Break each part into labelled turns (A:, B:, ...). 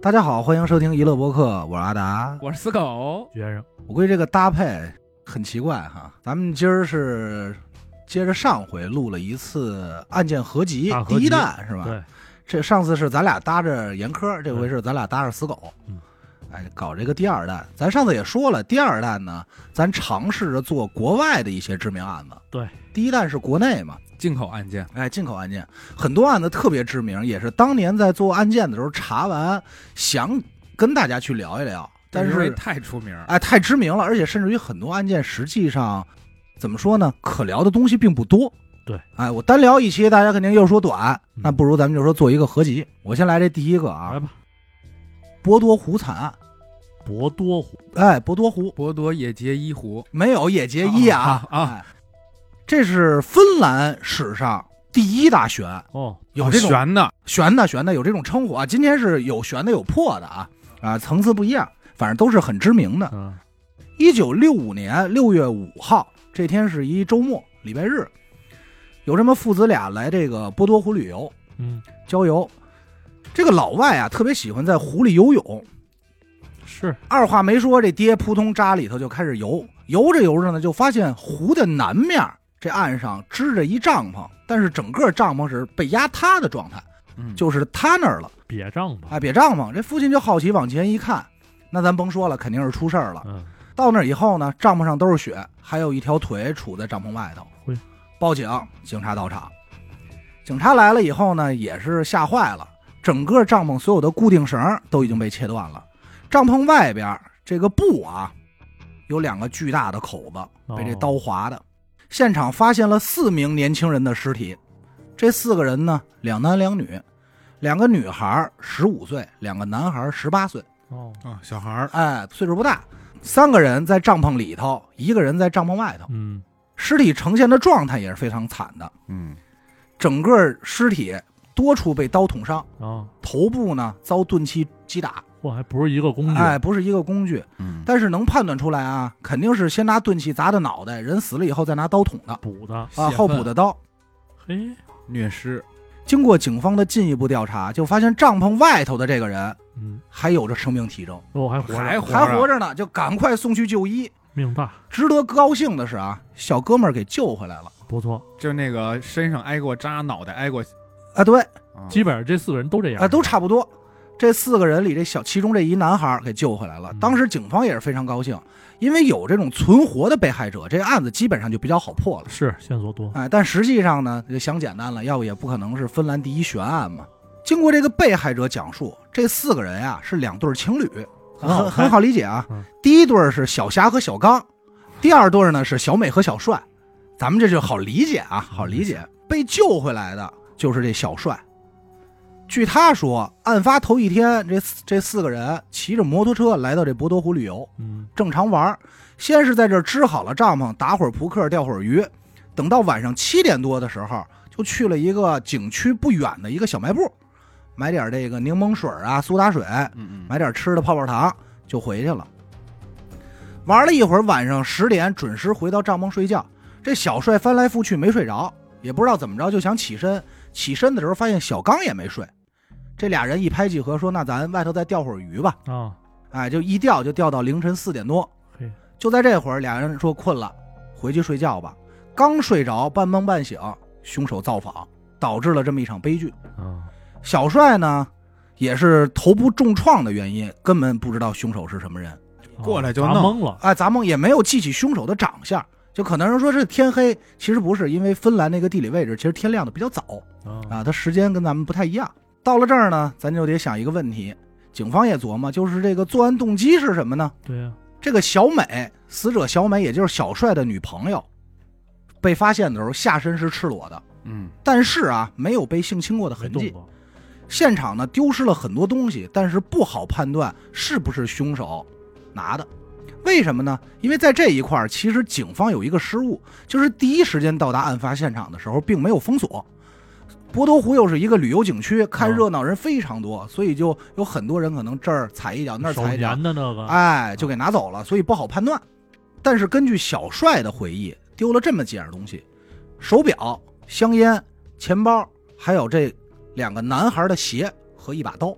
A: 大家好，欢迎收听娱乐播客，我是阿达。
B: 我是死狗，
C: 学生，
A: 我估计这个搭配很奇怪哈，咱们今儿是接着上回录了一次案件合集，
C: 啊大合
A: 第
C: 集
A: 一弹是吧？
C: 对，
A: 这上次是咱俩搭着严科，这回是咱俩搭着死狗。
C: 嗯，
A: 哎，搞这个第二弹，咱上次也说了，第二弹呢，咱尝试着做国外的一些知名案子。
C: 对，
A: 第一弹是国内嘛，
B: 进口案件，
A: 哎，进口案件很多案子特别知名，也是当年在做案件的时候查完，想跟大家去聊一聊，但
B: 因为
A: 是
B: 太出名儿，
A: 哎太知名了，而且甚至于很多案件实际上怎么说呢，可聊的东西并不多。
C: 对，
A: 哎，我单聊一期，大家肯定又说短，
C: 嗯
A: 那不如咱们就说做一个合集。我先来这第一个啊
C: 来，吧，
A: 博多湖惨案。
C: 博多湖，
A: 哎，博多湖
B: 博多野结衣湖，
A: 没有野结衣啊
B: 啊啊啊
A: 哎这是芬兰史上第一大悬，
C: 哦，
A: 有
B: 好
A: 这种
B: 悬的，
A: 悬的悬的有这种称呼啊，今天是有悬的有破的啊啊，层次不一样，反正都是很知名的。
C: 嗯，
A: 一九六五年六月五号，这天是一周末，礼拜日，有这么父子俩来这个波多湖旅游
C: 嗯，
A: 郊游。这个老外啊，特别喜欢在湖里游泳，
C: 是，
A: 二话没说，这爹扑通扎里头就开始游。游着游着呢，就发现湖的南面这岸上支着一帐篷，但是整个帐篷是被压塌的状态，
B: 嗯，
A: 就是塌那儿了。
C: 瘪帐吧，
A: 哎，别帐篷。这父亲就好奇往前一看，那咱甭说了，肯定是出事儿了。
C: 嗯，
A: 到那儿以后呢，帐篷上都是血，还有一条腿杵在帐篷外头
C: 嘿。
A: 报警，警察到场。警察来了以后呢，也是吓坏了，整个帐篷所有的固定绳儿都已经被切断了。帐篷外边儿这个布啊，有两个巨大的口子，被这
C: 哦
A: 刀划的。现场发现了四名年轻人的尸体，这四个人呢，两男两女，两个女孩十五岁，两个男孩十八岁。
C: 哦，
B: 啊，小孩儿，
A: 哎，岁数不大，三个人在帐篷里头，一个人在帐篷外头，
C: 嗯，
A: 尸体呈现的状态也是非常惨的，
B: 嗯，
A: 整个尸体多处被刀捅伤，
C: 啊，
A: 头部呢遭钝器击打，
C: 嚯，还不是一个工具，
A: 哎，不是一个工具，
B: 嗯，
A: 但是能判断出来啊，肯定是先拿钝器砸的脑袋，人死了以后再拿刀捅的
C: 补的，
A: 啊，
B: 泄
A: 后
B: 愤
A: 补的刀。
C: 嘿，
B: 虐尸，
A: 经过警方的进一步调查，就发现帐篷外头的这个人
C: 嗯，
A: 还有着生命体征，
C: 哦，还活着，
B: 还活着
A: 还活着呢，就赶快送去就医。
C: 命大，
A: 值得高兴的是啊，小哥们儿给救回来了。
C: 不错，
B: 就那个身上挨过扎，脑袋挨过，
A: 啊，对，
B: 啊
C: 基本上这四个人都这样，
A: 啊，都差不多。这四个人里，这小其中这一男孩儿给救回来了。
C: 嗯
A: 当时警方也是非常高兴，因为有这种存活的被害者，这案子基本上就比较好破了。
C: 是线索多，
A: 哎，但实际上呢，就想简单了，要不也不可能是芬兰第一悬案嘛。经过这个被害者讲述，这四个人呀、是两对儿情侣，很
C: 很好
A: 很很好理解啊
C: 哦嗯。
A: 第一对儿是小霞和小刚，第二对儿呢是小美和小帅，咱们这就好理解啊，好理
C: 嗯
A: 解。被救回来的就是这小帅。据他说，案发头一天，这四这四个人骑着摩托车来到这博多湖旅游，
C: 嗯，
A: 正常玩儿。先是在这儿支好了帐篷，打会儿扑克，钓会儿鱼。等到晚上七点多的时候，就去了一个景区不远的一个小卖部，买点这个柠檬水啊、苏打水，
B: 嗯嗯，
A: 买点吃的泡泡糖，就回去了。玩了一会儿，晚上十点准时回到帐篷睡觉。这小帅翻来覆去没睡着，也不知道怎么着就想起身。起身的时候发现小刚也没睡，这俩人一拍即合，说：“那咱外头再钓会儿鱼吧。”
C: 啊，
A: 哎，就一钓就钓到凌晨四点多
C: 嘿。
A: 就在这会儿，俩人说困了，回去睡觉吧。刚睡着，半梦半醒，凶手造访，导致了这么一场悲剧。
C: 啊，
A: 小帅呢，也是头部重创的原因，根本不知道凶手是什么人。
B: 过来就
C: 砸
B: 弄
C: 懵了，
A: 哎，咱们也没有记起凶手的长相，就可能人说是天黑，其实不是，因为芬兰那个地理位置，其实天亮的比较早。
C: 啊，
A: 啊，它时间跟咱们不太一样。到了这儿呢，咱就得想一个问题，警方也琢磨，就是这个作案动机是什么呢？
C: 对呀，
A: 这个小美，死者小美，也就是小帅的女朋友，被发现的时候下身是赤裸的，
B: 嗯，
A: 但是啊，没有被性侵过的
C: 没
A: 痕
C: 动
A: 迹。
C: 过，
A: 现场呢丢失了很多东西，但是不好判断是不是凶手拿的。为什么呢？因为在这一块儿，其实警方有一个失误，就是第一时间到达案发现场的时候，并没有封锁。博多湖又是一个旅游景区，看
C: 嗯
A: 热闹人非常多，所以就有很多人可能这儿踩一脚，那儿
C: 手
A: 踩一脚，
C: 粘的那个，
A: 哎，就给拿走了，所以不好判断。但是根据小帅的回忆，丢了这么几样东西：手表、香烟、钱包，还有这两个男孩的鞋和一把刀。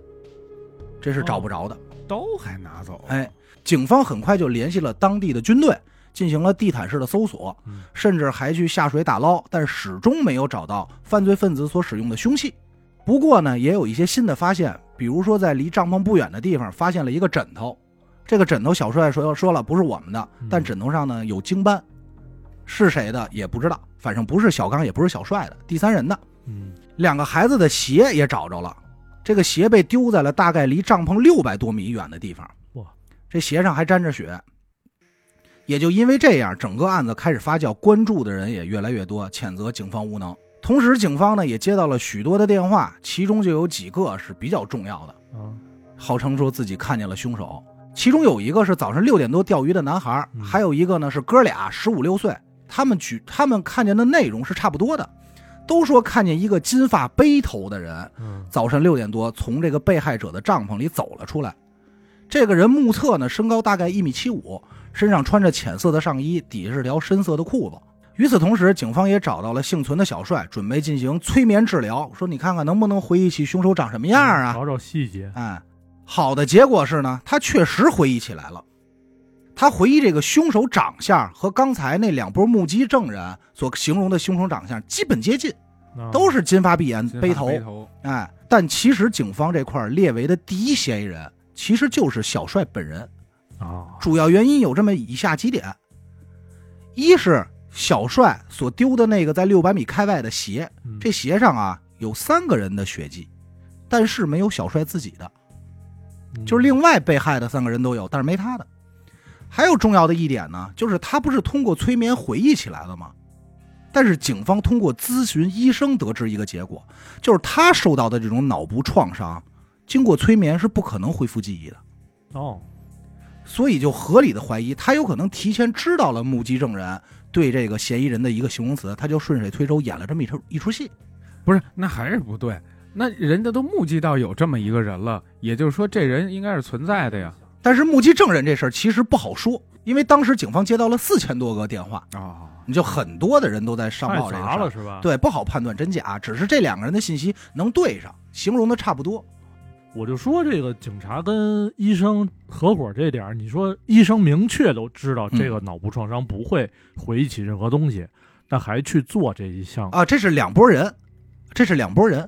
A: 这是找不着的。
B: 刀还拿走，
A: 哎，警方很快就联系了当地的军队，进行了地毯式的搜索，
C: 嗯
A: 甚至还去下水打捞，但始终没有找到犯罪分子所使用的凶器。不过呢，也有一些新的发现，比如说在离帐篷不远的地方发现了一个枕头，这个枕头小帅说说了不是我们的
C: 嗯，
A: 但枕头上呢有经斑，是谁的也不知道，反正不是小刚也不是小帅的，第三人的。
C: 嗯，
A: 两个孩子的鞋也找着了，这个鞋被丢在了大概离帐篷六百多米远的地方。
C: 哇，
A: 这鞋上还沾着血。也就因为这样，整个案子开始发酵，关注的人也越来越多，谴责警方无能。同时，警方呢也接到了许多的电话，其中就有几个是比较重要的，
C: 啊，
A: 号称说自己看见了凶手。其中有一个是早上六点多钓鱼的男孩
C: 嗯，
A: 还有一个呢是哥俩十五六岁，他们举他们看见的内容是差不多的，都说看见一个金发背头的人
C: 嗯，
A: 早晨六点多从这个被害者的帐篷里走了出来。这个人目测呢身高大概一米七五，身上穿着浅色的上衣，底下是条深色的裤子。与此同时，警方也找到了幸存的小帅，准备进行催眠治疗，说你看看能不能回忆起凶手长什么样啊？
C: 嗯找找细节，
A: 哎，好的结果是呢，他确实回忆起来了。他回忆这个凶手长相和刚才那两波目击证人所形容的凶手长相基本接近，
C: 啊
A: 都是金发碧眼、
B: 金发
A: 背头。
B: 背头，
A: 哎，但其实警方这块列为的第一嫌疑人其实就是小帅本人。
C: 啊，
A: 主要原因有这么以下几点：一是小帅所丢的那个在六百米开外的鞋，
C: 嗯
A: 这鞋上啊有三个人的血迹，但是没有小帅自己的。就是另外被害的三个人都有，但是没他的。还有重要的一点呢，就是他不是通过催眠回忆起来的吗？但是警方通过咨询医生得知一个结果，就是他受到的这种脑部创伤，经过催眠是不可能恢复记忆的，
C: 哦，
A: 所以就合理的怀疑他有可能提前知道了目击证人对这个嫌疑人的一个形容词，他就顺水推舟演了这么一出一出戏。
B: 不是，那还是不对。那人家都目击到有这么一个人了，也就是说这人应该是存在的呀。
A: 但是目击证人这事儿其实不好说，因为当时警方接到了四千多个电话，
B: 啊，
A: 你就很多的人都在上
C: 太
A: 报这个事
C: 杂
A: 儿
C: 了是吧？，
A: 对，不好判断真假，只是这两个人的信息能对上，形容的差不多。
C: 我就说这个警察跟医生合伙这点儿，你说医生明确都知道这个
A: 嗯
C: 脑部创伤不会回忆起任何东西，那还去做这一项
A: 啊，这是两拨人，这是两拨人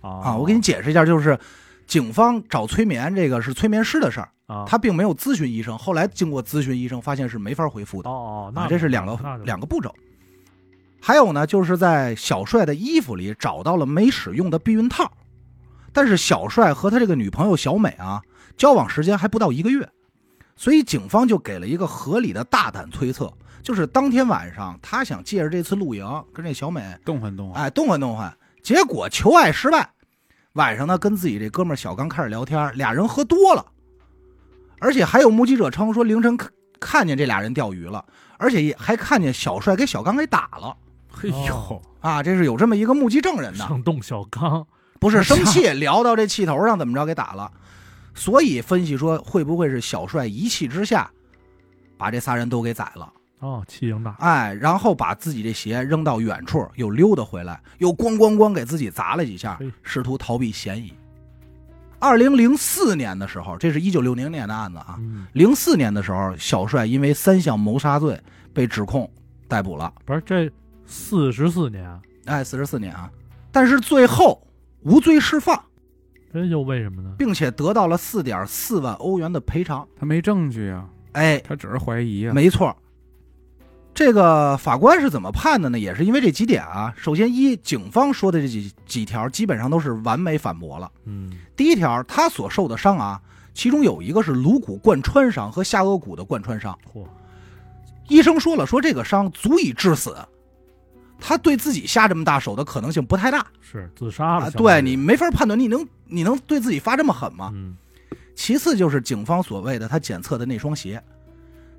A: 啊。
C: 啊？
A: 我给你解释一下，就是警方找催眠这个是催眠师的事儿，
C: 啊，
A: 他并没有咨询医生。后来经过咨询医生，发现是没法回复的
C: 哦哦，
A: 啊
C: 那，
A: 这是两
C: 那
A: 个
C: 就
A: 两个步骤。还有呢，就是在小帅的衣服里找到了没使用的避孕套，但是小帅和他这个女朋友小美啊，交往时间还不到一个月，所以警方就给了一个合理的大胆推测，就是当天晚上他想借着这次露营跟这小美
B: 动换动换，
A: 哎动换动换，结果求爱失败。晚上呢，跟自己这哥们儿小刚开始聊天，俩人喝多了，而且还有目击者称说凌晨看看见这俩人钓鱼了，而且也还看见小帅给小刚给打了
B: 嘿哎呦
C: 哦，
A: 啊，这是有这么一个目击证人的。
C: 上动小刚，
A: 不是生气，聊到这气头上，怎么着给打了。所以分析说，会不会是小帅一气之下，把这仨人都给宰了？
C: 哦，气性大，
A: 哎，然后把自己这鞋扔到远处，又溜达回来，又咣咣咣给自己砸了几下
C: 嘿，
A: 试图逃避嫌疑。二零零四年的时候，这是一九六零年的案子啊。
C: 嗯，
A: 零四年的时候，小帅因为三项谋杀罪被指控逮捕了。
C: 不是这四十四年，啊
A: 哎，四十四年啊，但是最后无罪释放。
C: 这又为什么呢？
A: 并且得到了四点四万欧元的赔偿。
B: 他没证据啊，
A: 哎，
B: 他只是怀疑啊。
A: 没错，这个法官是怎么判的呢？也是因为这几点啊。首先一，警方说的这几几条基本上都是完美反驳了。
C: 嗯，
A: 第一条，他所受的伤啊，其中有一个是颅骨贯穿伤和下颚骨的贯穿伤。
C: 嚯，
A: 医生说了，说这个伤足以致死。他对自己下这么大手的可能性不太大
C: 是自杀了，
A: 啊，
C: 相当
A: 对
C: 于
A: 你，没法判断，你能你能对自己发这么狠吗？
C: 嗯，
A: 其次就是警方所谓的他检测的那双鞋，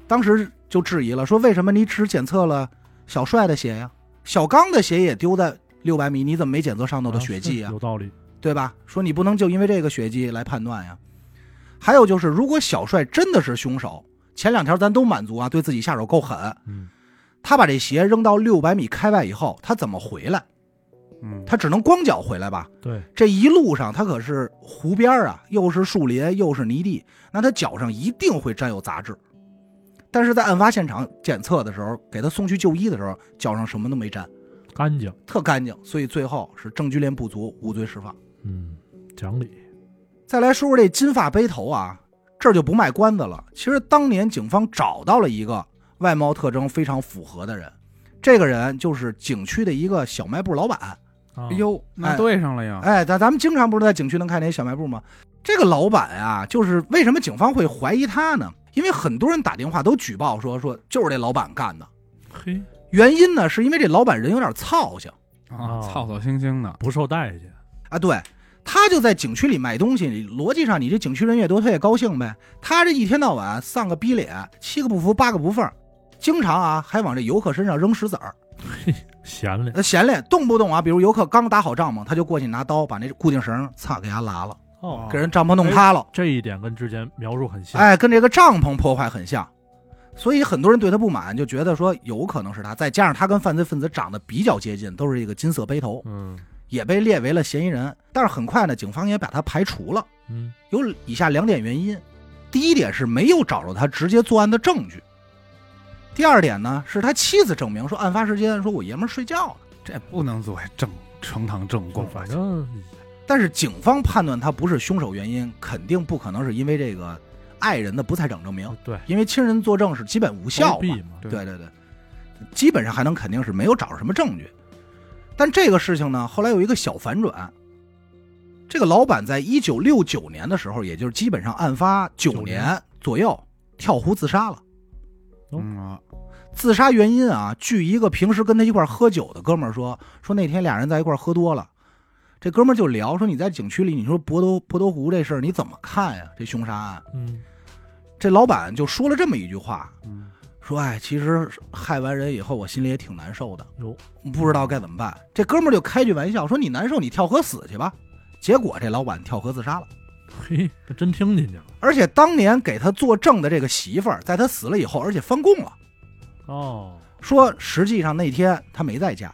A: 当时就质疑了，说为什么你只检测了小帅的鞋呀、小刚的鞋也丢在六百米，你怎么没检测上头的
C: 啊
A: 血迹
C: 是
A: 呀、
C: 有道理，
A: 对吧？说你不能就因为这个血迹来判断呀。还有就是，如果小帅真的是凶手，前两条咱都满足啊，对自己下手够狠，
C: 嗯，
A: 他把这鞋扔到六百米开外以后，他怎么回来？
B: 嗯，
A: 他只能光脚回来吧？
C: 对，
A: 这一路上他可是湖边儿啊，又是树林，又是泥地，那他脚上一定会沾有杂质。但是在案发现场检测的时候，给他送去就医的时候，脚上什么都没沾，
C: 干净，
A: 特干净，所以最后是证据链不足，无罪释放。
C: 嗯，讲理，
A: 再来说说这金发背头啊，这儿就不卖关子了。其实当年警方找到了一个外貌特征非常符合的人，这个人就是景区的一个小卖部老板。
C: 啊
B: 哎，呦，那
A: 哎
B: 对上了呀，
A: 哎，咱咱们经常不是在景区能看见小卖部吗？这个老板啊，就是为什么警方会怀疑他呢？因为很多人打电话都举报说说就是这老板干的。
C: 嘿，
A: 原因呢，是因为这老板人有点操性
B: 啊，
C: 哦
B: 操操心心的，
C: 不受待见，
A: 啊。对，他就在景区里卖东西，逻辑上你这景区人越多，他越高兴呗。他这一天到晚丧个逼脸，七个不服八个不忿，经常啊还往这游客身上扔石子儿，
C: 闲嘞，
A: 呃闲嘞，动不动啊，比如游客刚打好帐篷，他就过去拿刀把那固定绳擦给他拉了，
C: 哦
B: 啊，
A: 给人帐篷弄塌了。
C: 这一点跟之前描述很像，
A: 哎，跟这个帐篷破坏很像，所以很多人对他不满，就觉得说有可能是他。再加上他跟犯罪分子长得比较接近，都是一个金色背头，
C: 嗯
A: 也被列为了嫌疑人。但是很快呢，警方也把他排除了，
C: 嗯，
A: 有以下两点原因：第一点是没有找着他直接作案的证据；第二点呢是他妻子证明说案发时间说我爷们儿睡觉了。
B: 这不能作为正啊呈堂证供，
C: 反正
A: 但是警方判断他不是凶手原因，肯定不可能是因为这个爱人的不在场证明，
C: 对，
A: 因为亲人作证是基本无效
C: 包
A: 嘛。
C: 庇嘛，
B: 对
A: 对对对，基本上还能肯定是没有找着什么证据。但这个事情呢，后来有一个小反转。这个老板在一九六九年的时候，也就是基本上案发九
C: 九年
A: 年左右，跳湖自杀了。
B: 嗯啊，
A: 自杀原因啊，据一个平时跟他一块儿喝酒的哥们儿说，说那天俩人在一块儿喝多了，这哥们儿就聊说你在景区里，你说博多博多湖这事儿你怎么看呀？这凶杀案，
C: 嗯
A: 这老板就说了这么一句话，
B: 嗯
A: 说哎，其实害完人以后，我心里也挺难受的。
C: 有，
A: 不知道该怎么办。这哥们儿就开句玩笑说：“你难受，你跳河死去吧。”结果这老板跳河自杀了。
C: 嘿，这真听进去了，
A: 而且当年给他作证的这个媳妇儿，在他死了以后，而且翻供了，
C: 哦，
A: 说实际上那天他没在家。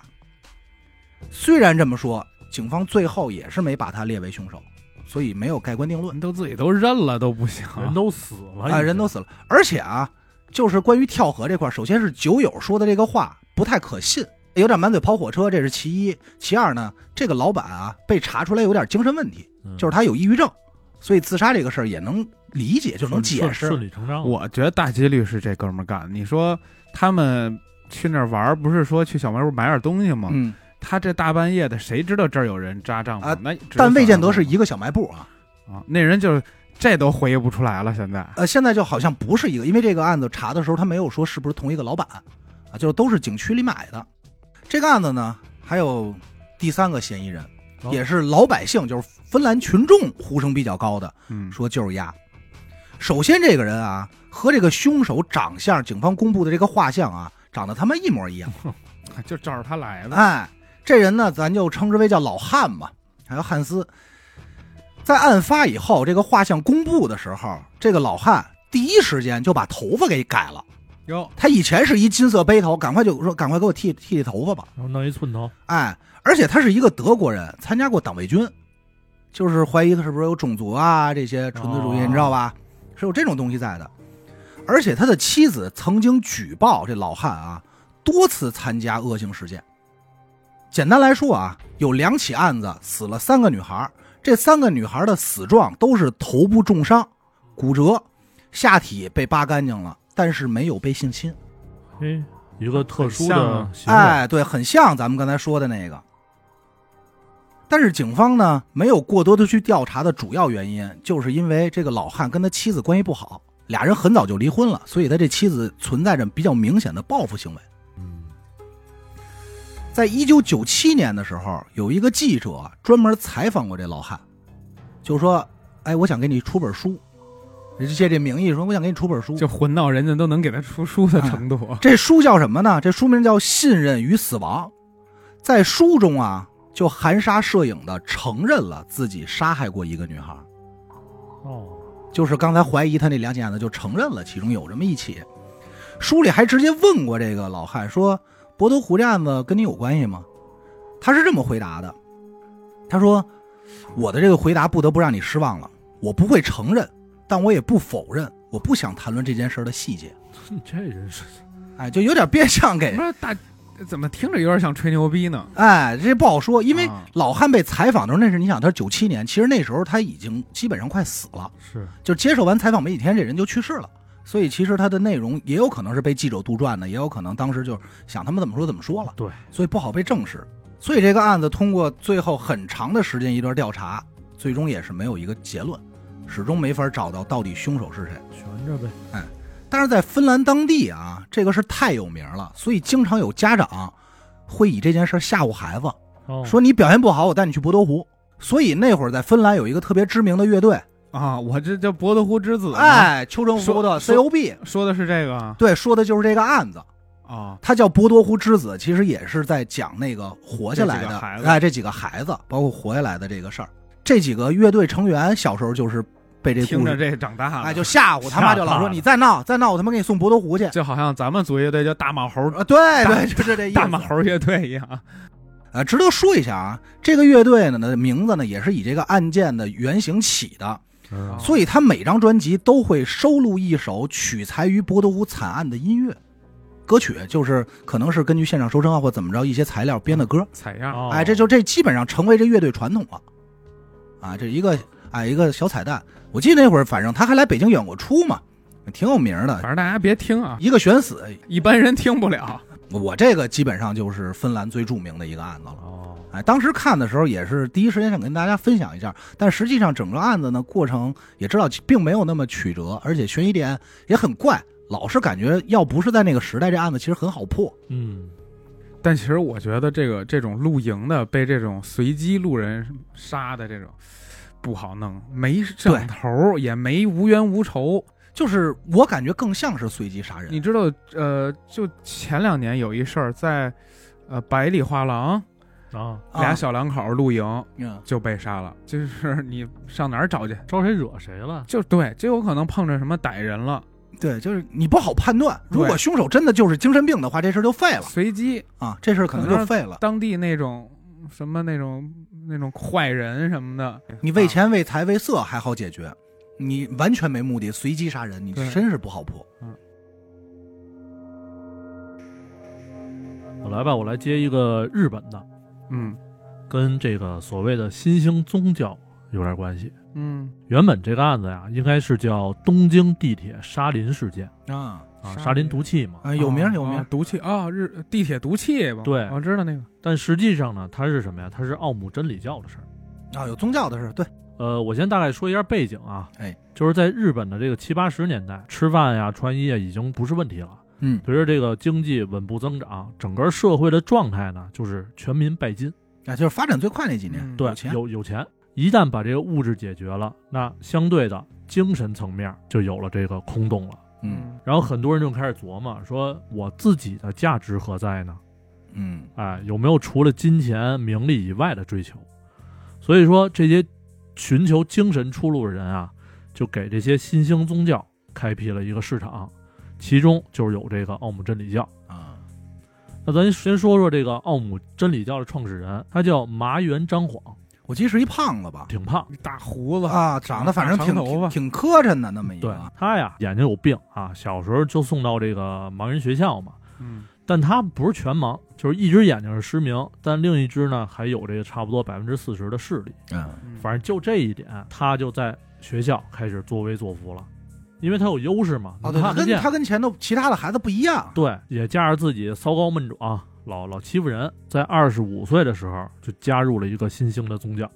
A: 虽然这么说，警方最后也是没把他列为凶手，所以没有盖棺定论
B: 人都自己都认了都不行，
C: 人都死了
A: 啊、人都死了。而且啊，就是关于跳河这块儿，首先是酒友说的这个话不太可信，有点满嘴跑火车，这是其一。其二呢，这个老板啊被查出来有点精神问题，就是
C: 是
A: 他有抑郁症，所以自杀这个事儿也能理解，就能解
C: 顺
A: 释。
C: 理成章，
B: 我觉得大几率是这哥们儿干的。你说他们去那儿玩儿，不是说去小卖部买点东西吗？
A: 嗯，
B: 他这大半夜的，谁知道这儿有人扎帐篷？
A: 啊
B: 那只有
A: 但未见得
B: 小
A: 是
B: 卖部
A: 一个小卖部啊。
B: 啊，那人就是这都回忆不出来了。现在
A: 呃，现在就好像不是一个，因为这个案子查的时候他没有说是不是同一个老板啊，就都是景区里买的。这个案子呢，还有第三个嫌疑人，
C: 哦
A: 也是老百姓，就是芬兰群众呼声比较高的，
B: 嗯，
A: 说就是鸭。首先，这个人啊和这个凶手长相，警方公布的这个画像啊，长得他妈一模一样。
B: 就照着他来的。
A: 哎，这人呢，咱就称之为叫老汉吧，还有汉斯。在案发以后，这个画像公布的时候，这个老汉第一时间就把头发给改了。
B: 哟，
A: 他以前是一金色背头，赶快就说赶快给我剃剃剃头发吧。
C: 然后弄一寸头，
A: 哎，而且他是一个德国人，参加过党卫军，就是怀疑他是不是有种族啊这些纯粹主义，
C: 哦
A: 你知道吧？是有这种东西在的。而且他的妻子曾经举报这老汉啊，多次参加恶性事件。简单来说啊，有两起案子死了三个女孩，这三个女孩的死状都是头部重伤、骨折，下体被扒干净了，但是没有被性侵。
C: 嘿，一个特
B: 很
C: 殊
B: 像啊
C: 的行为，
A: 哎，对，很像咱们刚才说的那个。但是警方呢，没有过多的去调查的主要原因，就是因为这个老汉跟他妻子关系不好，俩人很早就离婚了，所以他这妻子存在着比较明显的报复行为。
C: 嗯，
A: 在一九九七年的时候，有一个记者专门采访过这老汉，就说：“哎，我想给你出本书。”人家借这名义说：“我想给你出本书。
B: 就混到人家都能给他出书
A: 啊
B: 的 程度”。
A: 这书叫什么呢？这书名叫《信任与死亡》。在书中啊，就含沙射影的承认了自己杀害过一个女孩，
C: 哦，
A: 就是刚才怀疑他那两起案子，就承认了其中有这么一起。书里还直接问过这个老汉说：“博多湖这案子跟你有关系吗？”他是这么回答的：“他说，我的这个回答不得不让你失望了，我不会承认，但我也不否认，我不想谈论这件事儿的细节。
C: 你这人是
A: 哎，就有点变相
B: 不
A: 给，
B: 是大，怎么听着有点像吹牛逼呢？
A: 哎，这不好说，因为
B: 啊
A: 老汉被采访的时候，那是你想，他是九七年，其实那时候他已经基本上快死了，
C: 是
A: 就接受完采访没几天，这人就去世了。”所以其实他的内容也有可能是被记者杜撰的，也有可能当时就是想他们怎么说怎么说了。
C: 对，
A: 所以不好被证实。所以这个案子通过最后很长的时间一段调查，最终也是没有一个结论，始终没法找到到底凶手是谁。
C: 悬着呗。
A: 但是在芬兰当地啊，这个是太有名了，所以经常有家长会以这件事吓唬孩子，
C: 哦，
B: 嗯
A: 说你表现不好，我带你去博多湖。所以那会儿在芬兰有一个特别知名的乐队，
B: 啊，我这叫博德湖之子吗，
A: 哎，丘成
B: 说
A: 福的
B: 说
A: COB，
B: 说的是这个啊
A: 对，说的就是这个案子。
B: 啊
A: 他叫博多湖之子，其实也是在讲那个活下来
B: 这几
A: 的
B: 个孩，子
A: 哎，这几个孩子，包括活下来的这个事儿。这几个乐队成员小时候就是被这
B: 听
A: 故
B: 着
A: 事，
B: 这长大了，
A: 哎，就吓唬他妈，就老说
C: 吓怕了
A: 你再闹再闹，我他妈给你送博多湖去。
B: 就好像咱们组乐队叫大马猴
A: 啊，对
B: 大
A: 对， 就是这意思。
B: 大马猴乐队一样。
A: 呃，值得说一下啊，这个乐队呢的名字呢也是以这个案件的原型起的，
C: 嗯
A: 所以他每张专辑都会收录一首取材于博多湖惨案的音乐歌曲，就是可能是根据现场收声啊或怎么着一些材料编的歌。
B: 采样
C: 哦
A: 哎，这就这基本上成为这乐队传统了，啊，这一个哎一个小彩蛋。我记得那会儿，反正他还来北京演过出嘛，挺有名
B: 反
A: 的。
B: 正大家别听啊，
A: 一个悬死，
B: 一般人听不了。
A: 我这个基本上就是芬兰最著名的一个案子了。
C: 哦，
A: 哎，当时看的时候也是第一时间想跟大家分享一下，但实际上整个案子呢过程也知道并没有那么曲折，而且悬疑点也很怪，老是感觉要不是在那个时代，这案子其实很好破。
C: 嗯，
B: 但其实我觉得这个这种露营的被这种随机路人杀的这种不好弄，没上头儿也没无冤无仇。
A: 就是我感觉更像是随机杀人
B: 你，知道，呃，就前两年有一事儿，在呃百里画廊
C: 啊，
A: 啊
B: 俩小两口儿露营
A: 嗯，
B: 就被杀了，就是你上哪儿找去？
C: 招谁惹谁了？
B: 就对，就有可能碰着什么歹人了，
A: 对，就是你不好判断。如
B: 对
A: 果凶手真的就是精神病的话，这事儿就废了
B: 随机
A: 啊，这事儿可能就废了。
B: 当地那种什么那种那种坏人什么的，啊
A: 你为钱、为财、为色还好解决，你完全没目的随机杀人，你
B: 对
A: 真是不好破。
C: 我来吧，我来接一个日本的，
B: 嗯
C: 跟这个所谓的新兴宗教有点关系。
B: 嗯
C: 原本这个案子呀，应该是叫东京地铁沙林事件
A: 啊
C: 啊，
B: 沙
C: 沙林
B: 林
C: 毒气嘛。
A: 啊，有名儿有名
B: 啊
A: 儿，
B: 毒气啊，日地铁毒气吧？
C: 对
B: 我知道那个。
C: 但实际上呢，它是什么呀？它是奥姆真理教的事儿。
A: 啊，有宗教的事儿，对，
C: 呃，我先大概说一下背景啊，
A: 哎，
C: 就是在日本的这个七八十年代，吃饭呀、穿衣啊已经不是问题了。
A: 嗯
C: 随着这个经济稳步增长，整个社会的状态呢，就是全民拜金，
A: 啊，就是发展最快那几年，
B: 嗯
C: 对
A: 有，钱
C: 有有钱。一旦把这个物质解决了，那相对的精神层面就有了这个空洞了。
A: 嗯
C: 然后很多人就开始琢磨，说我自己的价值何在呢？
A: 嗯
C: 哎，有没有除了金钱、名利以外的追求？所以说，这些寻求精神出路的人啊，就给这些新兴宗教开辟了一个市场，其中就是有这个奥姆真理教。
A: 啊，
C: 那咱先说说这个奥姆真理教的创始人，他叫麻原张晃，
A: 我记得是一胖子吧，
C: 挺胖。
B: 嗯大胡子，
A: 啊，长得反正
B: 长
A: 挺
B: 头发
A: 挺挺磕碜的那么一
C: 对
A: 个啊，
C: 他呀，眼睛有病啊，小时候就送到这个盲人学校嘛。
B: 嗯，
C: 但他不是全盲，就是一只眼睛是失明，但另一只呢还有这个差不多百分之四十的视力。
A: 嗯
C: 反正就这一点，他就在学校开始作威作福了，因为他有优势嘛，
A: 哦，
C: 能
A: 对，他
C: 看得
A: 跟
C: 见
A: 他。跟前头其他的孩子不一样，
C: 对，也加上自己骚高闷壮，老老欺负人，在二十五岁的时候就加入了一个新兴的宗教，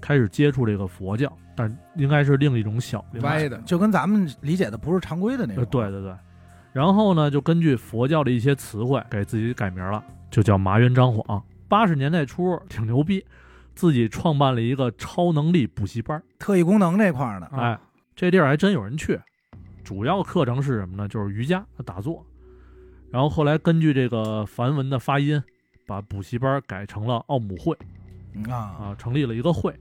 C: 开始接触这个佛教，但应该是另一种小流派。
B: 歪的，
A: 就跟咱们理解的不是常规的那
C: 呃，
A: 种，啊
C: 对对对。然后呢，就根据佛教的一些词汇给自己改名了，就叫麻原彰晃。八十年代初挺牛逼，自己创办了一个超能力补习班儿，
A: 特异功能这块儿的，
B: 啊
C: 哎，这地儿还真有人去。主要课程是什么呢？就是瑜伽、打坐。然后后来根据这个梵文的发音，把补习班改成了奥姆会
A: 嗯啊，
C: 啊，成立了一个会，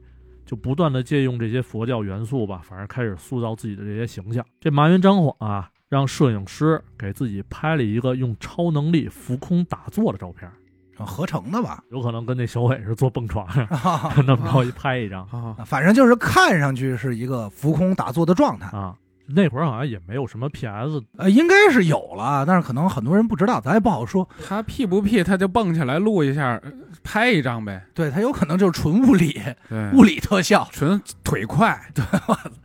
C: 就不断的借用这些佛教元素吧，反正开始塑造自己的这些形象。这麻原彰晃啊，让摄影师给自己拍了一个用超能力浮空打坐的照片，
A: 啊合成的吧？
C: 有可能跟那小伟是坐蹦床上，
A: 啊，
C: 那么着一拍一张
B: 啊，
A: 反正就是看上去是一个浮空打坐的状态，
C: 啊。那会儿好像也没有什么 PS，
A: 呃，应该是有了，但是可能很多人不知道，咱也不好说。
B: 他屁不屁，他就蹦起来录一下，呃拍一张呗。
A: 对，它有可能就是纯物理
B: 对，
A: 物理特效。
B: 纯腿快，对，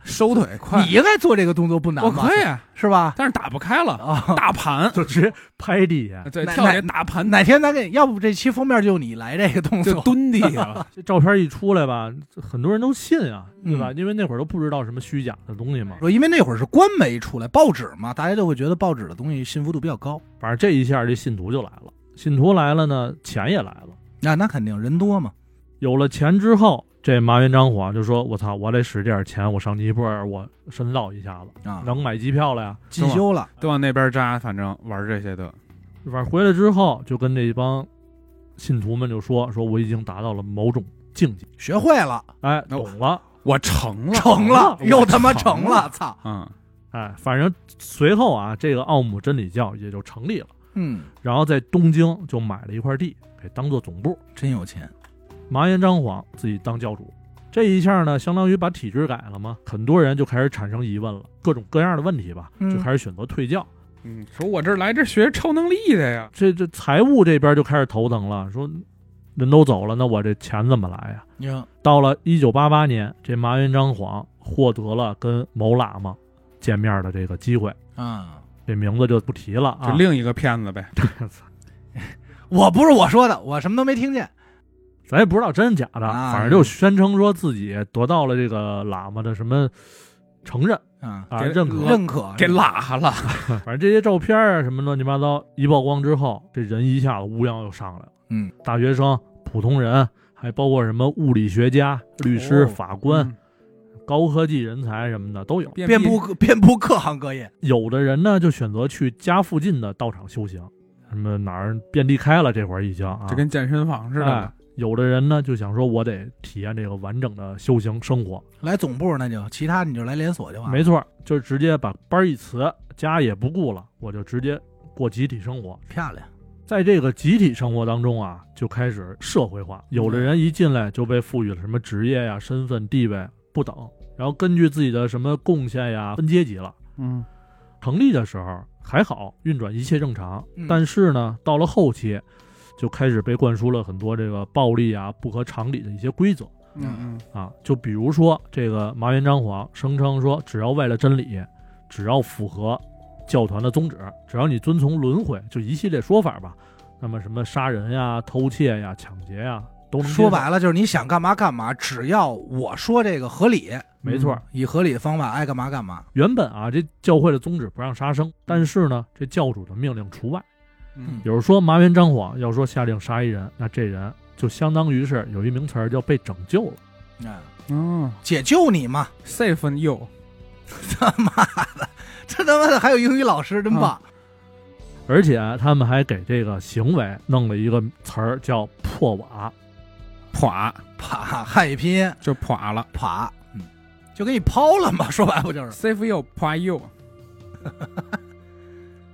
B: 收腿 快，
A: 你应该做这个动作不难
B: 我
A: 吧？
B: 可以啊，
A: 是吧？
B: 但是打不开了，
A: 啊，
B: 大盘
C: 就直接拍地下。
B: 对，
A: 那
B: 跳
A: 那
B: 起来大盘
A: 啊哪天咱给，要不这期封面就你来这个动
B: 就
A: 作，
B: 蹲地下 了，
C: 这照片一出来吧，很多人都信啊，对吧？
A: 嗯
C: 因为那会儿都不知道什么虚假的东西嘛。
A: 说因为那会儿是官媒出来，报纸嘛，大家就会觉得报纸的东西信服度比较高。
C: 反正这一下，这信徒就来了。信徒来了呢，钱也来了。
A: 那那肯定人多嘛，
C: 有了钱之后，这麻原彰晃就说：“我操，我得使点钱，我上尼泊尔，我深造一下子，
A: 啊，
C: 能买机票了呀。
A: 进修了，
B: 都往那边扎，反正玩这些的，”
C: 反正回来之后，就跟这帮信徒们就说：“说我已经达到了某种境界，
A: 学会了，
C: 哎，
A: 哦
B: 那我
C: 懂了，
B: 我成了，
A: 成了，又他妈成
B: 了，
A: 了，操！
B: 嗯，
C: 哎，反正随后啊，这个奥姆真理教也就成立了。
A: 嗯，
C: 然后在东京就买了一块地，给当做总部。
A: 真有钱，
C: 麻原彰晃自己当教主。这一下呢，相当于把体制改了嘛，很多人就开始产生疑问了，各种各样的问题吧，
A: 嗯
C: 就开始选择退教。
B: 嗯，说我这来这学超能力的呀，
C: 这这财务这边就开始头疼了，说人都走了，那我这钱怎么来呀？
A: 你看，
C: 到了一九八八年，这麻原彰晃获得了跟某喇嘛见面的这个机会，
A: 啊，
C: 这名字就不提了
B: 就
C: 啊。
B: 另一个骗子呗，
A: 我不是我说的，我什么都没听见，
C: 咱也不知道真假的，
A: 啊
C: 反正就宣称说自己得到了这个喇嘛的什么承认
A: 啊，
C: 啊，
B: 给
C: 认可。
A: 认可
B: 给拉了，
C: 反正这些照片啊什么乱七八糟一曝光之后，这人一下子乌泱又上来了。
A: 嗯，
C: 大学生、普通人，还包括什么物理学家、律师、
A: 哦
C: 法官、
B: 嗯
C: 高科技人才什么的都有。
B: 遍
A: 遍布遍布各行各业，
C: 有的人呢就选择去家附近的道场修行，什么哪儿遍地开了，这会儿已经啊，
B: 就跟健身房似
C: 哎
B: 的，
C: 有的人呢就想说，我得体验这个完整的修行生活。
A: 来总部那就，其他你就来连锁就完了。
C: 没错，就直接把班儿一辞，家也不顾了，我就直接过集体生活。
A: 漂亮，
C: 在这个集体生活当中啊，就开始社会化。有的人一进来就被赋予了什么职业呀、身份、地位不等，然后根据自己的什么贡献呀分阶级了。
B: 嗯，
C: 成立的时候还好，运转一切正常
A: 嗯，
C: 但是呢，到了后期就开始被灌输了很多这个暴力啊、不合常理的一些规则
B: 嗯
C: 啊。就比如说这个麻原彰晃声称说，只要为了真理，只要符合教团的宗旨，只要你遵从轮回，就一系列说法吧。那么什么杀人呀、偷窃呀、抢劫呀，都能接受
A: 说，白了就是你想干嘛干嘛，只要我说这个合理，
C: 没错。
B: 嗯
A: 以合理的方法爱干嘛干嘛。
C: 原本啊，这教会的宗旨不让杀生，但是呢，这教主的命令除外。
B: 嗯，
C: 有人说麻原彰晃要说下令杀一人，那这人就相当于是有一名词儿叫被拯救了。
A: 嗯，
B: 嗯
A: 解救你嘛，
B: ，safe and you，
A: 他妈的，这他妈的还有英语老师真棒。
C: 而且他们还给这个行为弄了一个词儿叫破瓦，
B: 垮
A: 啪，汉语拼音
B: 就垮了
A: 啪，嗯，就给你抛了嘛，说白了不就是？
B: ，safe you 垮 you，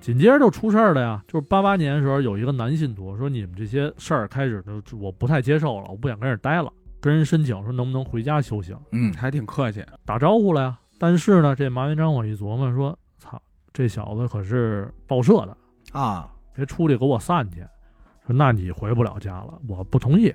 C: 紧接着就出事儿了呀。就是八八年的时候，有一个男信徒说：“你们这些事儿开始就我不太接受了，我不想跟这儿待了。”跟人申请说能不能回家修行，
A: 嗯，
B: 还挺客气，
C: 打招呼了呀。但是呢，这麻原彰晃一琢磨说：“操，这小子可是报社的，
A: 啊，
C: 别出去给我散去。说那你回不了家了，我不同意。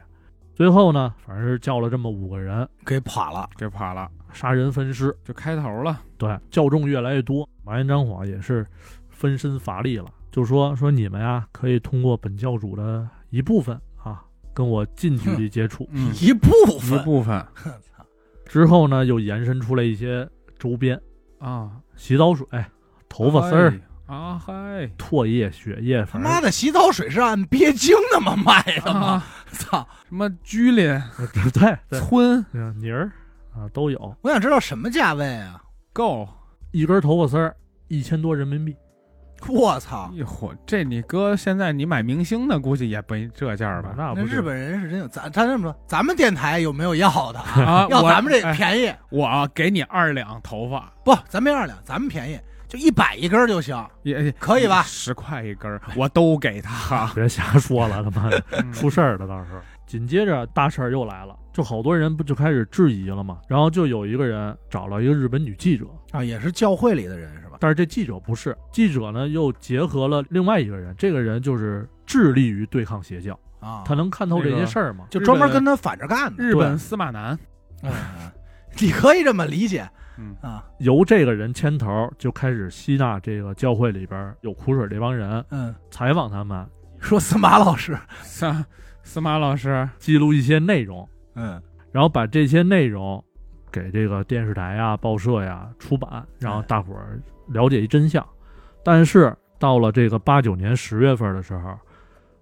C: 最后呢，反正是叫了这么五个人，
A: 给垮了，
B: 给垮了，
C: 杀人分尸。
B: 就开头了，
C: 对，教众越来越多，麻原彰晃也是分身乏力了，就说说你们呀，可以通过本教主的一部分啊，跟我近距离接触。
B: 嗯，
A: 一部
B: 一
A: 分。
B: 部分
A: 操，
C: 之后呢，又延伸出来一些周边，
B: 啊，
C: 洗澡水、哎头发丝儿、
B: 嗨啊嗨
C: 唾液、血液，
A: 哎他
C: 反
A: 妈
C: 正
A: 的，洗澡水是按鳖精那么卖的吗？
B: 啊，
A: 操！
B: 什么居林
C: 呃对对，
B: 村
C: 嗯泥儿啊都有，
A: 我想知道什么价位啊？
B: 够，
C: 一根头发丝儿一千多人民币。
A: 我操！
B: 一伙，这你哥现在你买明星的估计也没这价 吧？
C: 那
A: 那
C: 不
A: 日
C: 是
A: 本人是真有，咱咱这么说，咱们电台有没有要的啊？
B: 啊，
A: 要
B: 我
A: 咱们这
B: 哎
A: 便宜，
B: 我给你二两头发，
A: 不，咱没二两，咱们便宜。就一百一根儿就行，
B: 也也
A: 可以吧
B: 十块一根儿，我都给他。
C: 别瞎说了，他妈的
B: 嗯
C: 出事儿了，当时。紧接着大事儿又来了，就好多人不就开始质疑了嘛。然后就有一个人找了一个日本女记者，
A: 啊，也是教会里的人是吧？
C: 但是这记者不是记者呢，又结合了另外一个人，这个人就是致力于对抗邪教，
A: 啊，
C: 他能看透这些事儿吗？
A: 就专门跟他反着干的。
B: 日本司马南，
A: 嗯嗯你可以这么理解
B: 嗯，
A: 啊，
C: 由这个人牵头，就开始吸纳这个教会里边有苦水这帮人，
A: 嗯，
C: 采访他们，
A: 说司马老师，
B: 司司马老师，
C: 记录一些内容，
A: 嗯，
C: 然后把这些内容给这个电视台呀、报社呀出版，然后大伙儿了解一真相。但是到了这个八九年十月份的时候，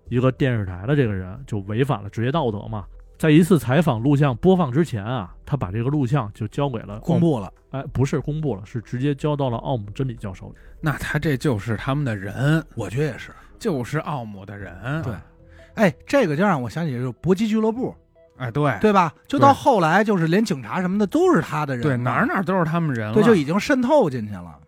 C: 一个电视台的这个人就违反了职业道德嘛，在一次采访录像播放之前啊，他把这个录像就交给了
A: 公，布了，
C: 哎，不是公布了，是直接交到了奥姆真理教手里。
B: 那他这就是他们的人，
A: 我觉得也是。
B: 就是奥姆的人。
A: 对哎，这个就让我想起就是搏击俱乐部，
B: 哎，对
A: 对吧？就到
B: 对
A: 后来就是连警察什么的都是他的人，
B: 对，哪儿？哪儿都是他们人了。
A: 对，就已经渗透进去了。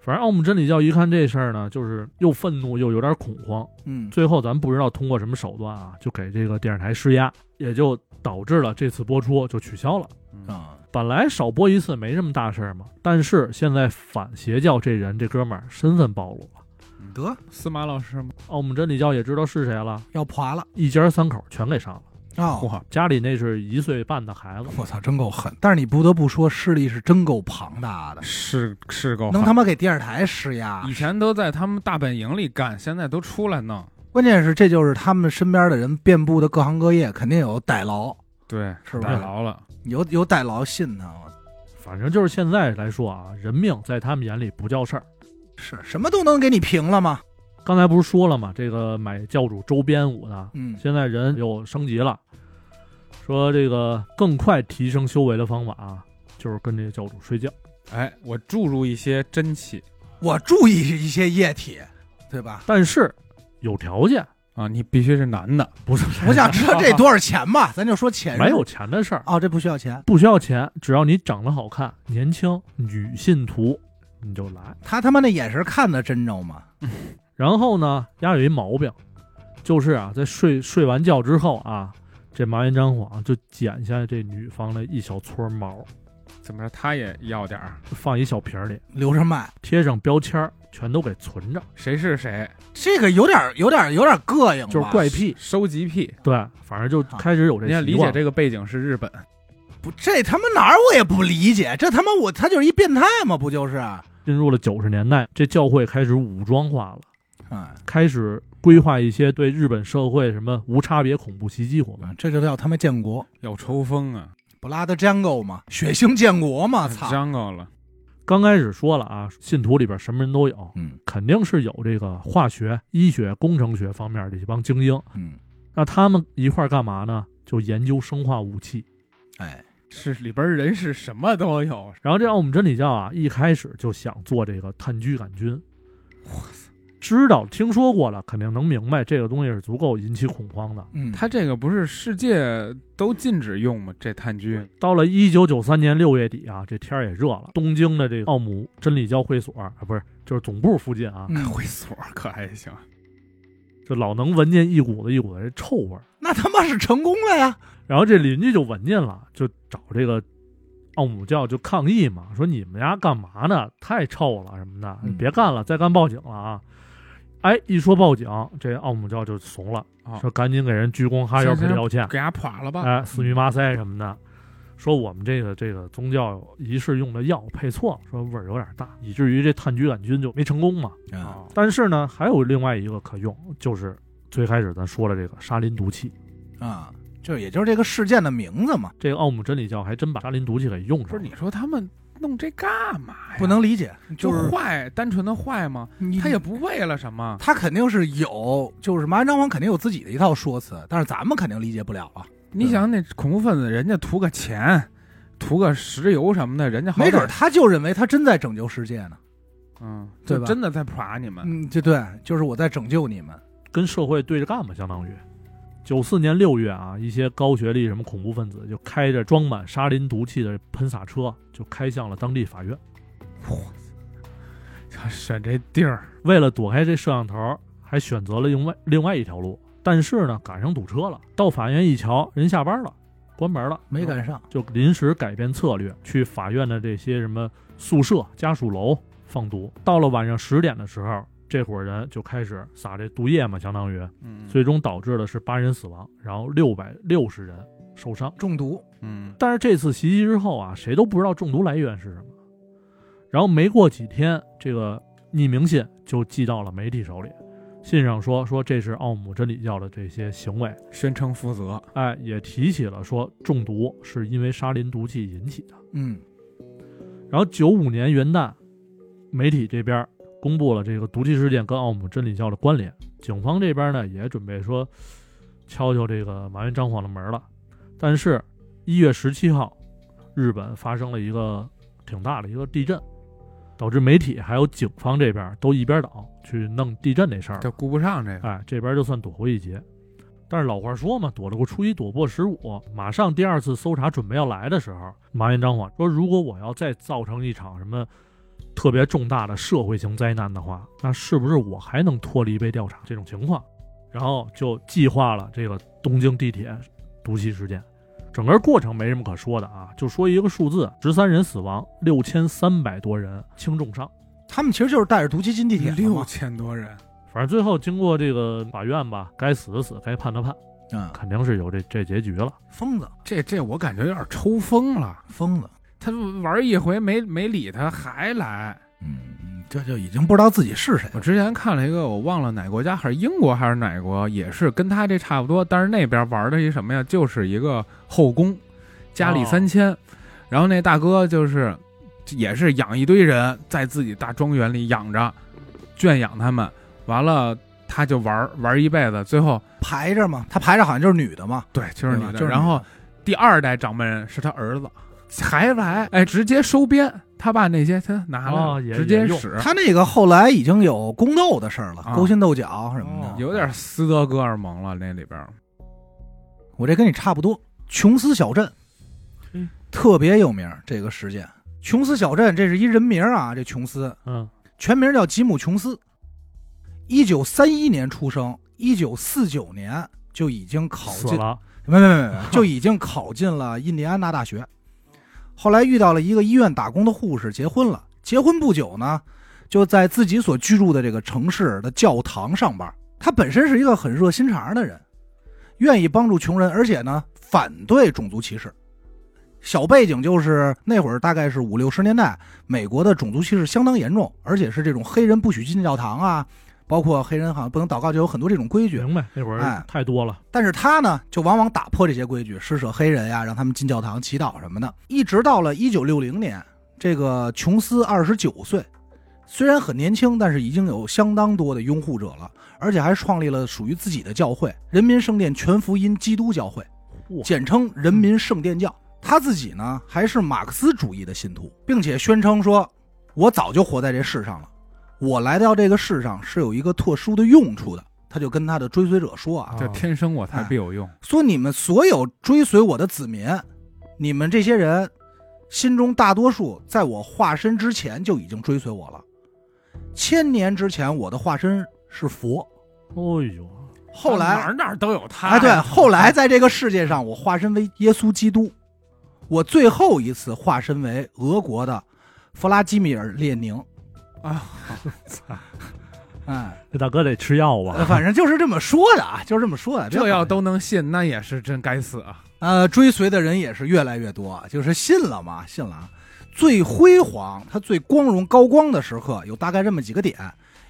C: 反正奥姆真理教一看这事儿呢，就是又愤怒又有点恐慌，
A: 嗯，
C: 最后咱不知道通过什么手段啊，就给这个电视台施压，也就导致了这次播出就取消了。
B: 嗯
A: 啊，
C: 本来少播一次没什么大事儿嘛，但是现在反邪教这人这哥们儿身份暴露了，
A: 得
B: 司马老师吗？
C: 奥姆真理教也知道是谁了，
A: 要垮了
C: 一家三口全给杀了。
A: 啊！
B: 嚯，
C: 家里那是一岁半的孩子，
A: 我操，真够狠！但是你不得不说，势力是真够庞大的，
B: 是是够狠
A: 能他妈给电视台施压
B: 以。前都在他们大本营里干，现在都出来弄。
A: 关键是，这就是他们身边的人遍布的各行各业，肯定有逮牢，
B: 对，
A: 是
B: 太
A: 吧？
B: 牢了。
A: 有有逮牢信他，我操
C: 反正就是现在来说啊，人命在他们眼里不叫事儿。
A: 是什么都能给你平了吗？
C: 刚才不是说了吗？这个买教主周边舞的，
A: 嗯
C: 现在人又升级了，说这个更快提升修为的方法啊，就是跟这个教主睡觉。
B: 哎，我注入一些真气
A: 我注意一些液体，对吧？
C: 但是有条件，
B: 啊，你必须是男的。
C: 不是
A: 我想 知道这多少钱吧，咱就说钱。
C: 没有钱的事儿，
A: 哦，这不需要钱。
C: 不需要钱，只要你长得好看、年轻、女信徒，你就来。
A: 他他妈那眼神看的真着吗？
C: 然后呢，丫有一毛病，就是啊，在睡睡完觉之后啊，这麻原彰晃就剪下这女方的一小撮毛，
B: 怎么着，他也要点儿，
C: 放一小瓶儿里，
A: 留着卖，
C: 贴上标签儿，全都给存着，
B: 谁是谁，
A: 这个有点有点有点膈应吧，
C: 就是怪癖。
B: 收集癖。
C: 对，反正就开始有这
B: 啊你要
C: 习
B: 理
C: 惯
B: 解
C: 了。
B: 这个背景是日本，
A: 不，这他妈哪儿我也不理解，这他妈我他就是一变态嘛，不就是？啊
C: 进入了九十年代，这教会开始武装化了，
A: 嗯，
C: 开始规划一些对日本社会什么无差别恐怖袭击活动。
A: 这就叫他妈建国，
B: 有抽风啊，
A: 布拉德江狗嘛，血腥建国嘛，操！
B: jungle 了，
C: 刚开始说了啊，信徒里边什么人都有，
A: 嗯
C: 肯定是有这个化学、医学、工程学方面的一帮精英。
A: 嗯，
C: 那他们一块儿干嘛呢？就研究生化武器。
A: 哎，
B: 是里边人是什么都有，
C: 然后这奥姆真理教啊，一开始就想做这个炭疽杆菌。
B: 哇塞，
C: 知道听说过了，肯定能明白这个东西是足够引起恐慌的。
A: 嗯，
B: 他这个不是世界都禁止用吗？这炭疽，
C: 到了一九九三年六月底啊，这天儿也热了，东京的这个奥姆真理教会所啊，不是就是总部附近啊，
A: 嗯
B: 会所可还行，
C: 就老能闻见一股子一股子这臭味儿。
A: 那他妈是成功了呀！
C: 然后这邻居就闻见了，就找这个奥姆教就抗议嘛，说你们家干嘛呢？太臭了什么的，
A: 嗯
C: 别干了，再干报警了啊！哎，一说报警，这奥姆教就怂了，
A: 啊
B: 哦
C: 说赶紧给人鞠躬哈腰
B: 行
C: 赔
B: 行
C: 道歉，
B: 给伢垮了吧？
C: 哎，死于麻塞什么的。说我们这个这个宗教仪式用的药配错了，说味儿有点大，以至于这炭疽杆菌就没成功嘛。
A: 啊
B: 哦
C: 但是呢，还有另外一个可用，就是最开始咱说了这个沙林毒气，
A: 啊，就也就是这个事件的名字嘛，
C: 这个奥姆真理教还真把沙林毒气给用上了。
B: 不是，你说他们弄这干嘛呀？
A: 不能理解，
B: 就
A: 哎就是
B: 坏，单纯的坏吗？
A: 你
B: 他也不为了什么，
A: 他肯定是有，就是麻原彰晃肯定有自己的一套说辞，但是咱们肯定理解不了啊。
B: 你想那恐怖分子，人家图个钱，图个石油什么的，人家好歹
A: 没准他就认为他真在拯救世界呢。
B: 嗯，
A: 对
B: 就
A: 吧
B: 真的在耍你们，
A: 嗯，就对，就是我在拯救你们。
C: 跟社会对着干吧，相当于。九四年六月啊，一些高学历什么恐怖分子就开着装满沙林毒气的喷洒车，就开向了当地法院。
B: 还选这地儿，
C: 为了躲开这摄像头，还选择了另外另外一条路。但是呢，赶上堵车了，到法院一瞧，人下班了，关门了，
A: 没赶上。
C: 就临时改变策略，去法院的这些什么宿舍、家属楼放毒。到了晚上十点的时候，这伙人就开始撒这毒液嘛，相当于
B: 嗯，
C: 最终导致的是八人死亡，然后六百六十人受伤。
A: 中毒，
B: 嗯
C: 但是这次袭击之后啊，谁都不知道中毒来源是什么。然后没过几天，这个匿名信就寄到了媒体手里，信上说说这是奥姆真理教的这些行为，
B: 宣称负责，
C: 哎，也提起了说中毒是因为沙林毒气引起的。
A: 嗯，
C: 然后九五年元旦，媒体这边公布了这个毒气事件跟奥姆真理教的关联，警方这边呢也准备说敲敲这个麻原彰晃的门了。但是，一月十七号，日本发生了一个挺大的一个地震，导致媒体还有警方这边都一边倒去弄地震这事儿了。
B: 这顾不上这个，
C: 哎，这边就算躲过一劫。但是老话说嘛，躲得过初一，躲不过十五。马上第二次搜查准备要来的时候，麻原彰晃说：“如果我要再造成一场什么特别重大的社会性灾难的话，那是不是我还能脱离被调查这种情况？”然后就计划了这个东京地铁毒气事件。整个过程没什么可说的啊，就说一个数字：十三人死亡，六千三百多人轻重伤。
A: 他们其实就是带着毒气
B: 哎
A: 进地铁了
B: 六
A: 嘛，啊
B: 千多人，
C: 反正最后经过这个法院吧，该死的死，该判的判。
A: 嗯，
C: 肯定是有这这结局了。
A: 疯子，
B: 这这我感觉有点抽风了。
A: 疯子，
B: 他玩一回没没理他还来。
A: 嗯，这就已经不知道自己是谁
B: 我
A: 了，
B: 之前看了一个，我忘了哪国家，还是英国还是哪国，也是跟他这差不多，但是那边玩的一什么呀，就是一个后宫，佳丽三千，然后那大哥就是也是养一堆人，在自己大庄园里养着，圈养他们，完了他就玩玩一辈子，最后
A: 排着嘛，他排着好像就是女的嘛，
B: 对就是
A: 对
B: 你
A: 吧
B: 的，
A: 就是
B: 然后第二代掌门人是他儿子，还来哎，直接收编，他把那些他拿来了、
C: 哦也
B: 直接
C: 也用
B: 使，
A: 他那个后来已经有宫斗的事儿了，
B: 啊
A: 勾心斗角什么
C: 哦
A: 的。
B: 有点斯德哥尔摩了那里边。
A: 我这跟你差不多。琼斯小镇
C: 嗯，
A: 特别有名儿这个事件。琼斯小镇这是一人名儿啊，这琼斯
C: 嗯，
A: 全名叫吉姆·琼斯，一九三一年出生，一九四九年就已经考
C: 死
A: 进，
C: 了，
A: 没没没没，就已经考进了印第安纳大学。后来遇到了一个医院打工的护士，结婚了。结婚不久呢，就在自己所居住的这个城市的教堂上班。他本身是一个很热心肠的人，愿意帮助穷人，而且呢，反对种族歧视。小背景就是那会儿大概是五六十年代，美国的种族歧视相当严重，而且是这种黑人不许进教堂啊，包括黑人好像不能祷告，就有很多这种规矩。
C: 明白？那会儿
A: 哎
C: 太多了，
A: 但是他呢，就往往打破这些规矩，施舍黑人呀，让他们进教堂祈祷什么的。一直到了一九六零年，这个琼斯二十九岁，虽然很年轻，但是已经有相当多的拥护者了，而且还创立了属于自己的教会——人民圣殿全福音基督教会，
C: 嚯
A: 简称人民圣殿教。他自己呢，还是马克思主义的信徒，并且宣称说：“我早就活在这世上了，我来到这个世上是有一个特殊的用处的。”他就跟他的追随者说啊，
B: 这
C: 啊
B: 天生我材必有用，
A: 说你们所有追随我的子民，你们这些人心中大多数在我化身之前就已经追随我了。千年之前，我的化身是佛，
C: 哎呦，
A: 后
B: 哪
A: 来
B: 儿哪儿都有他。
A: 哎对，后来在这个世界上，我化身为耶稣基督。我最后一次化身为俄国的弗拉基米尔列宁。
B: 啊，
A: 哎，
C: 这大哥得吃药啊吧？
A: 反正就是这么说的啊，就是这么说的。
B: 这要都能信，那也是真该死啊！
A: 呃，追随的人也是越来越多，就是信了嘛，信了啊。最辉煌，它最光荣高光的时刻有大概这么几个点：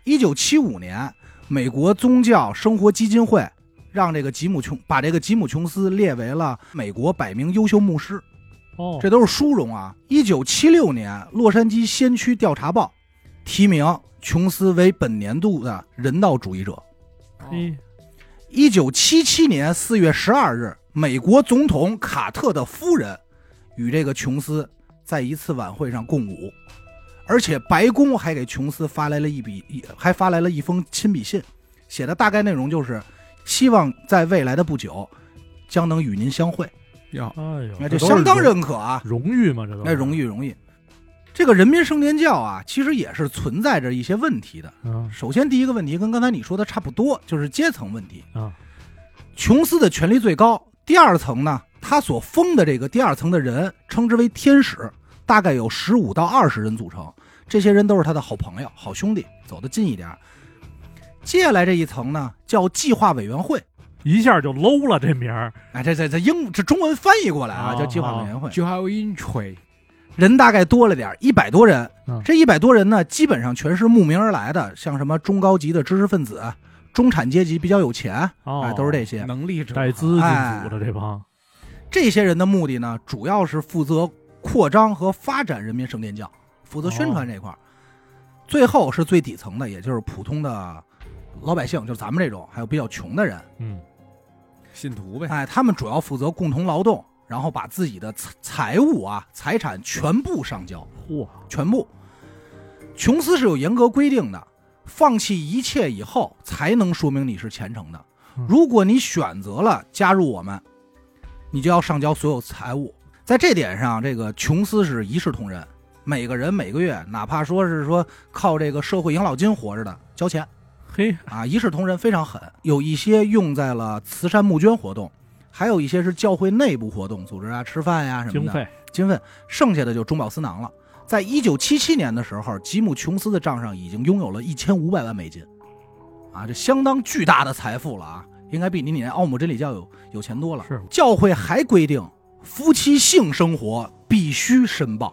A: 一九七五年，美国宗教生活基金会让这个吉姆琼把这个吉姆琼斯列为了美国百名优秀牧师，
C: 哦，
A: 这都是殊荣啊。一九七六年，洛杉矶先驱调查报提名琼斯为本年度的人道主义者。
C: 嘿
A: 一九七七年四月十二日，美国总统卡特的夫人与这个琼斯在一次晚会上共舞，而且白宫还给琼斯发来了一笔，一还发来了一封亲笔信，写的大概内容就是希望在未来的不久将能与您相会，
B: 哟，
C: 哎呦，
A: 那
C: 这
A: 就
C: 都是
A: 相当
C: 荣
A: 认可啊，
C: 荣誉嘛，这都
A: 那荣誉荣誉。这个人民圣殿教啊，其实也是存在着一些问题的。
C: 啊
A: 首先，第一个问题跟刚才你说的差不多，就是阶层问题。
C: 啊，
A: 琼斯的权力最高，第二层呢，他所封的这个第二层的人称之为天使，大概有十五到二十人组成，这些人都是他的好朋友、好兄弟，走得近一点儿。接下来这一层呢，叫计划委员会。
C: 一下就 low 了这名儿
A: 哎，这这这英这中文翻译过来啊，
C: 哦
A: 叫计划委员会，
B: 就还有音吹，
A: 人大概多了点儿，一百多人
C: 嗯。
A: 这一百多人呢，基本上全是慕名而来的，像什么中高级的知识分子、中产阶级比较有钱，
C: 哦
A: 哎，，都是这哎些。
B: 能力者
C: 带资进组的这帮
A: 这些人的目的呢，主要是负责扩张和发展人民圣殿教，负责宣传这
C: 哦
A: 块儿。最后是最底层的，也就是普通的老百姓，就是咱们这种，还有比较穷的人，
C: 嗯
B: 信徒呗，
A: 哎，他们主要负责共同劳动，然后把自己的财财物啊、财产全部上交，
C: 嚯
A: 全部。琼斯是有严格规定的，放弃一切以后才能说明你是虔诚的
C: 嗯。
A: 如果你选择了加入我们，你就要上交所有财物。在这点上，这个琼斯是一视同仁，每个人每个月，哪怕说是说靠这个社会养老金活着的，交钱。
C: 嘿
A: 啊，一视同仁，非常狠。有一些用在了慈善募捐活动，还有一些是教会内部活动，组织啊、吃饭呀、什么
C: 经
A: 的
C: 费
A: 经费。剩下的就中饱私囊了。在一九七七年的时候，吉姆·琼斯的账上已经拥有了一千五百万美金，啊，这相当巨大的财富了啊，应该比你那奥姆真理教有有钱多了。
C: 是
A: 教会还规定，夫妻性生活必须申报。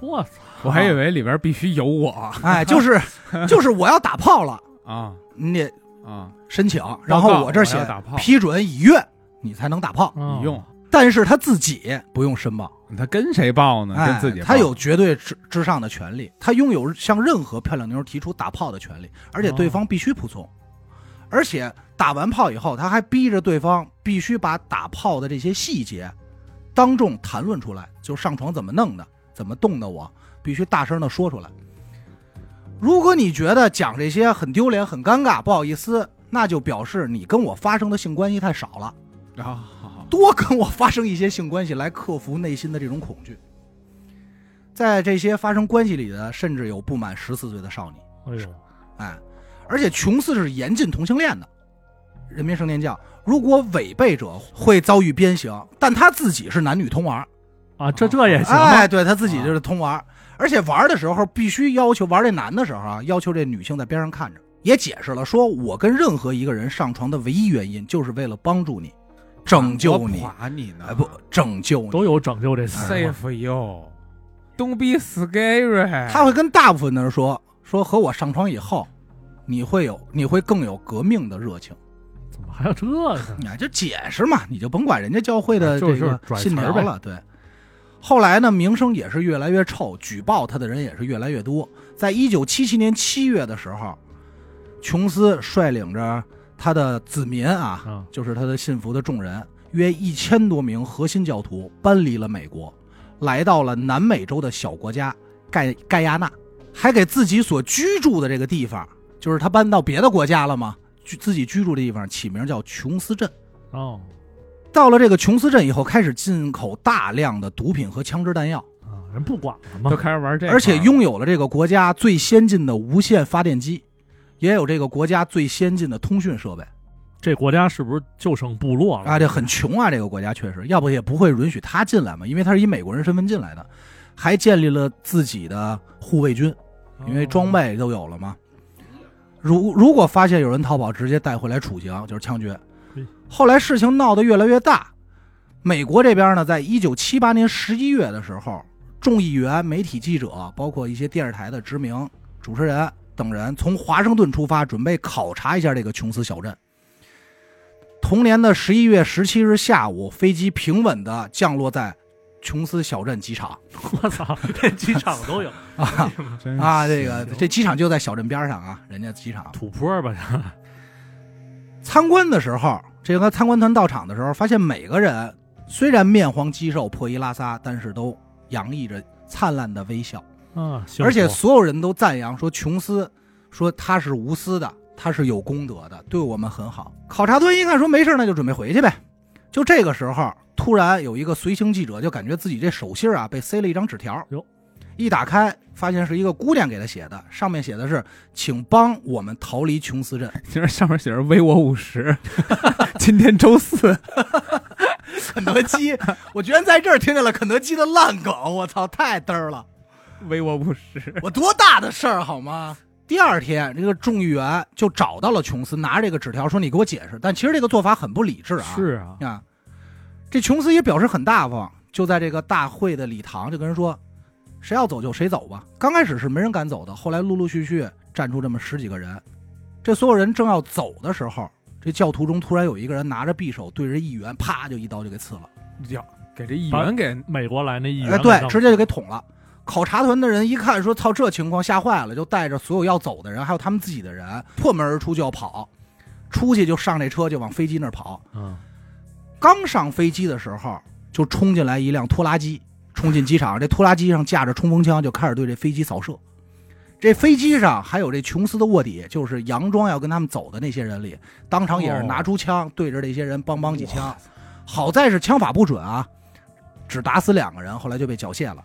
C: 我操
B: 我还以为里边必须有我啊
A: 哎， 就是就是我要打炮了，
B: 啊
A: 你得
B: 啊！
A: 申请，然后我这儿
B: 我
A: 写
B: 要打炮嗯
A: 批准已阅，你才能打炮。
B: 你用，
A: 但是他自己不用申报，
B: 他跟谁报呢？
A: 哎
B: 跟自己，报
A: 他有绝对之之上的权利，他拥有向任何漂亮妞提出打炮的权利，而
B: 哦
A: 且对方必须仆从，而且打完炮以后，他还逼着对方必须把打炮的这些细节当众谈论出来，就上床怎么弄的，怎么动的我，必须大声的说出来。如果你觉得讲这些很丢脸、很尴尬、不好意思，那就表示你跟我发生的性关系太少了。
B: 啊，好好
A: 多跟我发生一些性关系，来克服内心的这种恐惧。在这些发生关系里的，甚至有不满十四岁的少女，
C: 哎呦
A: 哎，而且琼斯是严禁同性恋的。人民圣殿教如果违背者会遭遇鞭刑，但他自己是男女通玩，
C: 啊，这这也行
A: 哎，对他自己就是通玩，而且玩的时候必须要求玩这男的时候啊，要求这女性在边上看着。也解释了，说我跟任何一个人上床的唯一原因，就是为了帮助你，拯救你
B: 啊我。垮你呢？
A: 哎，不，拯救你
C: 都有拯救这词儿嘛
B: ，safe you，don't be scary。
A: 他会跟大部分的人说说和我上床以后，你会有你会更有革命的热情。
C: 怎么还有这个？
A: 你啊，就解释嘛，你就甭管人家教会的
C: 啊
A: 这
C: 就是
A: 个
C: 拽词
A: 信条
C: 儿呗
A: 了。对。后来呢，名声也是越来越臭，举报他的人也是越来越多。在一九七七年七月的时候，琼斯率领着他的子民啊，
C: 啊
A: 就是他的信服的众人，约一千多名核心教徒搬离了美国，来到了南美洲的小国家盖盖亚纳，还给自己所居住的这个地方，就是他搬到别的国家了嘛，居自己居住的地方起名叫琼斯镇。
C: 哦
A: 到了这个琼斯镇以后，开始进口大量的毒品和枪支弹药，
C: 啊，人不管了嘛
B: 都，开始玩这个，
A: 而且拥有了这个国家最先进的无线发电机，也有这个国家最先进的通讯设备。
C: 这国家是不是就剩部落了哦
A: 啊，这很穷啊，这个国家确实，要不也不会允许他进来嘛，因为他是以美国人身份进来的，还建立了自己的护卫军，因为装备都有了嘛。如如果发现有人逃跑，直接带回来处刑，就是枪决
C: 嘿。
A: 后来事情闹得越来越大，美国这边呢，在一九七八年十一月的时候，众议员、媒体记者，包括一些电视台的知名主持人等人，从华盛顿出发，准备考察一下这个琼斯小镇。同年的十一月十七日下午，飞机平稳地降落在琼斯小镇机场
C: 我操，这机场都有
A: 啊
B: 真是
A: 啊！这个这机场就在小镇边上啊，人家机场。
C: 土坡吧？
A: 参观的时候，这个参观团到场的时候，发现每个人虽然面黄肌瘦、破衣拉撒，但是都洋溢着灿烂的微笑，
C: 啊，幸福
A: 而且所有人都赞扬说琼斯说他是无私的，他是有功德的，对我们很好。考察队一看说没事，那就准备回去呗。就这个时候，突然有一个随行记者就感觉自己这手心啊被塞了一张纸条，
C: 哟，
A: 一打开发现是一个姑娘给他写的，上面写的是“请帮我们逃离琼斯镇
B: 其实上面写着“微我五十”， 今天周四，”。
A: 肯德基，我居然在这儿听见了肯德基的烂梗，我操，太嘚儿了！
B: 微我五十。
A: 我多大的事儿好吗？第二天，这个众议员就找到了琼斯，拿着这个纸条说：“你给我解释。”但其实这个做法很不理智啊。
C: 是啊，
A: 啊，这琼斯也表示很大方，就在这个大会的礼堂就跟人说，谁要走就谁走吧。刚开始是没人敢走的，后来陆陆续续站出这么十几个人。这所有人正要走的时候，这教徒中突然有一个人拿着匕首对着议员，啪就一刀就给刺了，
B: 呀，给这议员给
C: 美国来那议员
A: 哎，
C: 给
A: 对，
C: 弄
A: 直接就给捅了。考察团的人一看说：“操，这情况吓坏了！”就带着所有要走的人，还有他们自己的人，破门而出就要跑，出去就上这车就往飞机那儿跑。
C: 嗯，
A: 刚上飞机的时候，就冲进来一辆拖拉机，冲进机场。这拖拉机上架着冲锋枪，就开始对这飞机扫射。这飞机上还有这琼斯的卧底，就是佯装要跟他们走的那些人里，当场也是拿出枪对着这些人梆梆几枪。好在是枪法不准啊，只打死两个人，后来就被缴械了。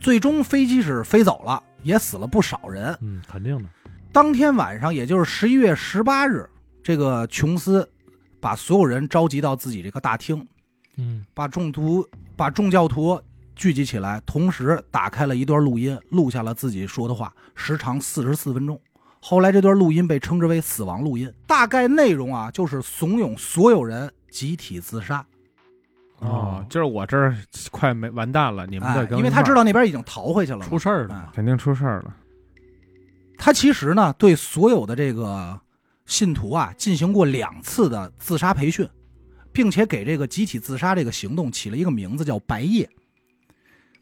A: 最终飞机是飞走了，也死了不少人。
C: 嗯，肯定的，
A: 当天晚上，也就是十一月十八日，这个琼斯把所有人召集到自己这个大厅，
C: 嗯，
A: 把众徒把众教徒聚集起来，同时打开了一段录音，录下了自己说的话，时长四十四分钟。后来这段录音被称之为“死亡录音”，大概内容啊就是怂恿所有人集体自杀，
B: 哦
C: 哦，
B: 就是我这儿快没完蛋了，你们
A: 哎
B: 得，跟我一块儿、
A: 因为他知道那边已经逃回去了嘛，
C: 出事儿了
A: 哎
C: 嘛，
B: 肯定出事儿了。
A: 他其实呢对所有的这个信徒啊进行过两次的自杀培训，并且给这个集体自杀这个行动起了一个名字叫“白夜”。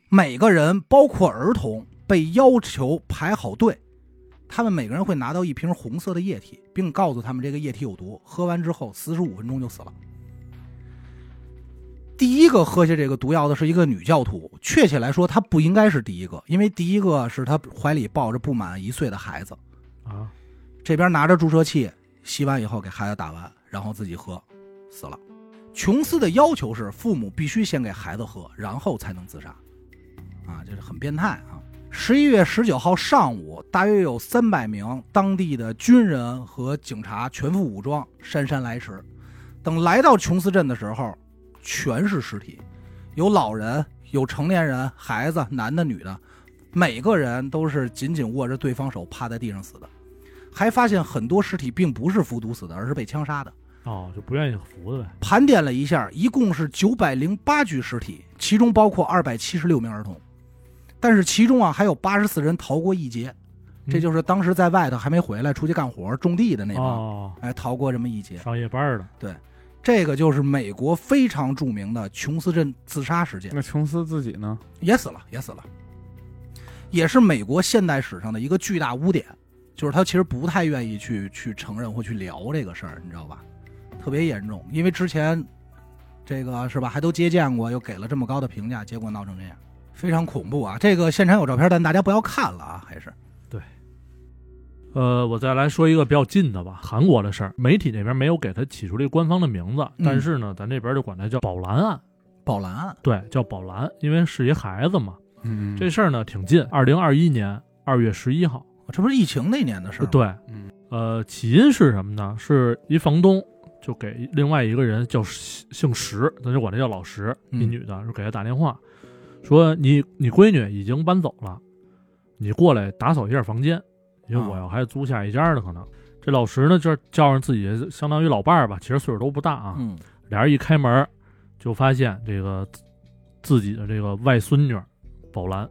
A: 每个人，包括儿童，被要求排好队，他们每个人会拿到一瓶红色的液体，并告诉他们这个液体有毒，喝完之后四十五分钟就死了。第一个喝下这个毒药的是一个女教徒，确切来说，她不应该是第一个，因为第一个是她怀里抱着不满一岁的孩子，
C: 啊，
A: 这边拿着注射器吸完以后给孩子打完，然后自己喝，死了。琼斯的要求是父母必须先给孩子喝，然后才能自杀，啊，这是很变态啊。十一月十九号上午，大约有三百名当地的军人和警察全副武装姗姗来迟。等来到琼斯镇的时候，全是尸体，有老人，有成年人，孩子，男的女的，每个人都是紧紧握着对方手趴在地上死的。还发现很多尸体并不是服毒死的，而是被枪杀的。
C: 哦，就不愿意服的呗，
A: 盘点了一下，一共是九百零八具尸体，其中包括二百七十六名儿童，但是其中啊还有八十四人逃过一劫，这
C: 嗯
A: 就是当时在外头还没回来，出去干活种地的那帮，
C: 哦，
A: 哎，逃过这么一劫。
C: 上夜班的，
A: 这个就是美国非常著名的琼斯镇自杀事件，
B: 那琼斯自己呢？
A: 也死了，也死了，也是美国现代史上的一个巨大污点，就是他其实不太愿意去去承认或去聊这个事儿，你知道吧？特别严重，因为之前这个是吧，还都接见过，又给了这么高的评价，结果闹成这样，非常恐怖啊！这个现场有照片，但大家不要看了啊，还是
C: 呃，我再来说一个比较近的吧，韩国的事儿，媒体那边没有给他起出这官方的名字，
A: 嗯
C: 但是呢，咱这边就管它叫宝蓝案，
A: 宝蓝案，
C: 对，叫宝蓝，因为是一孩子嘛。
B: 嗯，
C: 这事儿呢挺近，二零二一年二月十一号，
A: 这不是疫情那年的事儿吗？
C: 对，
B: 嗯
C: 呃，起因是什么呢？是一房东就给另外一个人叫姓姓石，咱就管她叫老石，一
A: 嗯
C: 女的，就给她打电话，说你你闺女已经搬走了，你过来打扫一下房间，因为
A: 啊
C: 我要还租下一家的可能。这老石呢，就是叫上自己相当于老伴儿吧，其实岁数都不大啊。
A: 嗯，
C: 俩人一开门，就发现这个自自己的这个外孙女宝兰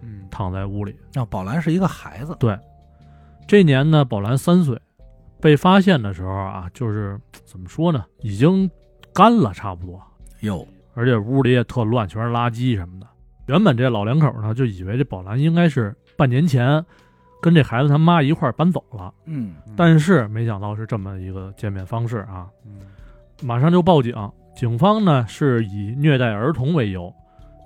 B: 嗯，
C: 躺在屋里，
A: 那哦宝蓝是一个孩子，
C: 这年呢，宝兰三岁，被发现的时候啊，就是怎么说呢，已经干了差不多，
A: 有
C: 而且屋里也特乱，全是垃圾什么的。原本这老两口呢，就以为这宝兰应该是半年前跟这孩子他妈一块儿搬走了，
A: 嗯
C: 但是没想到是这么一个见面方式啊，
B: 嗯
C: 马上就报警。警方呢是以虐待儿童为由，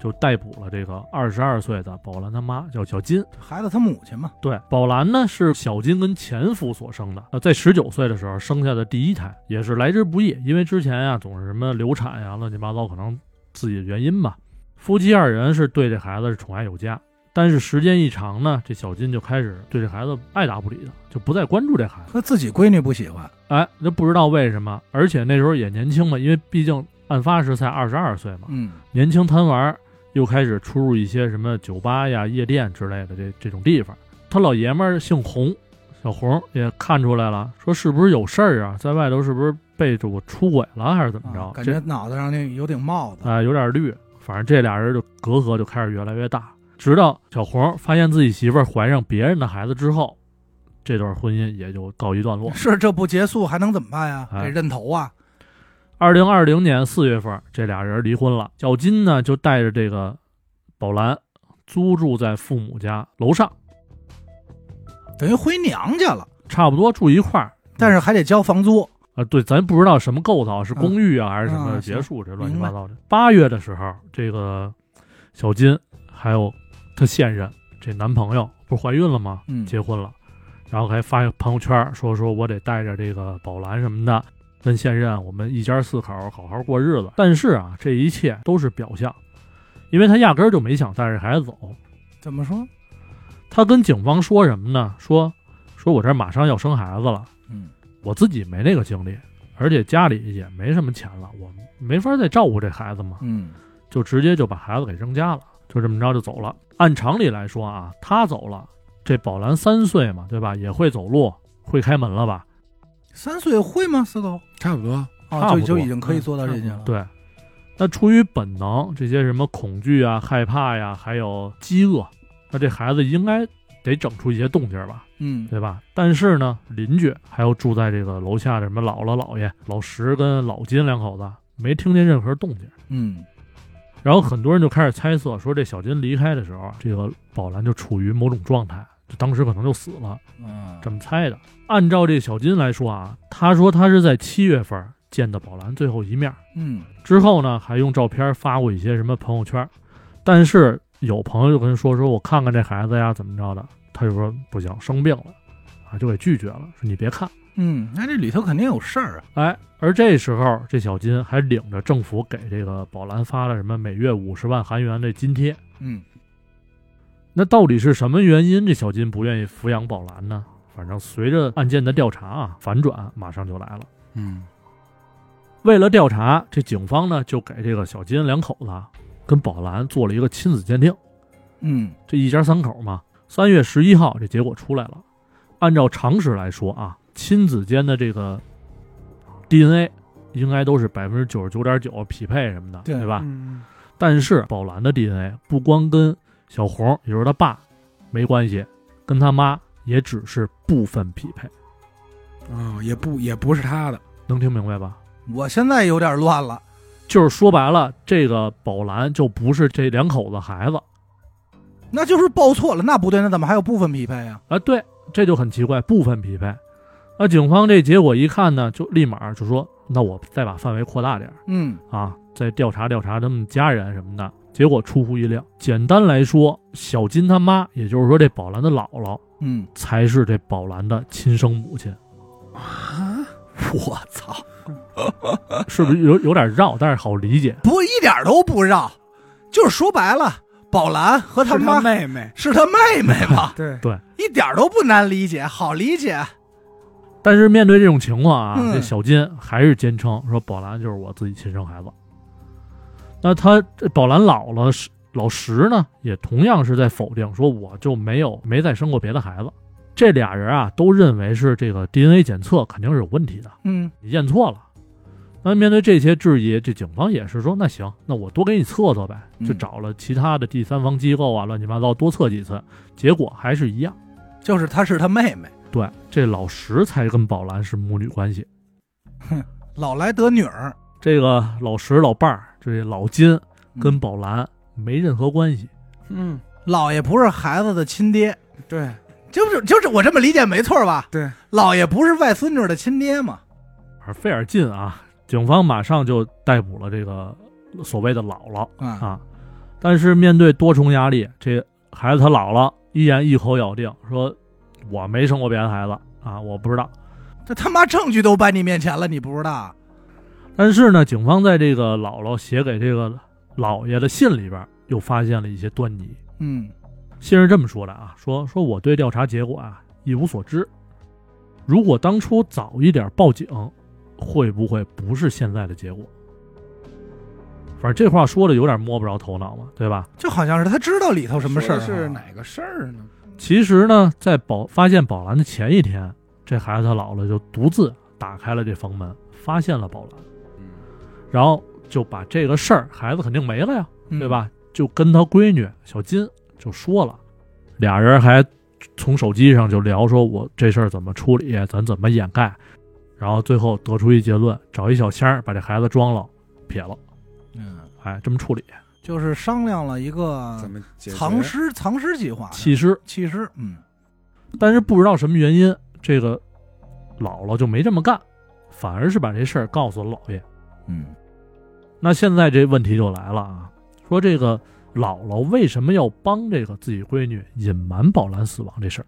C: 就逮捕了这个二十二岁的宝兰他妈，叫小金。
A: 孩子他母亲嘛，
C: 对，宝兰呢是小金跟前夫所生的，呃，在十九岁的时候生下的第一胎，也是来之不易，因为之前啊总是什么流产呀、乱七八糟，可能自己的原因吧。夫妻二人是对这孩子是宠爱有加，但是时间一长呢，这小金就开始对这孩子爱答不理的，就不再关注这孩子。
A: 他自己闺女不喜欢，
C: 哎，那不知道为什么，而且那时候也年轻嘛，因为毕竟案发时才二十二岁嘛，
A: 嗯，
C: 年轻贪玩儿，又开始出入一些什么酒吧呀、夜店之类的这这种地方。他老爷们儿姓洪，小洪也看出来了，说是不是有事儿啊？在外头是不是被这我出轨了，还是怎么着？
A: 啊感
C: 这
A: 觉脑袋上那有顶帽子，
C: 啊、有点绿。反正这俩人就隔阂就开始越来越大，直到小红发现自己媳妇儿怀上别人的孩子之后，这段婚姻也就告一段落。
A: 是这不结束还能怎么办呀？
C: 哎
A: 得认头啊，
C: 二零二零年四月份，这俩人离婚了。小金呢就带着这个宝兰租住在父母家楼上，
A: 等于回娘家了，
C: 差不多住一块儿。
A: 但是还得交房租，
C: 啊，对，咱不知道什么构造，是公寓啊、还是什么
A: 啊
C: 别墅，这乱七
A: 嗯明
C: 八
A: 白
C: 糟的。八月的时候，这个小金还有她现任这男朋友不是怀孕了吗？
A: 嗯，
C: 结婚了，然后还发朋友圈说说我得带着这个宝兰什么的，跟现任我们一家四口好好过日子。但是啊，这一切都是表象，因为他压根儿就没想带着孩子走。
A: 怎么说？
C: 他跟警方说什么呢？说说我这儿马上要生孩子了，
A: 嗯，
C: 我自己没那个精力，而且家里也没什么钱了，我没法再照顾这孩子嘛，
A: 嗯，
C: 就直接就把孩子给扔家了，就这么着就走了。按常理来说啊，他走了，这宝兰三岁嘛，对吧？也会走路，会开门了吧？
A: 三岁会吗？四狗
B: 差不多。
A: 啊，
C: 差不
A: 就
C: 多
A: 就已经可以做到这些了。，
C: 对。那出于本能，这些什么恐惧啊、害怕呀、还有饥饿，那这孩子应该得整出一些动静儿吧？
A: 嗯，
C: 对吧？但是呢，邻居还有住在这个楼下的什么姥姥、姥爷、老石跟老金两口子，没听见任何动静。
A: 嗯，
C: 然后很多人就开始猜测，说这小金离开的时候啊，这个宝兰就处于某种状态，就当时可能就死了，
A: 啊，
C: 这么猜的。按照这小金来说啊，他说他是在七月份见的宝兰最后一面，
A: 嗯，
C: 之后呢还用照片发过一些什么朋友圈，但是有朋友就跟他说说我看看这孩子呀怎么着的，他就说不行，生病了，啊就给拒绝了，说你别看。
A: 嗯，那这里头肯定有事儿啊。
C: 哎，而这时候，这小金还领着政府给这个宝兰发了什么每月五十万韩元的津贴。
A: 嗯，
C: 那到底是什么原因，这小金不愿意抚养宝兰呢？反正随着案件的调查啊，反转马上就来了。
B: 嗯，
C: 为了调查，这警方呢就给这个小金两口子啊跟宝兰做了一个亲子鉴定。
A: 嗯，
C: 这一家三口嘛，三月十一号这结果出来了。按照常识来说啊，亲子间的这个 DNA 应该都是百分之九十九点九匹配什么的，
A: 对
C: 吧？
B: 嗯
C: 但是宝兰的 DNA 不光跟小红，也就是他爸没关系，跟他妈也只是部分匹配，
B: 啊，也不也不是他的，
C: 能听明白吧？
A: 嗯我现在有点乱了。
C: 就是说白了，这个宝兰就不是这两口子孩子
A: 那就是报错了，那不对，那怎么还有部分匹配呀、
C: 啊，对，这就很奇怪，部分匹配。那警方这结果一看呢，就立马就说，那我再把范围扩大点儿
A: 嗯
C: 啊，再调查调查他们家人什么的。结果出乎意料，简单来说，小金他妈，也就是说这宝兰的姥姥，
A: 嗯，
C: 才是这宝兰的亲生母亲。
A: 我操，
C: 是
A: 嗯
C: 不是有有点绕，但是好理解。
A: 不一点都不绕，就是说白了，宝兰和他
B: 是
A: 妈
B: 他妹妹。？
A: 是他妹妹吧
B: 对，
A: 一点都不难理解，好理解。啊
C: 但是面对这种情况啊，
A: 嗯
C: 这小金还是坚称说宝兰就是我自己亲生孩子。那他这宝兰老了，是老石呢，也同样是在否定说我就没有没再生过别的孩子。这俩人啊，都认为是这个 DNA 检测肯定是有问题的，
A: 嗯
C: 你验错了。那面对这些质疑，这警方也是说，那行，那我多给你测测呗，
A: 嗯
C: 就找了其他的第三方机构啊，乱七八糟多测几次，结果还是一样。
A: 就是她是他妹妹，
C: 对，这老石才跟宝兰是母女关系。
A: 老来得女儿，
C: 这个老石老伴儿，这老金
A: 嗯
C: 跟宝兰没任何关系。
B: 嗯，
A: 老爷不是孩子的亲爹，
B: 对，
A: 就是就是我这么理解没错吧？
B: 对，
A: 老爷不是外孙女的亲爹嘛？
C: 而费尔进啊，警方马上就逮捕了这个所谓的姥姥
A: 啊，
C: 啊。但是面对多重压力，这孩子他姥姥依然一口咬定说：“我没生过别的孩子啊，我不知道。”
A: 这他妈证据都摆你面前了，你不知道？
C: 但是呢，警方在这个姥姥写给这个老爷的信里边又发现了一些端倪。
A: 嗯
C: 信是这么说的啊，说说我对调查结果啊一无所知。如果当初早一点报警，会不会不是现在的结果？反正这话说的有点摸不着头脑嘛，对吧？
A: 就好像是他知道里头什么事儿、啊，
B: 说的是哪个事儿呢？
C: 其实呢，在宝发现宝兰的前一天，这孩子他姥姥就独自打开了这房门，发现了宝兰，
B: 嗯
C: 然后就把这个事儿，孩子肯定没了呀，
A: 嗯
C: 对？吧？就跟他闺女小金就说了，俩人还从手机上就聊，说我这事儿怎么处理，咱怎么掩盖，然后最后得出一结论，找一小箱儿把这孩子装了，撇了，
A: 嗯，
C: 哎，这么处理，
A: 就是商量了一个
B: 怎么解决
A: 藏尸藏尸计划，
C: 弃尸。
A: 弃尸，嗯
C: 但是不知道什么原因，这个姥姥就没这么干，反而是把这事儿告诉了姥爷。
A: 嗯
C: 那现在这问题就来了啊，说这个姥姥为什么要帮这个自己闺女隐瞒宝兰死亡这事儿？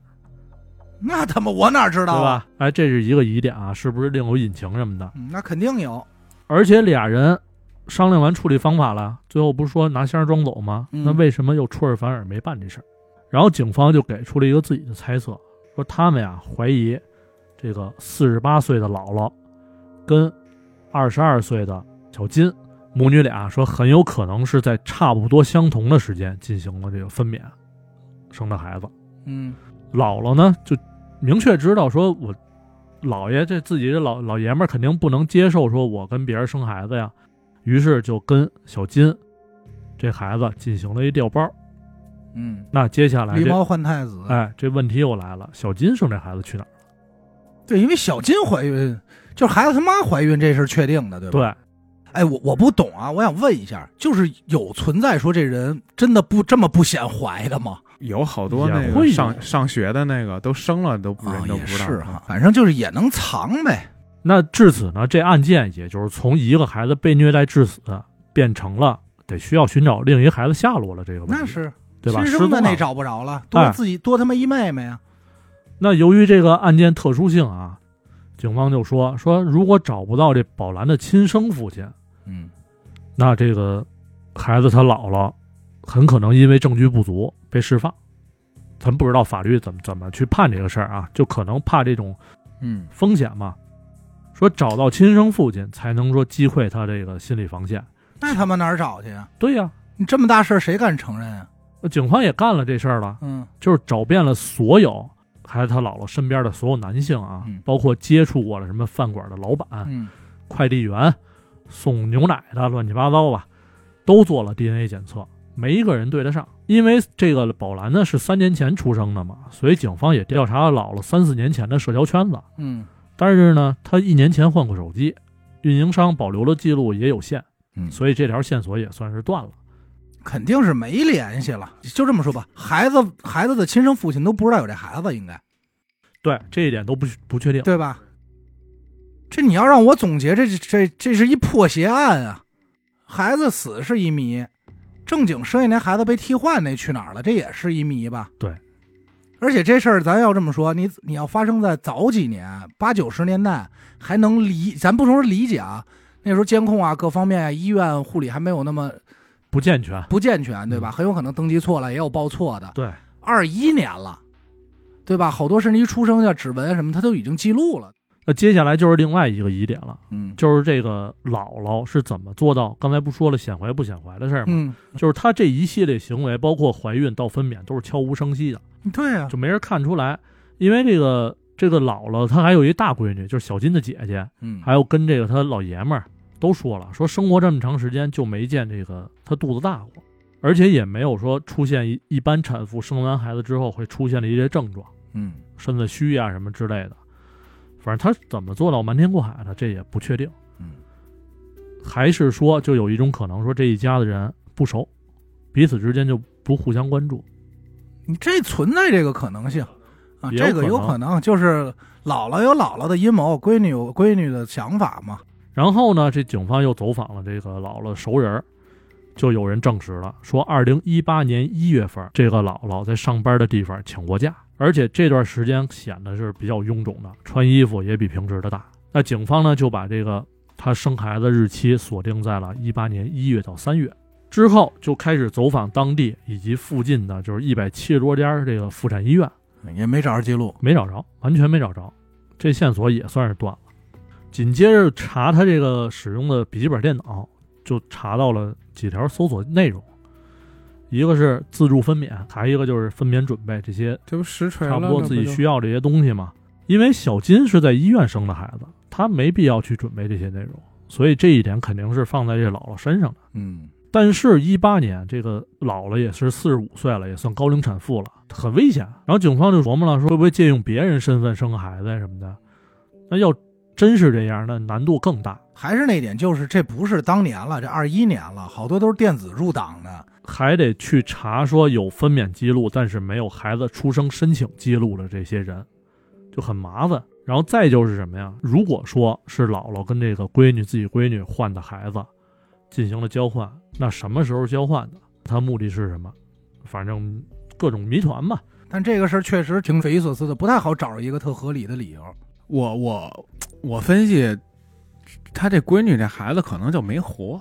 A: 那他妈我哪知道
C: 对
A: 啊？
C: 吧？哎，这是一个疑点啊，是不是另有隐情什么的？
A: 嗯，那肯定有，
C: 而且俩人商量完处理方法了，最后不是说拿箱装走吗？
A: 嗯
C: 那为什么又出尔反尔没办这事儿？然后警方就给出了一个自己的猜测，说他们呀怀疑这个四十八岁的姥姥跟二十二岁的小金母女俩说很有可能是在差不多相同的时间进行了这个分娩，生的孩子。
A: 嗯
C: 姥姥呢就明确知道说我姥爷这自己这老老爷们儿肯定不能接受说我跟别人生孩子呀，于是就跟小金这孩子进行了一调包。
A: 嗯，
C: 那接下来
A: 狸
C: 这
A: 猫换太子，
C: 哎这问题又来了，小金生这孩子去哪儿？
A: 对，因为小金怀孕，就是孩子他妈怀孕这事儿确定的，对吧？
C: 对，
A: 哎，我我不懂啊，我想问一下，就是有存在说这人真的不这么不显怀的吗？
B: 有好多
C: 也
B: 那
C: 会
B: 个哦
C: 有
B: 上上学的那个都生了都不人都
A: 啊也
B: 不知道啊
A: 是哈，反正就是也能藏呗。
C: 那至此呢，这案件也就是从一个孩子被虐待致死变成了得需要寻找另一个孩子下落了这个问题，
A: 那是
C: 对吧？
A: 亲
C: 失
A: 生
C: 踪
A: 的那
C: 了。
A: 找不着了，
C: 哎
A: 多自己多他妈一妹啊妹呀、
C: 那由于这个案件特殊性啊，警方就说说，如果找不到这宝兰的亲生父亲，
A: 嗯
C: 那这个孩子他姥姥很可能因为证据不足被释放。咱不知道法律怎么怎么去判这个事儿啊，就可能怕这种
A: 嗯
C: 风险嘛。说找到亲生父亲才能说击溃他这个心理防线。
A: 那他妈哪儿找去啊？
C: 对呀、
A: 你这么大事儿谁敢承认啊？
C: 那警方也干了这事儿了，
A: 嗯
C: 就是找遍了所有孩子他姥姥身边的所有男性啊
A: 嗯，
C: 包括接触过了什么饭馆的老板，
A: 嗯
C: 快递员、送牛奶的，乱七八糟吧，都做了 DNA 检测，没一个人对得上。因为这个宝兰呢是三年前出生的嘛，所以警方也调查了姥姥三四年前的社交圈子。
A: 嗯
C: 但是呢，她一年前换过手机，运营商保留的记录也有限，
A: 嗯，
C: 所以这条线索也算是断了。
A: 肯定是没联系了。就这么说吧，孩子孩子的亲生父亲都不知道有这孩子，应该
C: 对这一点都不不确定。
A: 对吧？这你要让我总结，这这这是一破鞋案啊！孩子死是一谜，正经生下那孩子被替换那去哪儿了？这也是一谜吧？
C: 对。
A: 而且这事儿咱要这么说，你你要发生在早几年八九十年代，还能理，咱不说理解啊，那时候监控啊各方面啊，医院护理还没有那么
C: 不健全。
A: 不健全，对吧？很有可能登记错了，也有报错的。
C: 对，
A: 二一年了，对吧？好多甚至一出生叫指纹什么，他都已经记录了。
C: 那接下来就是另外一个疑点了，
A: 嗯
C: 就是这个姥姥是怎么做到？刚才不说了显怀不显怀的事儿吗？
A: 嗯，
C: 就是她这一系列行为，包括怀孕到分娩，都是悄无声息的，
A: 对啊，
C: 就没人看出来。因为这个这个姥姥她还有一大闺女，就是小金的姐姐，
A: 嗯，
C: 还有跟这个她老爷们儿都说了，说生活这么长时间就没见这个她肚子大过，而且也没有说出现一一般产妇生完孩子之后会出现的一些症状，
A: 嗯
C: 身子虚啊什么之类的。反正她怎么做到瞒天过海的，这也不确定。
A: 嗯
C: 还是说，就有一种可能，说这一家子人不熟，彼此之间就不互相关注。
A: 你这存在这个可能性啊，
C: 也有
A: 这个有
C: 可能
A: 可能就是姥姥有姥姥的阴谋，闺女有闺女的想法嘛。
C: 然后呢，这警方又走访了这个姥姥熟人儿，就有人证实了，说二零一八年一月份，这个姥姥在上班的地方请过假，而且这段时间显得是比较臃肿的，穿衣服也比平时的大。那警方呢，就把这个她生孩子日期锁定在了一八年一月到三月。之后就开始走访当地以及附近的，就是一百七十多家这个妇产医院，
A: 嗯也没找着记录。
C: 没找着，完全没找着，这线索也算是断了。紧接着查他这个使用的笔记本电脑，就查到了几条搜索内容，一个是自助分娩，还一个就是分娩准备这些
B: 这不实锤了，
C: 差不多自己
B: 这不就
C: 需要这些东西嘛。因为小金是在医院生的孩子，他没必要去准备这些内容，所以这一点肯定是放在这姥姥身上的。
A: 嗯，
C: 但是，一八年这个姥姥也是四十五岁了，也算高龄产妇了，很危险。然后警方就琢磨了，说会不会借用别人身份生个孩子呀什么的？那要真是这样，那难度更大。
A: 还是那点，就是这不是当年了，这二一年了，好多都是电子入党的。
C: 还得去查说有分娩记录，但是没有孩子出生申请记录的这些人，就很麻烦。然后再就是什么呀？如果说是姥姥跟这个闺女自己闺女换的孩子进行了交换，那什么时候交换的？它目的是什么？反正各种谜团吧。
A: 但这个事儿确实挺匪夷所思的，不太好找着一个特合理的理由。
B: 我我我分析，他这闺女这孩子可能就没活，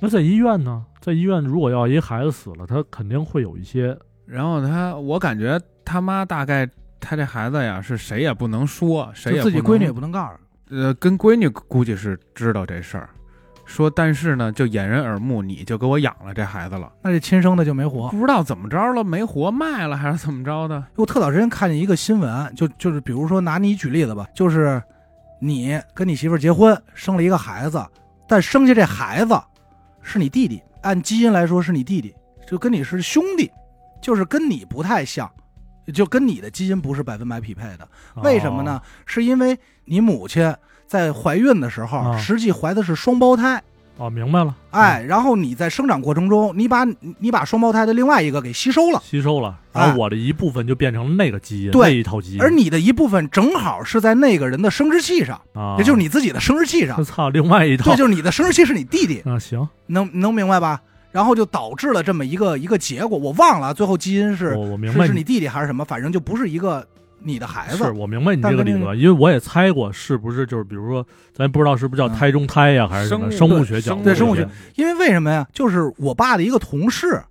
C: 那在医院呢？在医院，如果要一孩子死了，他肯定会有一些
B: 然后他我感觉他妈大概他这孩子呀是谁也不能说，谁也
A: 就自己
B: 不能
A: 闺女也不能告诉。
B: 呃跟闺女估计是知道这事儿，说但是呢就掩人耳目，你就给我养了这孩子了，
A: 那这亲生的就没活。
B: 不知道怎么着了，没活卖了还是怎么着的，
A: 我特早之前看见一个新闻，就就是比如说拿你举例子吧，就是你跟你媳妇儿结婚，生了一个孩子，但生下这孩子是你弟弟，按基因来说是你弟弟，就跟你是兄弟，就是跟你不太像，就跟你的基因不是百分百匹配的。
C: 哦
A: 为
C: 啊
A: 什么呢？？是因为你母亲在怀孕的时候，
C: 啊
A: 实际怀的是双胞胎。
C: 哦，哦明白了。
A: 哎，然后你在生长过程中，你把你把双胞胎的另外一个给吸收了
C: 嗯，，吸收了，然后我的一部分就变成了那个基因，
A: 哎对
C: 那一套基因。
A: 而你的一部分正好是在那个人的生殖器上，
C: 啊，
A: 也就是你自己的生殖器上
C: 我。操，另外一套。
A: 对，就是你的生殖器是你弟弟，
C: 啊，行，
A: 能能明白吧？然后就导致了这么一个一个结果，我忘了最后基因是
C: 我我哦明
A: 是
C: 白
A: 是你弟弟还是什么，反正就不是一个你的孩
C: 是
A: 子。
C: 我明白你
A: 但
C: 这个
A: 跟
C: 理
A: 那
C: 论，因为我也猜过是不是就是比如说，咱不知道是不是叫
A: 嗯
C: 胎中胎呀，还是什么
B: 生
C: 生
B: 物
C: 物学角度
A: 对
C: 这
A: 生物
C: 些
A: 学，因为为什么呀？就是我爸的一个同事，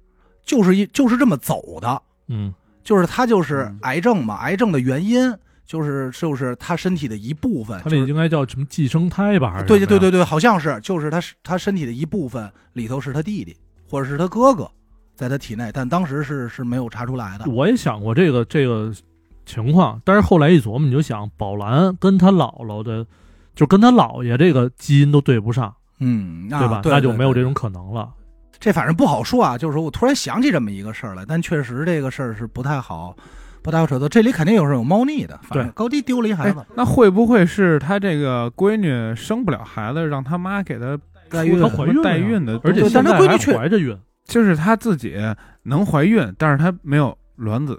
A: 就是一就是这么走的，
C: 嗯，
A: 就是他就是
B: 嗯
A: 癌症嘛，癌症的原因就是就是他身体的一部分，
C: 他
A: 就
C: 那
A: 是
C: 应该叫什么寄生胎吧？还是
A: 对
C: 什
A: 对
C: 么呀
A: 对对对，好像是，就是他是他身体的一部分里头是他弟弟或者是他哥哥，在他体内，但当时是是没有查出来的。
C: 我也想过这个这个情况，但是后来一琢磨，你就想宝兰跟她姥姥的，就跟她姥爷这个基因都对不上，
A: 嗯，啊
C: 对吧？
A: 对
C: 那就没有这
A: 对
C: 种可能了。
A: 这反正不好说啊。就是说我突然想起这么一个事儿来，但确实这个事儿是不太好，不太好扯得。这里肯定有是有猫腻的，反正
C: 对
A: 高低丢了一孩
B: 哎
A: 子，，
B: 那会不会是他这个闺女生不了孩子，让他妈给他
A: 代
C: 哎
B: 出
A: 孕
B: 的
C: 她怀孕了
B: 代孕的，
C: 而且
A: 对但
C: 现
A: 她
C: 在
A: 闺女
C: 还
A: 确
C: 怀着孕，
B: 就是她自己能怀孕，但是她没有卵子，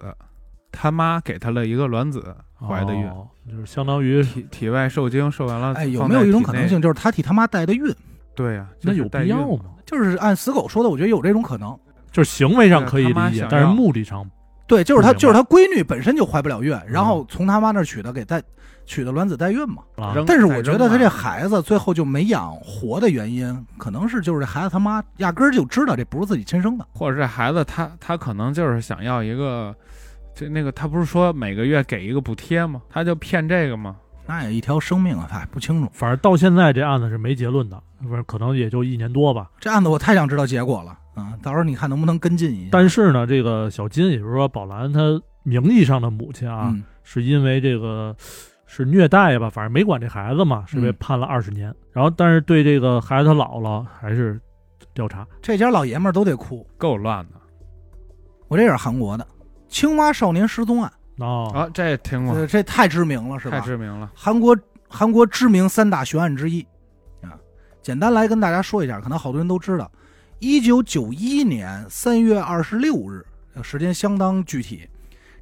B: 她妈给她了一个卵子怀的孕，
C: 哦就是相当于
B: 体体外受精受完了，
A: 哎，有
B: 放
A: 没
B: 在
A: 有一种
B: 体
A: 可
B: 内
A: 能？性，就是他替他妈带的孕？
B: 对呀、就
C: 那
B: 是
C: 有
B: 代
C: 必要
B: 孕
C: 吗？
A: 就是按死狗说的，我觉得有这种可能。
C: 就是行为上可以
B: 对她妈
C: 理解
B: 想，
C: 但是
B: 要
C: 目的上
A: 对，就是他，
C: 明白嗯
A: 就是他闺女本身就怀不了孕，然后从他妈那儿取的给带取的卵子代孕嘛。
C: 啊，
B: 扔
A: 但是
B: 再
A: 我觉
B: 扔
A: 得他
B: 吧
A: 这孩子最后就没养活的原因，可能是就是这孩子他妈压根儿就知道这不是自己亲生的。
B: 或者这孩子他他可能就是想要一个，这那个他不是说每个月给一个补贴吗？他就骗这个吗？
A: 那也一条生命啊，哎，不清楚。
C: 反正到现在这案子是没结论的，不是可能也就一年多吧。
A: 这案子我太想知道结果了啊、到时候你看能不能跟进一下。
C: 但是呢，这个小金，也就是说宝兰她名义上的母亲啊，
A: 嗯，
C: 是因为这个是虐待吧，反正没管这孩子嘛，是被
A: 嗯
C: 判了二十年。然后，但是对这个孩子他姥姥还是调查。
A: 这家老爷们儿都得哭。
B: 够乱的
A: 我这也是韩国的青蛙少年失踪案，
C: 哦，
B: 啊！这听过，
A: 这这太知名了，是
B: 太
A: 吧？
B: 知名了。
A: 韩国韩国知名三大悬案之一啊。简单来跟大家说一下，可能好多人都知道，一九九一年三月二十六日，这时间相当具体。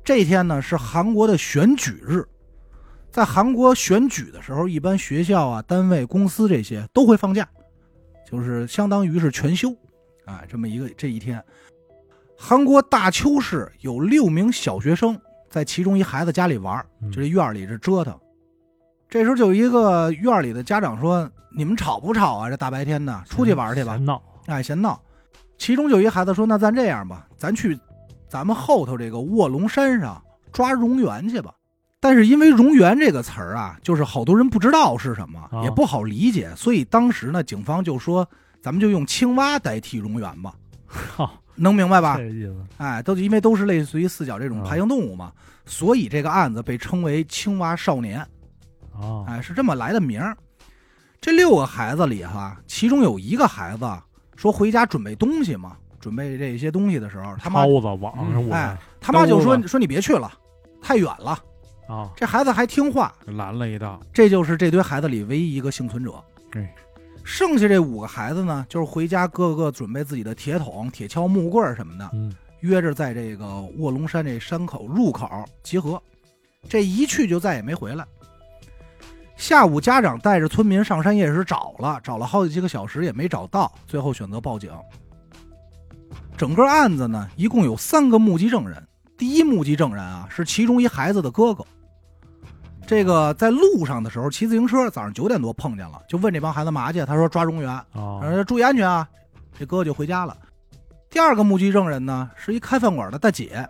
A: 这一天呢是韩国的选举日，在韩国选举的时候，一般学校啊、单位、公司这些都会放假，就是相当于是全休啊，这么一个这一天。韩国大邱市有六名小学生在其中一孩子家里玩儿，
C: 嗯
A: 就这院儿里这折腾。这时候就有一个院儿里的家长说：“你们吵不吵啊？这大白天的，出去玩儿去吧
C: 闲。闹”
A: 哎，闲闹。其中就有一孩子说：“那咱这样吧，咱去咱们后头这个卧龙山上抓蝾螈去吧。”但是因为“蝾螈”这个词儿啊，就是好多人不知道是什么
C: 啊，
A: 也不好理解，所以当时呢，警方就说：“咱们就用青蛙代替蝾螈 吧。
C: 靠，”
A: 能明白吧
C: 这？个意思
A: 哎，都因为都是类似于四脚这种
C: 啊
A: 爬行动物嘛，所以这个案子被称为“青蛙少年”。
C: 啊，
A: 哎，是这么来的名儿。这六个孩子里哈，其中有一个孩子说回家准备东西嘛，准备这些东西的时候，他妈
C: 抄子网上
B: 嗯
C: 我
A: 哎他妈
C: 耽
A: 就
C: 误
A: 说
C: 了
A: 说你别去了，太远了。
C: 啊，
A: 这孩子还听话，
B: 拦了一道，
A: 这就是这堆孩子里唯一一个幸存者。
B: 哎
A: 剩下这五个孩子呢，就是回家各个准备自己的铁桶、铁锹、木棍儿什么的，
C: 嗯
A: 约着在这个卧龙山这山口入口集合。这一去就再也没回来。下午，家长带着村民上山夜市找了，找了好几个小时也没找到，最后选择报警。整个案子呢，一共有三个目击证人。第一目击证人啊，是其中一孩子的哥哥。这个在路上的时候骑自行车，早上九点多碰见了，就问这帮孩子嘛去，他说抓蝾螈。
C: 啊，
A: 呃，注意安全啊！这哥哥就回家了。第二个目击证人呢，是一开饭馆的大姐，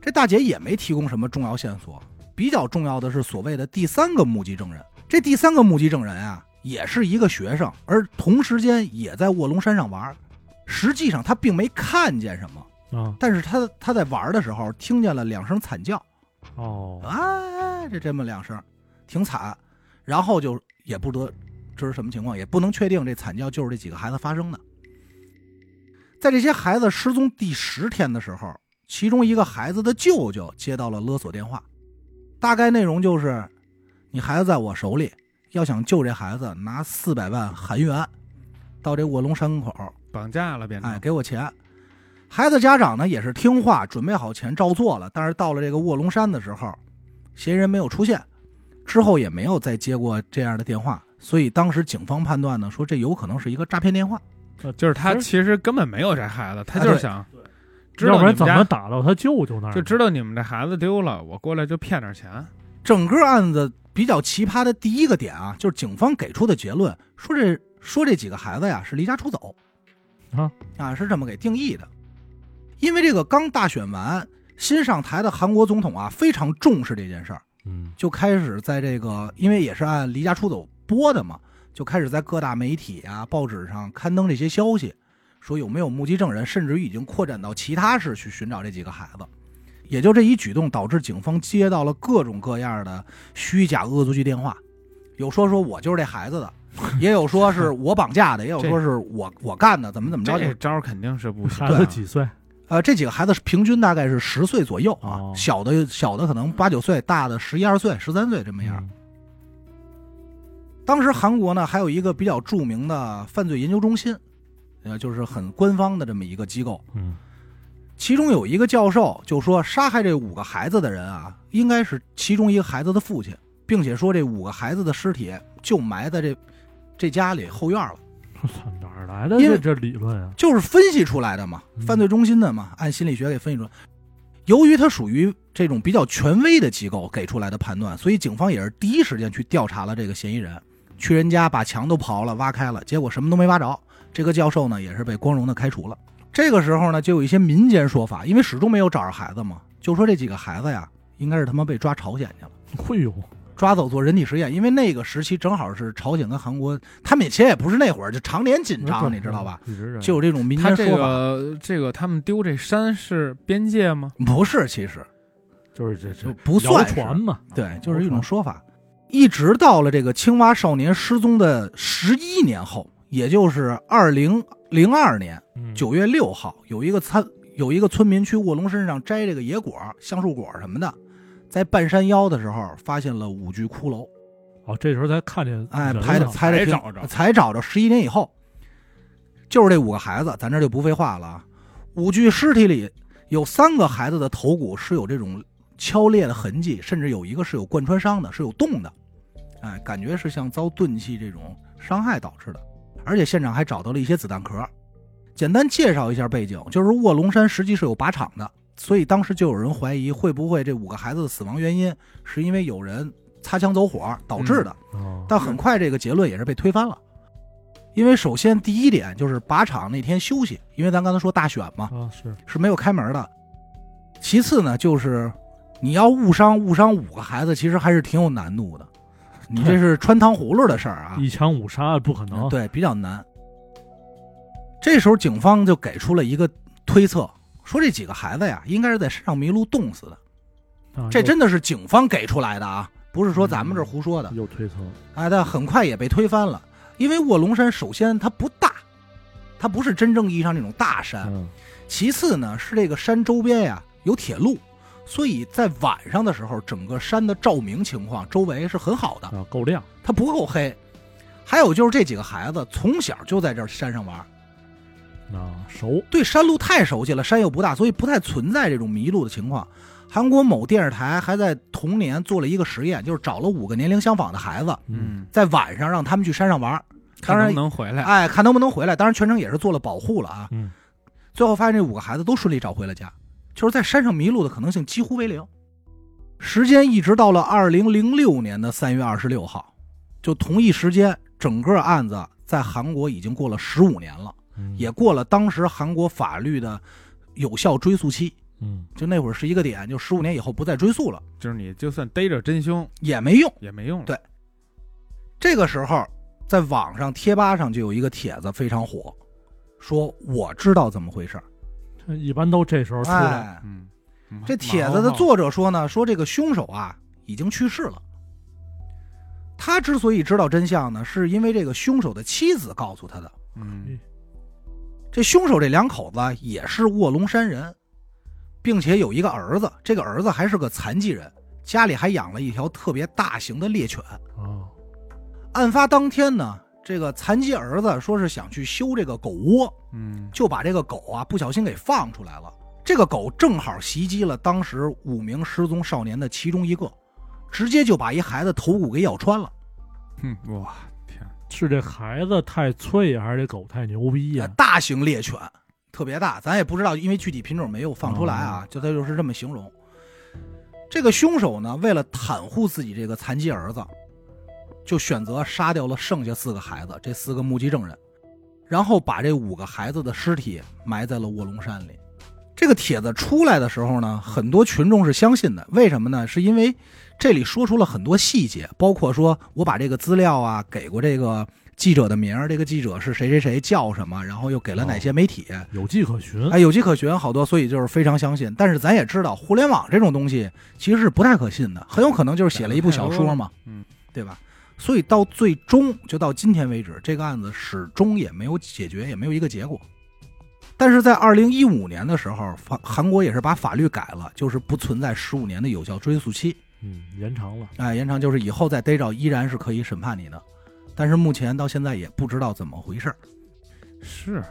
A: 这大姐也没提供什么重要线索。比较重要的是所谓的第三个目击证人，这第三个目击证人啊，也是一个学生，而同时间也在卧龙山上玩儿。实际上他并没看见什么，
C: 啊
A: 但是他他在玩儿的时候听见了两声惨叫，
C: 哦，
A: 啊，这这么两声，挺惨，然后就也不得知什么情况，也不能确定这惨叫就是这几个孩子发生的。在这些孩子失踪第十天的时候，其中一个孩子的舅舅接到了勒索电话，大概内容就是：“你孩子在我手里，要想救这孩子，拿四百万韩元到这卧龙山口
B: 绑架了，变成
A: 哎，给我钱。孩子家长呢也是听话，准备好钱照做了。但是到了这个卧龙山的时候，嫌疑人没有出现，之后也没有再接过这样的电话，所以当时警方判断呢，说这有可能是一个诈骗电话。
B: 就是他
C: 其实
B: 其实根本没有这孩子，他
A: 啊
B: 就是
A: 对
B: 想知道
C: 要不然
B: 你们
C: 怎
B: 家
C: 么打到他舅舅那儿呢？
B: 就知道你们这孩子丢了，我过来就骗点钱。
A: 整个案子比较奇葩的第一个点啊，就是警方给出的结论，说这说这几个孩子呀是离家出走，
C: 啊
A: 啊是这么给定义的。因为这个刚大选完，新上台的韩国总统啊非常重视这件事儿。
C: 嗯
A: 就开始在这个，因为也是按离家出走播的嘛，就开始在各大媒体啊、报纸上刊登这些消息，说有没有目击证人，甚至于已经扩展到其他市去寻找这几个孩子。也就这一举动，导致警方接到了各种各样的虚假恶作剧电话，有说说我就是这孩子的，也有说 是我绑架的，也有说是我我干的，怎么怎么着。
B: 这招儿肯定是不啊行
C: 孩
B: 的。
C: 子几岁？
A: 呃，这几个孩子是平均大概是十岁左右啊，
C: 哦
A: 小的小的可能八九岁，大的十一二岁、十三岁这么样。
C: 嗯
A: 当时韩国呢还有一个比较著名的犯罪研究中心，呃，就是很官方的这么一个机构。
C: 嗯，
A: 其中有一个教授就说，杀害这五个孩子的人啊，应该是其中一个孩子的父亲，并且说这五个孩子的尸体就埋在这这家里后院了，
C: 我嗯操，哪儿来的
A: 因为
C: 这这理论啊？
A: 就是分析出来的嘛，
C: 嗯
A: 犯罪中心的嘛，按心理学给分析出来。由于它属于这种比较权威的机构给出来的判断，所以警方也是第一时间去调查了这个嫌疑人，去人家把墙都刨了、挖开了，结果什么都没挖着。这个教授呢，也是被光荣的开除了。这个时候呢，就有一些民间说法，因为始终没有找着孩子嘛，就说这几个孩子呀，应该是他妈被抓朝鲜去了，
C: 会有
A: 抓走做人体实验，因为那个时期正好是朝鲜跟韩国，他们以前也不是那会儿就常年紧张，你知道吧？？
C: 一直
A: 就有这种民
B: 他
A: 间
B: 这
A: 说法，
B: 个这个，他们丢这山是边界吗？
A: 不是，其实
C: 就是这这
A: 就不算
C: 谣
A: 是
C: 传嘛，
A: 对，就是一种说法。一直到了这个青蛙少年失踪的十一年后，也就是二零零二年
C: 嗯
A: 九月六号，有一个参有一个村民去卧龙山上摘这个野果、橡树果什么的，在半山腰的时候发现了五具骷髅，
C: 哦，这时候才看见
A: 哎，
C: 人
A: 拍的
C: 了
A: 才
B: 才
A: 的
B: 找着
A: 才找着。十一年以后，就是这五个孩子，咱这就不废话了啊。五具尸体里有三个孩子的头骨是有这种敲裂的痕迹，甚至有一个是有贯穿伤的，是有洞的，哎，感觉是像遭钝器这种伤害导致的。而且现场还找到了一些子弹壳。简单介绍一下背景，就是卧龙山实际是有靶场的，所以当时就有人怀疑会不会这五个孩子的死亡原因是因为
B: 嗯
A: 有人擦枪走火导致的。
C: 哦
A: 但很快这个结论也是被推翻了。因为首先第一点就是靶场那天休息，因为咱刚才说大选嘛，
C: 啊，是
A: 是没有开门的。其次呢，就是你要误伤误伤五个孩子，其实还是挺有难度的。你这是穿糖葫芦的事儿啊，嗯
C: 一枪五杀不可能，
A: 对，比较难。这时候警方就给出了一个推测，说这几个孩子呀，应该是在山上迷路冻死的。
C: 啊
A: 这
C: 有
A: 真的是警方给出来的啊，不是说咱们这儿胡说的。
C: 有推测，
A: 啊，但很快也被推翻了，因为卧龙山首先它不大，它不是真正意义上那种大山。
C: 嗯，
A: 其次呢，是这个山周边呀有铁路，所以在晚上的时候，整个山的照明情况周围是很好的，
C: 啊，够亮，
A: 它不够黑。还有就是这几个孩子从小就在这山上玩，
C: 啊，熟，
A: 对山路太熟悉了，山又不大，所以不太存在这种迷路的情况。韩国某电视台还在同年做了一个实验，就是找了五个年龄相仿的孩子，
B: 嗯，
A: 在晚上让他们去山上玩，
B: 看
A: 当然
B: 能不能回 来。
A: 哎，看能不能回来。当然，全程也是做了保护了啊。
C: 嗯，
A: 最后发现这五个孩子都顺利找回了家，就是在山上迷路的可能性几乎为零。时间一直到了二零零六年的三月二十六号，就同一时间，整个案子在韩国已经过了十五年了，
C: 嗯
A: 也过了当时韩国法律的有效追诉期。
C: 嗯，
A: 就那会儿是一个点，就十五年以后不再追诉了，
B: 就是你就算逮着真凶
A: 也没用。
B: 也没用了。
A: 对这个时候，在网上贴吧上就有一个帖子非常火，说我知道怎么回事儿。
C: 这一般都这时候出来，
A: 哎，
B: 嗯，嗯
A: 这帖子的作者说呢，说这个凶手啊已经去世了。他之所以知道真相呢，是因为这个凶手的妻子告诉他的。
B: 嗯
A: 这凶手这两口子啊也是卧龙山人，并且有一个儿子，这个儿子还是个残疾人，家里还养了一条特别大型的猎犬。
C: 啊，
A: 案发当天呢，这个残疾儿子说是想去修这个狗窝，
B: 嗯
A: 就把这个狗啊不小心给放出来了。这个狗正好袭击了当时五名失踪少年的其中一个，直接就把一孩子头骨给咬穿了。
B: 嗯，哇天，
C: 是这孩子太脆啊呀，还是这狗太牛逼啊
A: 也
C: 呀？
A: 大型猎犬，特别大，咱也不知道，因为具体品种没有放出来啊，就它就是这么形容。这个凶手呢，为了袒护自己这个残疾儿子，就选择杀掉了剩下四个孩子，这四个目击证人，然后把这五个孩子的尸体埋在了卧龙山里。这个帖子出来的时候呢，很多群众是相信的，为什么呢？是因为这里说出了很多细节，包括说我把这个资料啊给过这个记者的名儿，这个记者是谁谁谁叫什么，然后又给了哪些媒体，
C: 有迹可循，
B: 嗯
A: 哎，有迹可循，好多，所以就是非常相信。但是咱也知道，互联网这种东西其实是不太可信的，很有可能就是写了一部小说嘛，
B: 嗯，
A: 对吧？所以到最终，就到今天为止，这个案子始终也没有解决，也没有一个结果。但是在二零一五年的时候，法韩国也是把法律改了，就是不存在十五年的有效追诉期。
C: 嗯，延长了，
A: 哎，延长就是以后再逮着依然是可以审判你的，但是目前到现在也不知道怎么回事儿。
B: 是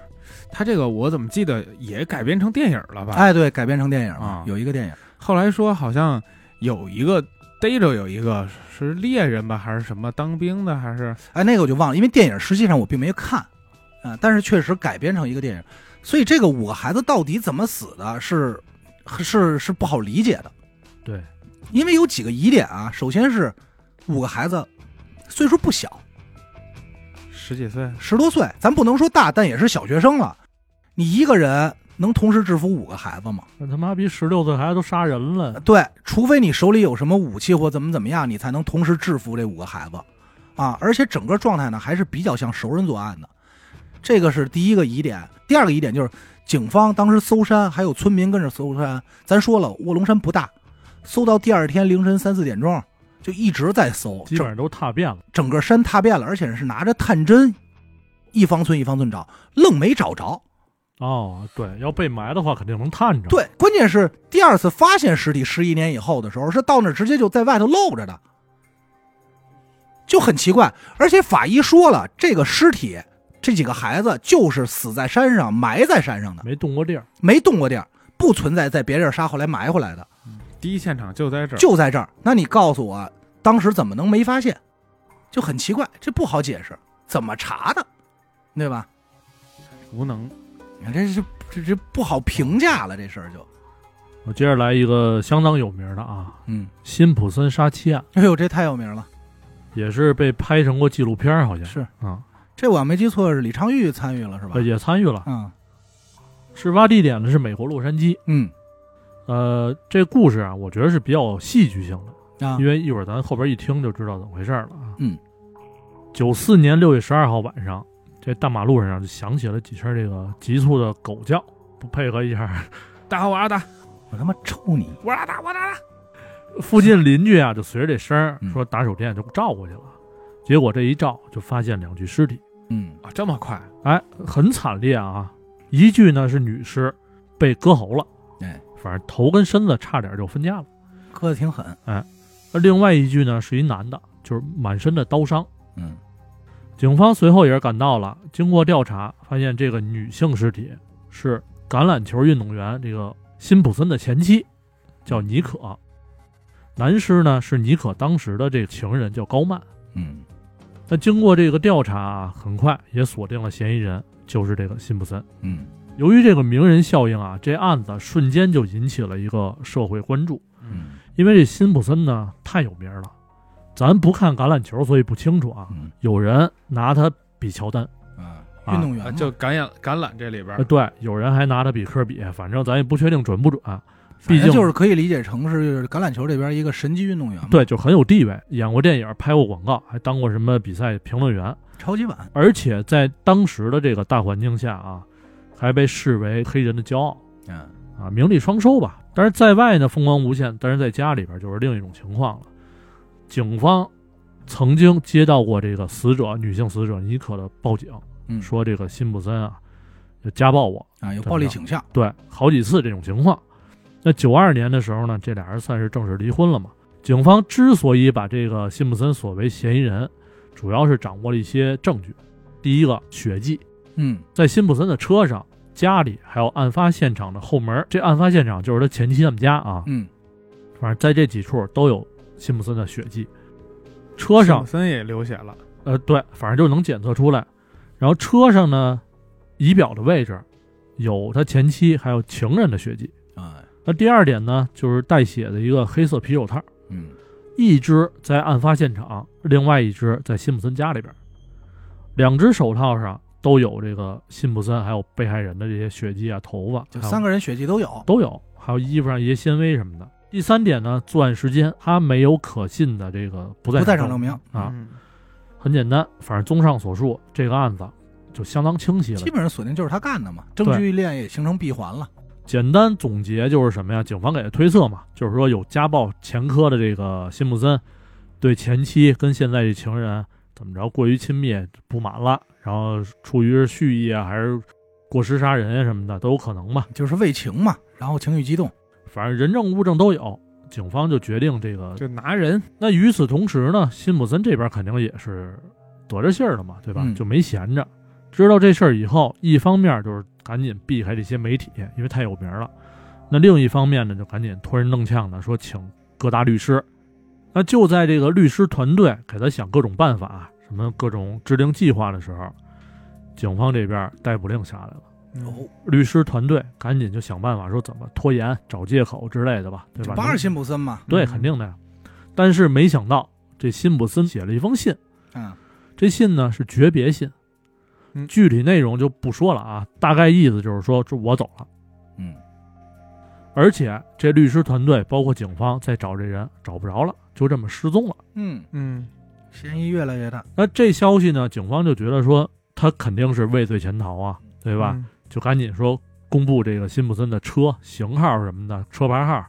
B: 他这个我怎么记得也改编成电影了吧？
A: 哎，对，改编成电影了
B: 啊，
A: 有一个电影，
B: 后来说好像有一个逮着有一个是猎人吧，还是什么当兵的，还是
A: 哎，那个我就忘了，因为电影实际上我并没看，啊，但是确实改编成一个电影，所以这个五个孩子到底怎么死的是，是是不好理解的，
C: 对，
A: 因为有几个疑点啊。首先是五个孩子岁数不小，
B: 十几岁？
A: 十多岁，咱不能说大，但也是小学生了。你一个人能同时制服五个孩子吗？
C: 那他妈逼十六岁孩子都杀人了，
A: 对，除非你手里有什么武器或怎么怎么样，你才能同时制服这五个孩子，啊，而且整个状态呢还是比较像熟人作案的，这个是第一个疑点。第二个疑点就是警方当时搜山，还有村民跟着搜山。咱说了，卧龙山不大，搜到第二天凌晨三四点钟就一直在搜，
C: 基本
A: 整
C: 上都踏遍了，
A: 整个山踏遍了，而且是拿着探针，一方寸一方寸找，愣没找着。
C: 哦，对，要被埋的话肯定能探着，，
A: 对，关键是第二次发现尸体十一年以后的时候，是到那儿直接就在外头露着的，就很奇怪。而且法医说了，这个尸体这几个孩子就是死在山上埋在山上的，
C: 没动过地儿，
A: 没动过地儿，不存在在别人杀后来埋回来的，
B: 第一现场就在这儿，
A: 就在这儿。那你告诉我，当时怎么能没发现？就很奇怪，这不好解释，怎么查的，对吧？
B: 无能。
A: 你看这是这这不好评价了，这事儿就
C: 我接着来一个相当有名的啊，
A: 嗯，
C: 辛普森杀妻案，
A: 哎呦，这太有名了，
C: 也是被拍成过纪录片儿，好像
A: 是。
C: 啊，
A: 这我要没记错是李昌钰参与了是吧
C: 呃？也参与了。
A: 嗯
C: 事发地点呢是美国洛杉矶。
A: 嗯
C: 呃，这故事啊，我觉得是比较有戏剧性的，
A: 啊
C: 因为一会儿咱后边一听就知道怎么回事了啊。
A: 嗯，
C: 九四年六月十二号晚上，这大马路上就响起了几声这个急促的狗叫，不配合一下，
B: 大伙我阿达，
A: 我他妈抽你！
B: 我阿达，我阿达，
C: 附近邻居啊就随着这声儿
A: 嗯
C: 说打手电就照过去了，结果这一照就发现两具尸体，
A: 嗯
B: 啊，这么快？
C: 哎，很惨烈啊！一具呢是女尸，被割喉了，
A: 哎，
C: 反正头跟身子差点就分家了。
A: 磕的挺狠。
C: 那另外一具呢是一男的，就是满身的刀伤。
A: 嗯
C: 警方随后也是赶到了，经过调查发现，这个女性尸体是橄榄球运动员这个辛普森的前妻，叫尼可；男尸呢是尼可当时的这个情人，叫高曼。
A: 嗯
C: 那经过这个调查啊，很快也锁定了嫌疑人，就是这个辛普森。
A: 嗯
C: 由于这个名人效应啊，这案子瞬间就引起了一个社会关注，
A: 嗯
C: 因为这辛普森呢太有名了。咱不看橄榄球，所以不清楚啊。
A: 嗯
C: 有人拿他比乔丹，
A: 啊，
C: 啊
A: 运动员
B: 啊
A: 嘛
B: 就橄榄橄榄这里边
C: 呃，对，有人还拿他比科比，反正咱也不确定准不准，毕
A: 反
C: 竟
A: 正就是可以理解成是橄榄球这边一个神级运动员嘛，，
C: 对，就很有地位，演过电影，拍过广告，还当过什么比赛评论员，
A: 超级碗。
C: 而且在当时的这个大环境下啊，还被视为黑人的骄傲
A: 嗯
C: 啊，名利双收吧。但是在外呢，风光无限，但是在家里边就是另一种情况了。警方曾经接到过这个死者女性死者尼可的报警，
A: 嗯，
C: 说这个辛普森啊，就家暴我，
A: 啊有暴力倾向。
C: 对，好几次这种情况。那九二年的时候呢，这俩人算是正式离婚了嘛。警方之所以把这个辛普森所为嫌疑人，主要是掌握了一些证据。第一个，血迹
A: 嗯
C: 在辛普森的车上、家里，还有案发现场的后门。这案发现场就是他前妻他们家啊，
A: 嗯，
C: 反正在这几处都有辛普森的血迹。车
B: 辛
C: 上
B: 普，森也流血了，
C: 呃，对，反正就能检测出来。然后车上呢，仪表的位置有他前妻还有情人的血迹。
A: 啊
C: 那第二点呢，就是带血的一个黑色皮手套，
A: 嗯
C: 一只在案发现场，另外一只在辛普森家里边，两只手套上都有这个辛普森还有被害人的这些血迹啊、头发，
A: 就
C: 还有
A: 三个人血迹都有。
C: 都有，还有衣服上一些纤维什么的。第三点呢，作案时间他没有可信的这个不在
A: 不在场证明
C: 啊，
B: 嗯，
C: 很简单，反正综上所述，这个案子就相当清晰了
A: 基。本上锁定就是他干的嘛，证据链也形成闭环了。
C: 简单总结就是什么呀？警方给的推测嘛，就是说有家暴前科的这个辛普森，对前妻跟现在这情人怎么着过于亲密不满了，然后出于蓄意啊，还是过失杀人啊什么的都有可能吧。
A: 就是为情嘛，然后情绪激动，
C: 反正人证物证都有，警方就决定这个。
B: 啊就拿人，
C: 那与此同时呢，辛普森这边肯定也是得着信儿了嘛，对吧？
A: 嗯
C: 就没闲着。知道这事儿以后，一方面就是赶紧避开这些媒体，因为太有名了；那另一方面呢，就赶紧托人弄呛的说请各大律师。那就在这个律师团队给他想各种办法，什么各种制定计划的时候，警方这边逮捕令下来了。
B: 嗯
A: 哦，
C: 律师团队赶紧就想办法说怎么拖延、找借口之类的吧，对
A: 这
C: 吧？
A: 不还是辛普森嘛？
C: 对，
B: 嗯
C: 肯定的呀。但是没想到这辛普森写了一封信，
A: 嗯
C: 这信呢是诀别信
B: 嗯，
C: 具体内容就不说了啊，大概意思就是说，这我走了。
A: 嗯
C: 而且这律师团队包括警方在找这人，找不着了，就这么失踪了。
A: 嗯，
B: 嗯，
A: 嫌疑越来越大。
C: 那这消息呢，警方就觉得说他肯定是畏罪潜逃啊，对
B: 对
C: 吧？？就赶紧说公布这个辛普森的车型号什么的，车牌号，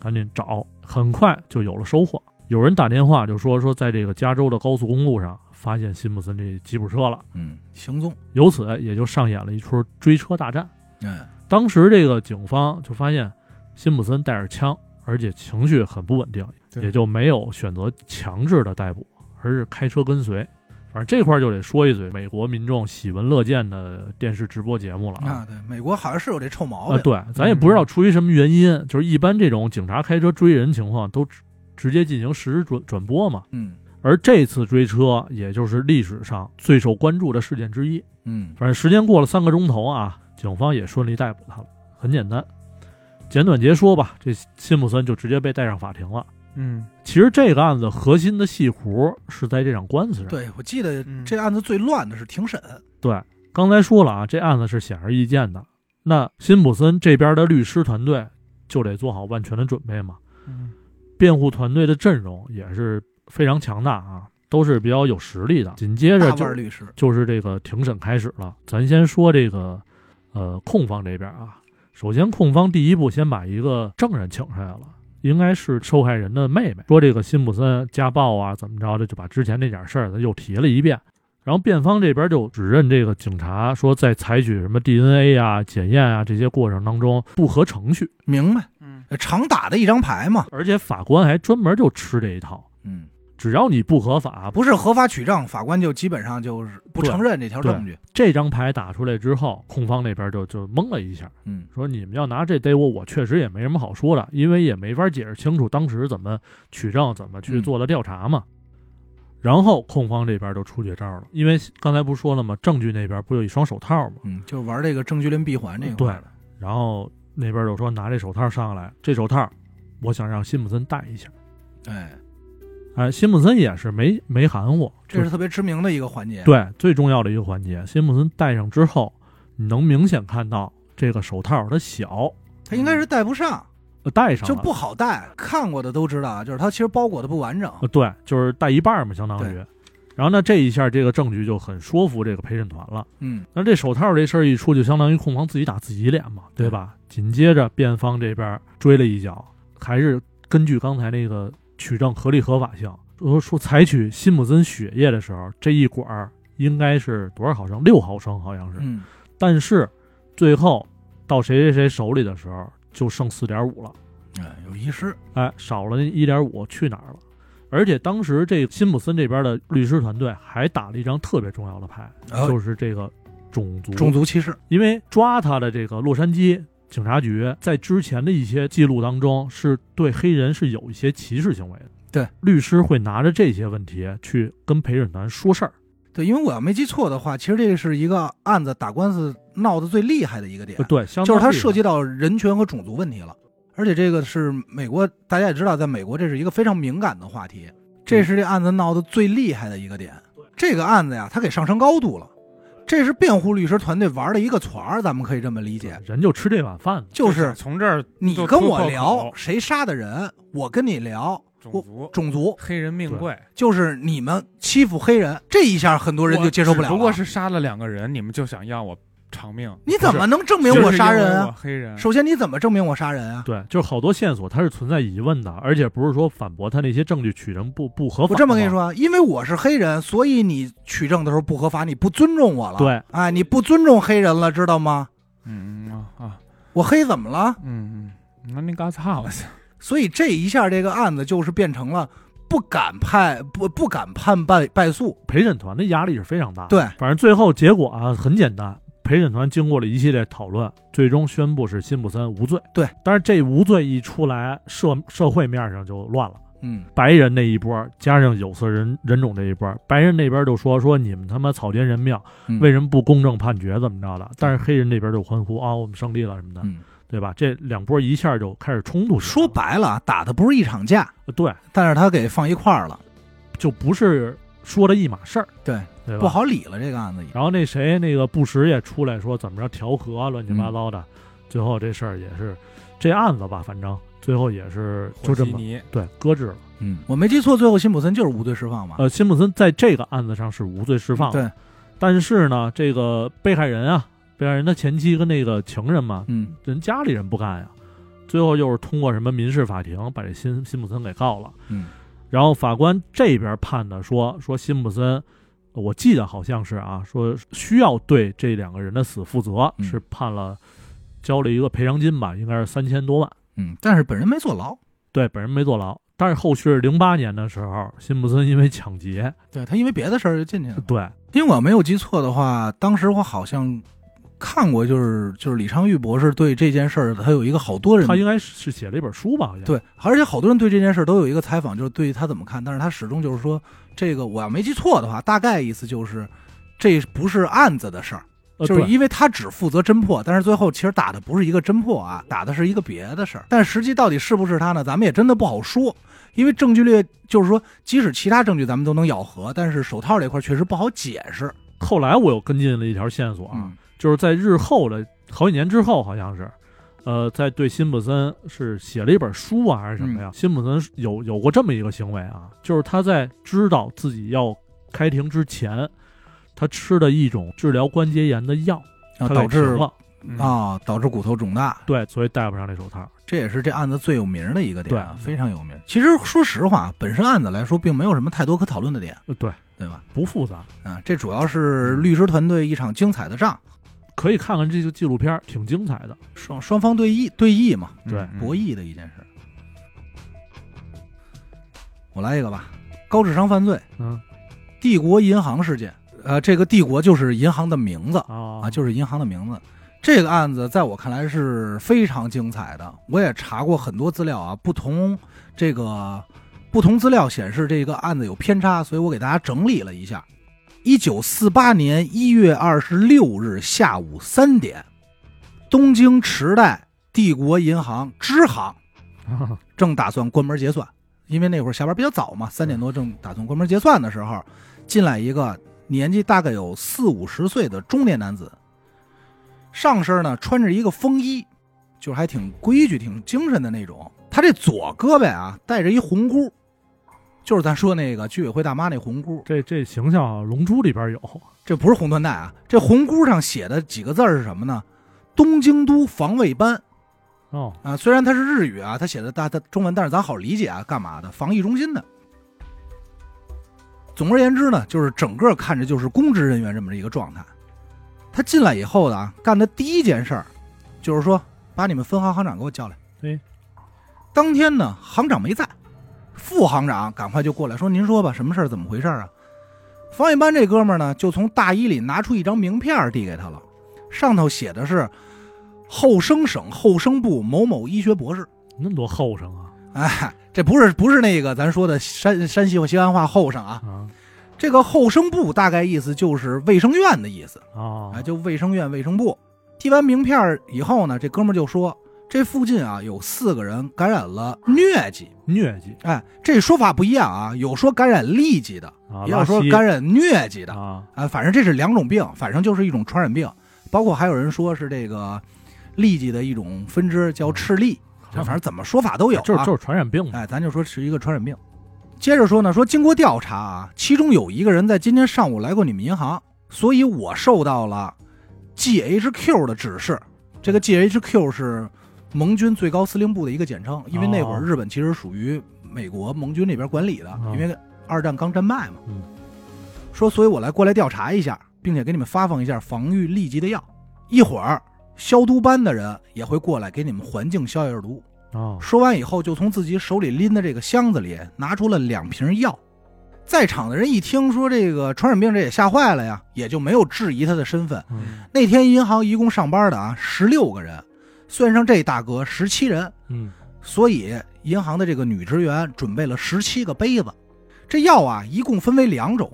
C: 赶紧找，很快就有了收获。有人打电话就说说，在这个加州的高速公路上发现辛普森这吉普车了，
A: 嗯，行踪。
C: 由此也就上演了一出追车大战。
A: 嗯
C: 当时这个警方就发现辛普森带着枪，而且情绪很不稳定，
B: 对
C: 也就没有选择强制的逮捕，而是开车跟随。反正这块儿就得说一嘴美国民众喜闻乐见的电视直播节目了啊！
A: 啊，对，美国好像是有这臭毛
C: 啊，
A: 病。
C: 对，咱也不知道出于什么原因，就是一般这种警察开车追人情况都直直接进行实时转转播嘛。
A: 嗯
C: 而这次追车，也就是历史上最受关注的事件之一。
A: 嗯
C: 反正时间过了三个钟头啊，警方也顺利逮捕他了。很简单，简短截说吧，这辛普森就直接被带上法庭了。
B: 嗯
C: 其实这个案子核心的戏弧是在这场官司上。
A: 对，我记得这案子最乱的是庭审，
C: 对，刚才说了啊，这案子是显而易见的。那辛普森这边的律师团队就得做好万全的准备嘛。
B: 嗯
C: 辩护团队的阵容也是非常强大啊，都是比较有实力的。紧接着
A: 大
C: 就
A: 腕儿律师，
C: 就是这个庭审开始了。咱先说这个，呃，控方这边啊，首先控方第一步先把一个证人请上来了，应该是受害人的妹妹，说这个辛普森家暴啊怎么着的，就把之前那点事儿他又提了一遍。然后辩方这边就指认这个警察说，在采取什么 DNA 啊、检验啊这些过程当中不合程序，
A: 明白？
B: 嗯
A: 常打的一张牌嘛，
C: 而且法官还专门就吃这一套，
A: 嗯，
C: 只要你不合法，
A: 不是合法取证，法官就基本上就是不承认这条
C: 对
A: 证据，
C: 这张牌打出来之后，控方那边就就懵了一下，
A: 嗯，
C: 说你们要拿这逮我，我确实也没什么好说的，因为也没法解释清楚当时怎么取证、怎么去
A: 嗯
C: 做的调查嘛。然后控方这边就出绝招了，因为刚才不是说了吗？证据那边不有一双手套吗？
A: 嗯，就玩这个证据链闭环这一块儿的，
C: 然后那边就说拿这手套上来，这手套我想让辛普森戴一下。
A: 哎，
C: 哎，辛普森也是没没含糊，
A: 这是特别知名的一个环节，，
C: 对，最重要的一个环节，辛普森戴上之后，你能明显看到这个手套它小，
A: 他应该是戴不上，
C: 呃戴上
A: 就
C: 了
A: 不好戴。看过的都知道啊，就是他其实包裹的不完整，
C: 呃对，就是戴一半儿嘛，相当于
A: 对。
C: 然后呢，这一下这个证据就很说服这个陪审团了。
A: 嗯，
C: 那这手套这事儿一出，就相当于控方自己打自己脸嘛，对吧？紧接着辩方这边追了一脚，还是根据刚才那个取证合理合法性，说说采取辛普森血液的时候，这一管儿应该是多少毫升？六毫升好像是。
A: 嗯，
C: 但是最后到谁谁谁手里的时候，就剩四点五了，
A: 哎，有遗失，
C: 哎，少了那一点五去哪儿了？而且当时这辛普森这边的律师团队还打了一张特别重要的牌，
A: 哦
C: 就是这个种族，
A: 种族歧视，
C: 因为抓他的这个洛杉矶警察局在之前的一些记录当中是对黑人是有一些歧视行为的。
A: 对，
C: 律师会拿着这些问题去跟陪审团说事儿。
A: 对，因为我要没记错的话，其实这是一个案子打官司闹得最厉害的一个点
C: 呃，对，相
A: 就是它
C: 当于
A: 涉及到人权和种族问题了，而且这个是美国，大家也知道，在美国这是一个非常敏感的话题，这
B: 嗯
A: 是这案子闹得最厉害的一个点。这个案子呀，它给上升高度了，这是辩护律师团队玩的一个团儿，咱们可以这么理解，
C: 人就吃这碗饭呢。
A: 就是
B: 从这儿
A: 你
B: 就
A: 跟
B: 突
A: 我
B: 破
A: 聊
B: 口
A: 谁杀的人，我跟你聊
B: 种
A: 我
B: 族
A: 种族，
B: 黑人命贵，
A: 就是你们欺负黑人，这一下很多人就接受不了
B: 我只不
A: 了
B: 过。是杀了两个人，你们就想要我偿命？
A: 你怎么能证
B: 不
A: 明
B: 是
A: 我杀人
B: 就是因为我嗯
A: 啊？
B: 黑人
A: 首先，你怎么证明我杀人啊？
C: 对，就是好多线索它是存在疑问的，而且不是说反驳他那些证据取证不不合法。
A: 我这么跟你，说啊，因为我是黑人，所以你取证的时候不合法，你不尊重我了。
C: 对，
A: 哎，你不尊重黑人了，知道吗？
B: 嗯嗯啊啊
A: 我黑怎么了？
B: 嗯嗯，那那嘎操我操！
A: 所以这一下这个案子就是变成了不敢判不不敢判败败诉。
C: 陪审团的压力是非常大的。
A: 对，
C: 反正最后结果啊很简单，陪审团经过了一系列讨论，最终宣布是辛普森无罪。
A: 对，
C: 但是这无罪一出来，社社会面上就乱了。
A: 嗯，
C: 白人那一波加上有色人人种这一波，白人那边就说说你们他妈草菅人命，
A: 嗯
C: 为什么不公正判决怎么着的？但是黑人这边就欢呼啊，我们胜利了什么的，
A: 嗯
C: 对吧？这两波一下就开始冲突起来了。
A: 说白了啊，打的不是一场架，
C: 对，
A: 但是他给放一块儿了，
C: 就不是说的一码事儿，
A: 对
C: 对吧？
A: 不好理了。这个案子也
C: 然后那谁那个布什也出来说怎么着调和啊，乱七八糟的。
A: 嗯
C: 最后这事儿也是这案子吧，反正最后也是就这
B: 和稀
C: 么
B: 泥
C: 对搁置了。
A: 嗯，我没记错，最后辛普森就是无罪释放嘛。
C: 呃，辛普森在这个案子上是无罪释放的，
A: 对，
C: 但是呢，这个被害人啊，被害人的前妻跟那个情人嘛，
A: 嗯，
C: 人家里人不干呀，最后又是通过什么民事法庭把这辛辛普森给告了。
A: 嗯，
C: 然后法官这边判的说说辛普森，我记得好像是啊，说需要对这两个人的死负责，
A: 嗯
C: 是判了交了一个赔偿金吧，应该是三千多万。
A: 嗯，但是本人没坐牢，
C: 对，本人没坐牢。但是后续零八年的时候，辛普森因为抢劫，
A: 对他因为别的事儿就进去了。
C: 对，
A: 因为我没有记错的话，当时我好像看过，就是就是李昌钰博士对这件事儿，他有一个好多人
C: 他应该是写了一本书吧，好像。
A: 对，而且好多人对这件事儿都有一个采访，就是对于他怎么看，但是他始终就是说，这个我要没记错的话，大概意思就是这不是案子的事儿，
C: 呃
A: 就是
C: 对
A: 因为他只负责侦破，但是最后其实打的不是一个侦破啊，打的是一个别的事儿。但实际到底是不是他呢？咱们也真的不好说，因为证据链就是说，即使其他证据咱们都能咬合，但是手套这块确实不好解释。
C: 后来我又跟进了一条线索啊，
A: 嗯
C: 就是在日后的好几年之后，好像是，呃，在对辛普森是写了一本书啊，还是什么呀？
A: 嗯
C: 辛普森是有有过这么一个行为啊，就是他在知道自己要开庭之前，他吃的一种治疗关节炎的药，
A: 啊，
C: 他
A: 导
C: 给停
A: 致
C: 了，
B: 嗯
A: 啊，导致骨头肿大，
C: 对，所以戴不上这手套。
A: 这也是这案子最有名的一个点啊，
C: 对
A: 非常有名。其实说实话，本身案子来说，并没有什么太多可讨论的点，
C: 呃对，
A: 对吧？
C: 不复杂，
A: 啊，这主要是律师团队一场精彩的仗，
C: 可以看看这个纪录片儿，挺精彩的。
A: 双双方对弈对弈嘛，
C: 对
B: 嗯
A: 博弈的一件事。我来一个吧，高智商犯罪，
C: 嗯
A: 帝国银行事件。呃，这个帝国就是银行的名字
C: 啊
A: 啊，就是银行的名字。这个案子在我看来是非常精彩的，我也查过很多资料啊，不同这个不同资料显示这个案子有偏差，所以我给大家整理了一下。一九四八年一月二十六日下午三点，东京池袋帝国银行支行
C: 啊
A: 正打算关门结算，因为那会儿下班比较早嘛，三点多正打算关门结算的时候，进来一个年纪大概有四五十岁的中年男子，上身呢穿着一个风衣，就是还挺规矩、挺精神的那种。他这左胳膊啊带着一红箍，就是咱说那个居委会大妈那红箍，
C: 这这形象啊，《龙珠》里边有
A: 这不是红缎带啊，这红箍上写的几个字儿是什么呢？东京都防卫班
C: 哦，
A: 啊，虽然它是日语啊，它写的大它中文，但是咱好理解啊，干嘛的？防疫中心的。总而言之呢，就是整个看着就是公职人员这么一个状态。他进来以后呢，干的第一件事儿就是说，把你们分行行长给我叫来。
C: 对，
A: 当天呢，行长没在，副行长赶快就过来说：“您说吧，什么事儿？怎么回事儿啊？”防疫班这哥们儿呢，就从大衣里拿出一张名片儿递给他了，上头写的是后生省后生部某某医学博士。
C: 那么多后生啊
A: 哎，这不是不是那个咱说的山山西或西安话后生啊，
C: 啊
A: 这个后生部大概意思就是卫生院的意思，
C: 啊
A: 哎，就卫生院卫生部。递完名片儿以后呢，这哥们儿就说，这附近啊有四个人感染了疟疾。
C: 疟疾
A: 哎，这说法不一样啊，有说感染痢疾的，
C: 啊，
A: 也有说
C: 拉稀
A: 感染疟疾的。
C: 啊
A: 啊，反正这是两种病，反正就是一种传染病，包括还有人说是这个痢疾的一种分支叫赤痢，这反正怎么说法都有、啊，
C: 哎就是就是传染病嘛。
A: 哎，咱就说是一个传染病。接着说呢，说经过调查啊，其中有一个人在今天上午来过你们银行，所以我受到了 GHQ 的指示。这个 GHQ 是盟军最高司令部的一个简称，因为那会儿
C: 哦
A: 日本其实属于美国盟军那边管理的，
C: 哦
A: 因为二战刚战败嘛。
C: 嗯
A: 说，所以我来过来调查一下，并且给你们发放一下防御痢疾的药。一会儿消毒班的人也会过来给你们环境消消毒。
C: 啊
A: 说完以后，就从自己手里拎的这个箱子里拿出了两瓶药。在场的人一听说这个传染病，这也吓坏了呀，也就没有质疑他的身份。
C: 嗯
A: 那天银行一共上班的啊，十六个人，算上这大哥十七人，
C: 嗯
A: 所以银行的这个女职员准备了十七个杯子。这药啊，一共分为两种。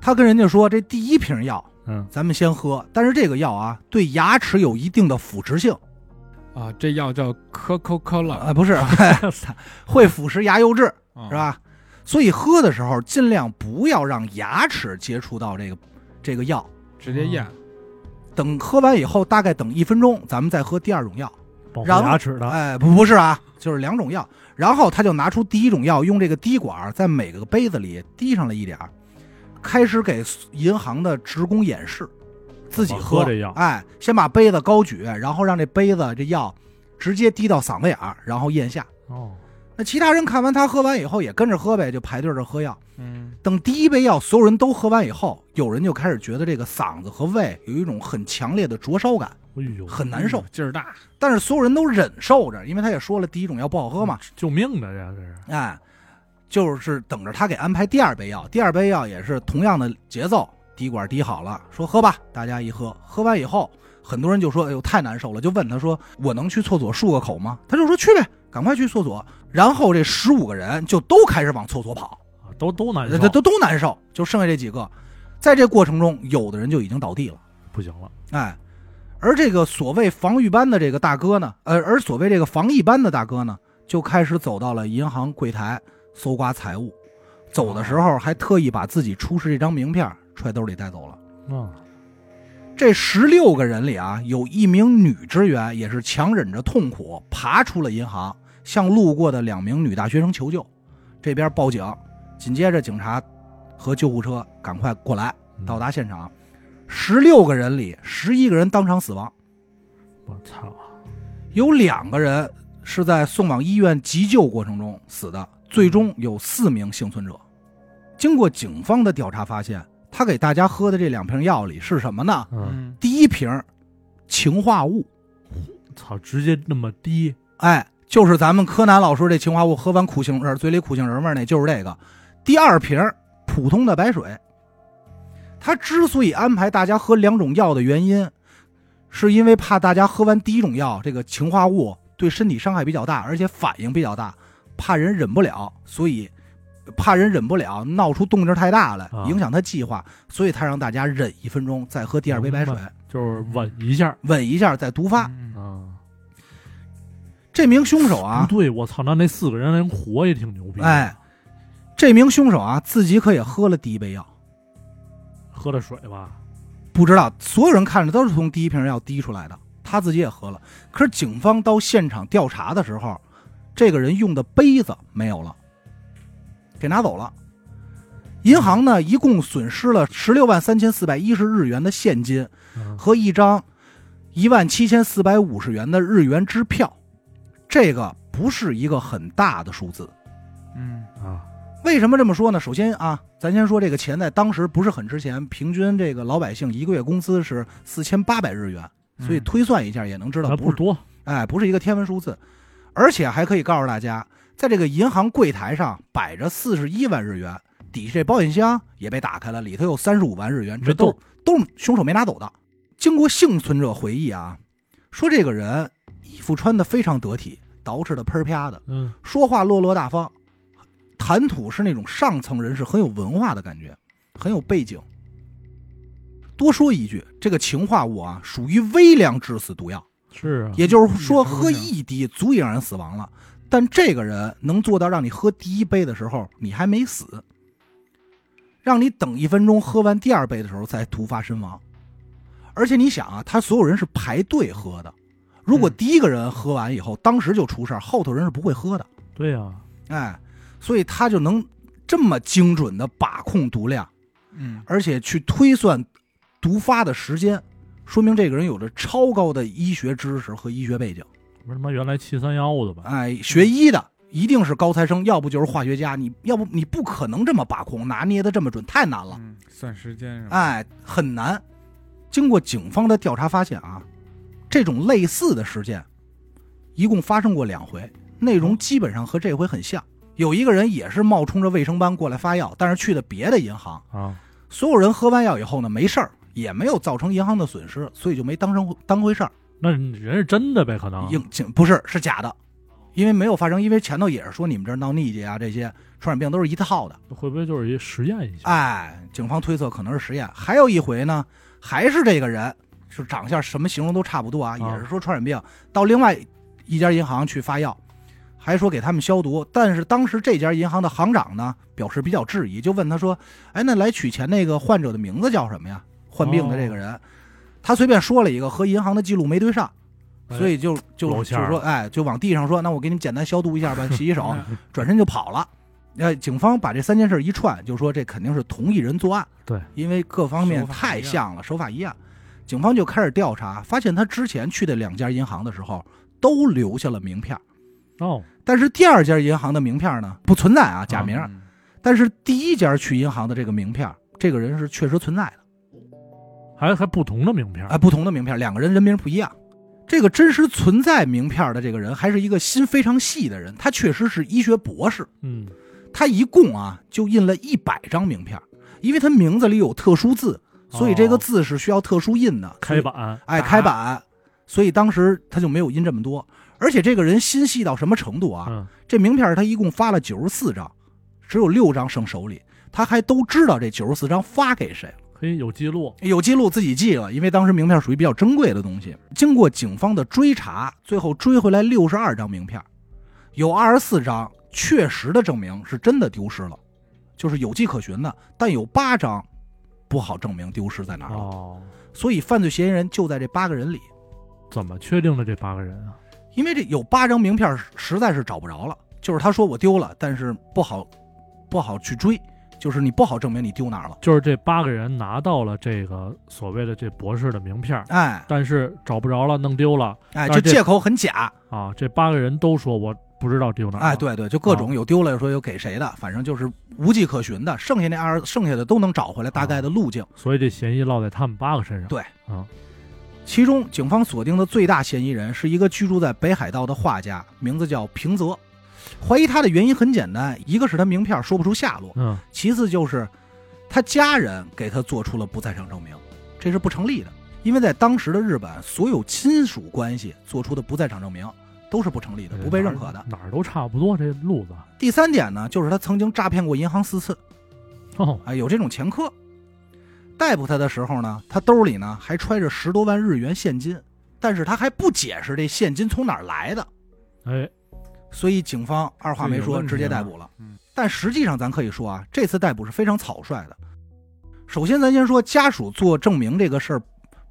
A: 他跟人家说，这第一瓶药
C: 嗯
A: 咱们先喝，但是这个药啊，对牙齿有一定的腐蚀性。
B: 啊，这药叫可口可乐，
A: 啊，不是，会腐蚀牙釉质，
B: 啊
A: 是？吧？所以喝的时候尽量不要让牙齿接触到这个这个药。
B: 直接咽，
A: 等喝完以后，大概等一分钟，咱们再喝第二种药。
C: 保护
A: 然后
C: 牙齿的
A: 哎，不不是啊，就是两种药。然后他就拿出第一种药，用这个滴管儿在每个杯子里滴上了一点儿，开始给银行的职工演示，自己
C: 我
A: 喝
C: 喝这药
A: 哎，先把杯子高举，然后让这杯子这药直接滴到嗓子眼儿，然后咽下。
C: 哦，
A: 那其他人看完他喝完以后也跟着喝呗，就排队着喝药。
B: 嗯
A: 等第一杯药所有人都喝完以后，有人就开始觉得这个嗓子和胃有一种很强烈的灼烧感，
C: 哎呦，
A: 很难受
B: 嗯。劲儿大，
A: 但是所有人都忍受着，因为他也说了第一种药不好喝嘛，
C: 救命的呀，这是
A: 哎，就是等着他给安排第二杯药。第二杯药也是同样的节奏，滴管滴好了，说喝吧，大家一喝，喝完以后，很多人就说：“哎呦，太难受了。”就问他说：“我能去厕所漱个口吗？”他就说：“去呗，赶快去厕所。”然后这十五个人就都开始往厕所跑。
C: 啊都都难
A: 这
C: 受，
A: 这都都难受，就剩下这几个。在这过程中，有的人就已经倒地了。
C: 不行了，
A: 哎，而这个所谓防御班的这个大哥呢，呃，而所谓这个防疫班的大哥呢，就开始走到了银行柜台搜刮财物，走的时候还特意把自己出示这张名片揣兜里带走了。
C: 嗯，
A: 这十六个人里啊，有一名女职员也是强忍着痛苦爬出了银行，向路过的两名女大学生求救。这边报警，紧接着警察和救护车赶快过来，
C: 嗯
A: 到达现场。十六个人里，十一个人当场死亡，
C: 我操，
A: 有两个人是在送往医院急救过程中死的，最终有四名幸存者。经过警方的调查发现，他给大家喝的这两瓶药里是什么呢？
C: 嗯，
B: 嗯，
A: 第一瓶儿氰化物，
C: 操，直接那么低，
A: 哎，就是咱们柯南老师这氰化物喝完苦杏仁儿，嘴里苦杏仁味儿那就是这个。第二瓶儿普通的白水。他之所以安排大家喝两种药的原因，是因为怕大家喝完第一种药，这个氰化物对身体伤害比较大，而且反应比较大，怕人忍不了，所以怕人忍不了闹出动静太大来
C: 啊，
A: 影响他计划，所以他让大家忍一分钟，再喝第二杯白水，
C: 明就是稳一下，
A: 稳一下再毒发。
B: 嗯
C: 嗯，
A: 这名凶手啊
C: 不，对，我操，那那四个人连活也挺牛逼，
A: 哎，，这名凶手啊，自己可也喝了第一杯药，
C: 喝的水吧，
A: 不知道所有人看着都是从第一瓶药滴出来的，他自己也喝了。可是警方到现场调查的时候，这个人用的杯子没有了，给拿走了。银行呢，一共损失了十六万三千四百一十日元的现金
C: 嗯，
A: 和一张一万七千四百五十元的日元支票，这个不是一个很大的数字。
B: 嗯
C: 啊，
A: 为什么这么说呢？首先啊，咱先说这个钱在当时不是很值钱，平均这个老百姓一个月工资是四千八百日元，
B: 嗯
A: 所以推算一下也能知道
C: 那
A: 不
C: 不
A: 是
C: 多，
A: 哎不是一个天文数字，而且还可以告诉大家，在这个银行柜台上摆着四十一万日元，底下这保险箱也被打开了，里头有三十五万日元，这
C: 没
A: 都是都
C: 动
A: 是凶手没拿走的。经过幸存者回忆啊，说这个人衣服穿的非常得体，捯饬的喷儿啪的，
C: 嗯，
A: 说话落落大方，谈吐是那种上层人士很有文化的感觉，很有背景。多说一句，这个氰化物啊，属于微量致死毒药，
C: 是啊，
A: 也就是说
B: 嗯
A: 喝一滴足以让人死亡了。但这个人能做到让你喝第一杯的时候你还没死，让你等一分钟喝完第二杯的时候再突发身亡。而且你想啊，他所有人是排队喝的，如果
B: 嗯
A: 第一个人喝完以后，当时就出事儿，后头人是不会喝的。
C: 对呀，
A: 哎，所以他就能这么精准的把控毒量，
B: 嗯，
A: 而且去推算毒发的时间，说明这个人有着超高的医学知识和医学背景。
C: 不是他妈原来七三幺的吧？
A: 哎，学医的一定是高材生，要不就是化学家，你要不你不可能这么把控拿捏的这么准，太难了。
B: 嗯算时间是吧？
A: 哎，很难。经过警方的调查发现啊，这种类似的事件一共发生过两回，内容基本上和这回很像。有一个人也是冒充着卫生班过来发药，但是去的别的银行。
C: 啊，
A: 所有人喝完药以后呢，没事儿，也没有造成银行的损失，所以就没当成当回事儿。
C: 那人是真的呗，可能
A: 应警不是是假的，因为没有发生，因为前头也是说你们这儿闹痢疾啊这些传染病都是一套的。
C: 会不会就是一实验一下？
A: 哎，警方推测可能是实验。还有一回呢，还是这个人，就长相什么形容都差不多啊，
C: 啊
A: 也是说传染病，到另外一家银行去发药，还说给他们消毒。但是当时这家银行的行长呢，表示比较质疑，就问他说：“哎，那来取钱那个患者的名字叫什么呀？患病的这个人，他随便说了一个，和银行的记录没对上。”
C: 哎
A: 所以就就
C: 露
A: 就
C: 馅儿
A: 说，哎，就往地上说，那我给你们简单消毒一下吧，洗洗手
B: 嗯，
A: 转身就跑了。呃，警方把这三件事一串，就说这肯定是同一人作案。
C: 对，
A: 因为各方面
B: 手法
A: 太
B: 一样
A: 像了，手法一样。警方就开始调查，发现他之前去的两家银行的时候都留下了名片，
C: 哦，
A: 但是第二家银行的名片呢不存在啊，假名。
B: 嗯
A: 但是第一家去银行的这个名片，这个人是确实存在的。
C: 还还不同的名片
A: 哎，不同的名片，两个人人名啊不一样。这个真实存在名片的这个人，还是一个心非常细的人，他确实是医学博士。
C: 嗯，
A: 他一共啊就印了一百张名片，因为他名字里有特殊字，所以这个字是需要特殊印的。
C: 哦开，版
A: 哎，
B: 打
A: 开版，所以当时他就没有印这么多。而且这个人心细到什么程度啊？
C: 嗯，
A: 这名片他一共发了九十四张，只有六张剩手里，他还都知道这九十四张发给谁了。
C: 嘿，有记录，
A: 有记录自己记了，因为当时名片属于比较珍贵的东西。经过警方的追查，最后追回来六十二张名片，有二十四张确实的证明是真的丢失了，就是有迹可循的，但有八张不好证明丢失在哪儿了。
C: 哦，
A: 所以犯罪嫌疑人就在这八个人里，
C: 怎么确定的这八个人啊？
A: 因为这有八张名片实在是找不着了，就是他说我丢了，但是不好不好去追，就是你不好证明你丢哪儿了。
C: 就是这八个人拿到了这个所谓的这博士的名片儿，
A: 哎
C: 但是找不着了，弄丢了
A: 哎，
C: 但
A: 这
C: 啊是这
A: 借口很假，
C: 啊！这八个人都说我不知道丢哪儿了，
A: 哎，对对，就各种有丢了，有说有给谁的，反正就是无迹可循的。剩下那二剩下的都能找回来大概的路径。
C: 所以这嫌疑落在他们八个身上。
A: 对
C: 啊，
A: 其中，警方锁定的最大嫌疑人是一个居住在北海道的画家，名字叫平泽。怀疑他的原因很简单，一个是他名片说不出下落，
C: 嗯，
A: 其次就是他家人给他做出了不在场证明，这是不成立的，因为在当时的日本，所有亲属关系做出的不在场证明都是不成立的，不被认可的。
C: 哪儿哪儿都差不多这路子。
A: 第三点呢，就是他曾经诈骗过银行四次。
C: 哦，
A: 啊，有这种前科。逮捕他的时候呢，他兜里呢还揣着十多万日元现金，但是他还不解释这现金从哪儿来的，
C: 哎，
A: 所以警方二话没
B: 这有
A: 说
B: 问题
A: 直接
B: 啊
A: 逮捕了。
B: 嗯
A: 但实际上，咱可以说啊，这次逮捕是非常草率的。首先，咱先说家属做证明这个事儿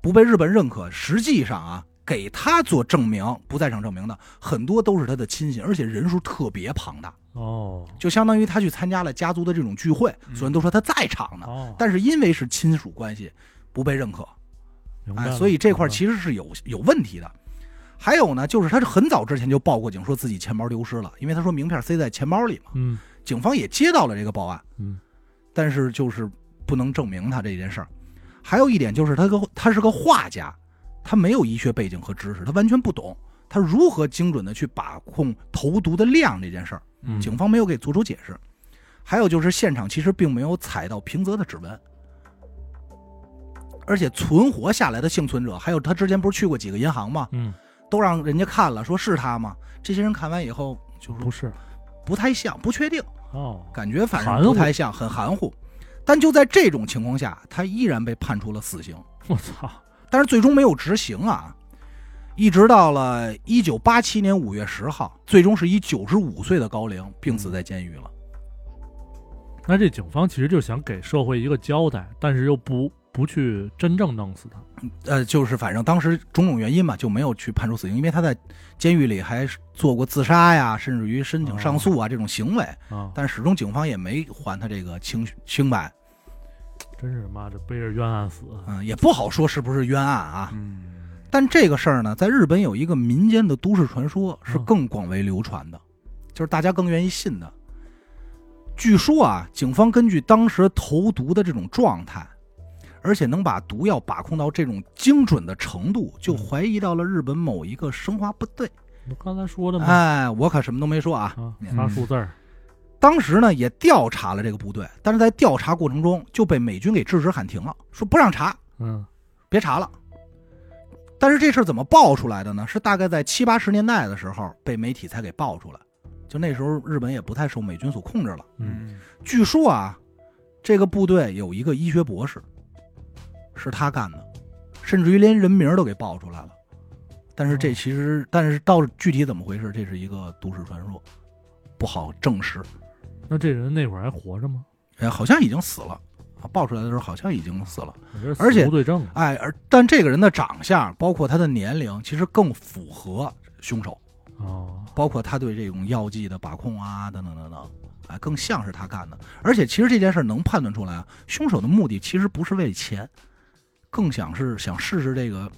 A: 不被日本认可，实际上啊，给他做证明不在场证明的很多都是他的亲信，而且人数特别庞大，
C: 哦，
A: 就相当于他去参加了家族的这种聚会，
B: 嗯
A: 所有人都说他在场呢。
C: 哦，
A: 但是因为是亲属关系，不被认可，
C: 明白
A: 哎，
C: 了。
A: 所以这块
C: 明白
A: 其实是有有问题的。还有呢，就是他是很早之前就报过警，说自己钱包丢失了，因为他说名片塞在钱包里嘛
C: 了，嗯
A: 警方也接到了这个报案，
C: 嗯，
A: 但是就是不能证明他这件事儿。还有一点就是他个他是个画家，他没有医学背景和知识，他完全不懂他如何精准的去把控投毒的量这件事儿，
C: 嗯
A: 警方没有给做出解释。还有就是现场其实并没有采到平泽的指纹，而且存活下来的幸存者，还有他之前不是去过几个银行吗？
C: 嗯
A: 都让人家看了，说是他吗？这些人看完以后就是
C: 不是
A: 不太像，不确定。
C: 哦，
A: 感觉反
C: 含
A: 正
C: 糊
A: 不太像，很含糊。但就在这种情况下，他依然被判处了死刑，
C: 我操，
A: 但是最终没有执行啊。一直到了一九八七年五月十号，最终是以九十五岁的高龄病
C: 嗯
A: 死在监狱了。
C: 那这警方其实就想给社会一个交代，但是又不不去真正弄死他。
A: 呃，就是反正当时种种原因嘛，就没有去判处死刑，因为他在监狱里还做过自杀呀，甚至于申请上诉啊、这种行为，
C: 啊，
A: 但始终警方也没还他这个清清白。
C: 真是妈这背着冤案死，
A: 嗯，也不好说是不是冤案啊。
B: 嗯，
A: 但这个事儿呢，在日本有一个民间的都市传说是
C: 嗯
A: 更广为流传的，就是大家更愿意信的。据说啊，警方根据当时投毒的这种状态，而且能把毒药把控到这种精准的程度，就怀疑到了日本某一个生化部队。
C: 我刚才说的嘛，
A: 哎，我可什么都没说啊。
C: 啊，
A: 嗯
C: 仨数字儿，
A: 当时呢，也调查了这个部队，但是在调查过程中就被美军给制止喊停了，说不让查，
C: 嗯，
A: 别查了。但是这事儿怎么爆出来的呢？是大概在七八十年代的时候被媒体才给爆出来。就那时候日本也不太受美军所控制了。
C: 嗯，
A: 据说啊，这个部队有一个医学博士，是他干的，甚至于连人名都给爆出来了。但是这其实，但是到底具体怎么回事，这是一个都市传说，不好证实。
C: 那这人那会儿还活着吗？
A: 哎，好像已经死了啊！爆出来的时候好像已经死了。
C: 我觉得死
A: 而且
C: 无对证啊，
A: 哎，而但这个人的长相，包括他的年龄，其实更符合凶手，
C: 哦，
A: 包括他对这种药剂的把控啊，等等等等，哎，更像是他干的。而且其实这件事儿能判断出来啊，凶手的目的其实不是为钱，更想是想试试这个嘖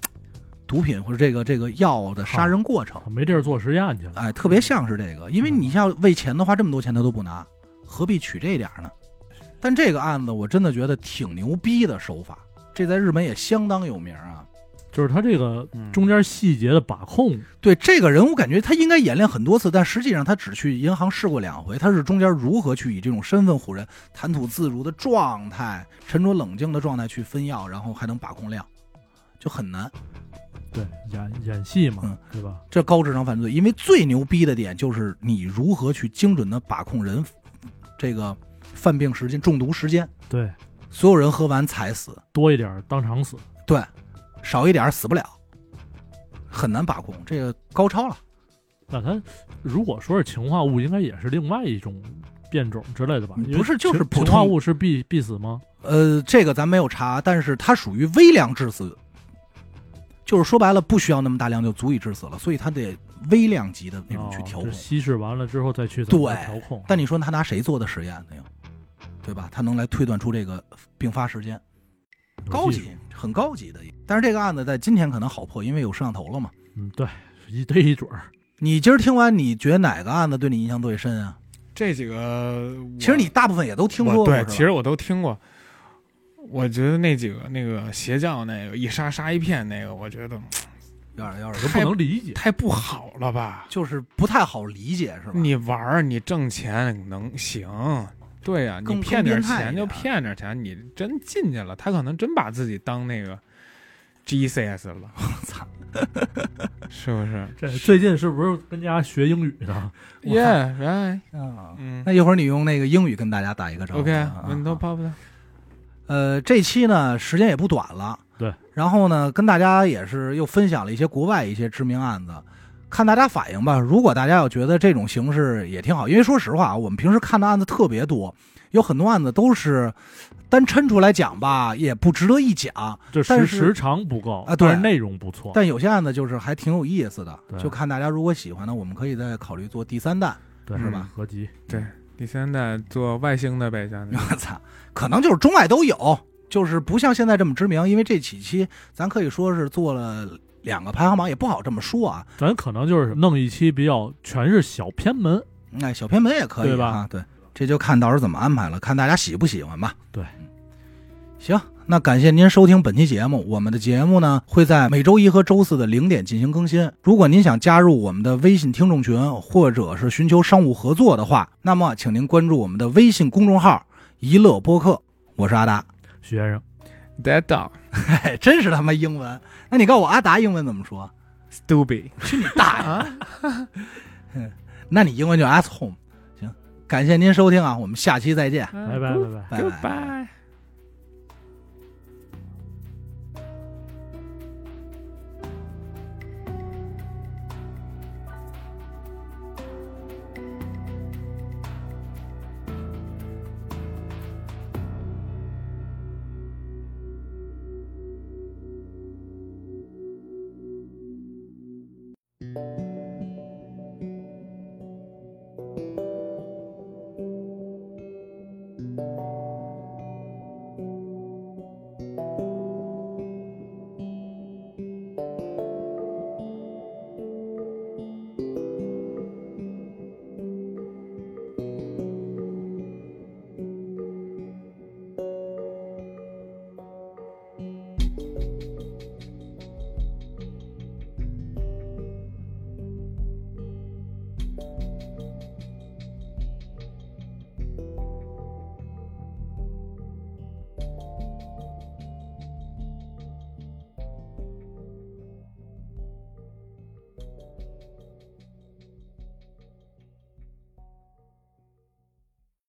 A: 毒品或者这个这个药的杀人过程。
C: 啊没地儿做实验去了。
A: 哎，特别像是这个，因为你像为钱的话，这么多钱他都不拿，何必取这点儿呢？但这个案子我真的觉得挺牛逼的手法，这在日本也相当有名啊。
C: 就是他这个
B: 嗯
C: 中间细节的把控，
A: 对这个人，我感觉他应该演练很多次，但实际上他只去银行试过两回。他是中间如何去以这种身份唬人、谈吐自如的状态、沉着冷静的状态去分药，然后还能把控量，就很难。
C: 对演演戏嘛
A: 嗯，
C: 对吧？
A: 这高智商犯罪，因为最牛逼的点就是你如
C: 嗯
A: 何去精准的把控人这个犯病时间、中毒时间。
C: 对，
A: 所有人喝完踩死，
C: 多一点儿当场死。
A: 少一点儿死不了，很难把控，这个高超了。
C: 那它如果说是氰化物，应该也是另外一种变种之类的吧？
A: 嗯
C: 因为
A: 不是就是
C: 氰
A: 普通
C: 氰化物是必必死吗？
A: 呃，这个咱没有查，但是它属于微量致死，就是说白了，不需要那么大量就足以致死了，所以它得微量级的那种去
C: 哦
A: 调
C: 就
A: 控。
C: 稀释完了之后再去怎么
A: 对
C: 调控？
A: 但你说他拿谁做的实验呢？又对吧？他能来推断出这个并发时间，
C: 有
A: 高
C: 技术
A: 级，很高级的。但是这个案子在今天可能好破，因为有摄像头了嘛。
C: 嗯，对，一逮一准儿。
A: 你今儿听完，你觉得哪个案子对你印象最深啊？
B: 这几个我
A: 其实你大部分也都听
B: 我
A: 说过，
B: 对
A: 是，吧
B: 其实我都听过。我觉得那几个那个邪教那个一杀杀一片那个，我觉得
A: 有点有点
C: 都不
B: 太
C: 能理解。
B: 太不好了吧？
A: 就是不太好理解，是吧？
B: 你玩儿，你挣钱能行？对呀、
A: 更
B: 你骗点
A: 更变态
B: 钱
A: 一
B: 就
A: 点
B: 骗点钱，你真进去了，他可能真把自己当那个 GCS 了，
A: 我操，
B: 是不是
C: 这最近是不是跟家学英语啊呢？
A: 我看
B: ？Yeah, right.
A: 啊，
B: 嗯
A: 那一会儿你用那个英语跟大家打一个招呼。
B: ，OK,
A: 啊
B: window pop 的。
A: 呃，这期呢时间也不短了，
C: 对。
A: 然后呢，跟大家也是又分享了一些国外一些知名案子，看大家反应吧。如果大家要觉得这种形式也挺好，因为说实话啊，我们平时看的案子特别多，有很多案子都是单抻出来讲吧，也不值得一讲。
C: 这
A: 但
C: 时
A: 是
C: 时长不够
A: 啊对
C: 但是内容不错。
A: 但有些案子就是还挺有意思的，
C: 对
A: 就看大家如果喜欢呢，我们可以再考虑做第三弹。
C: 对，嗯
A: 是
B: 吧
C: 合集
B: 对，第三代做外星的呗，相当于
A: 我操，可能就是中外都有，就是不像现在这么知名，因为这几期咱可以说是做了两个排行榜，也不好这么说啊。
C: 咱可能就是弄一期比较全是小偏门。
A: 哎，小偏门也可以
C: 对吧
A: 啊，对，这就看到时候怎么安排了，看大家喜不喜欢吧。
C: 对
A: 嗯，行，那感谢您收听本期节目。我们的节目呢会在每周一和周四的零点进行更新。如果您想加入我们的微信听众群，或者是寻求商务合作的话，那么请您关注我们的微信公众号“一乐播客”。我是阿达，
C: 徐先生
B: That dog
A: 哎，真是他妈英文。那你告诉我阿达英文怎么说？
B: stupid
A: 去你大爷！那你英文就 ass home。行，感谢您收听啊，我们下期再见。
C: 拜拜拜拜。
A: 拜拜。
B: Goodbye.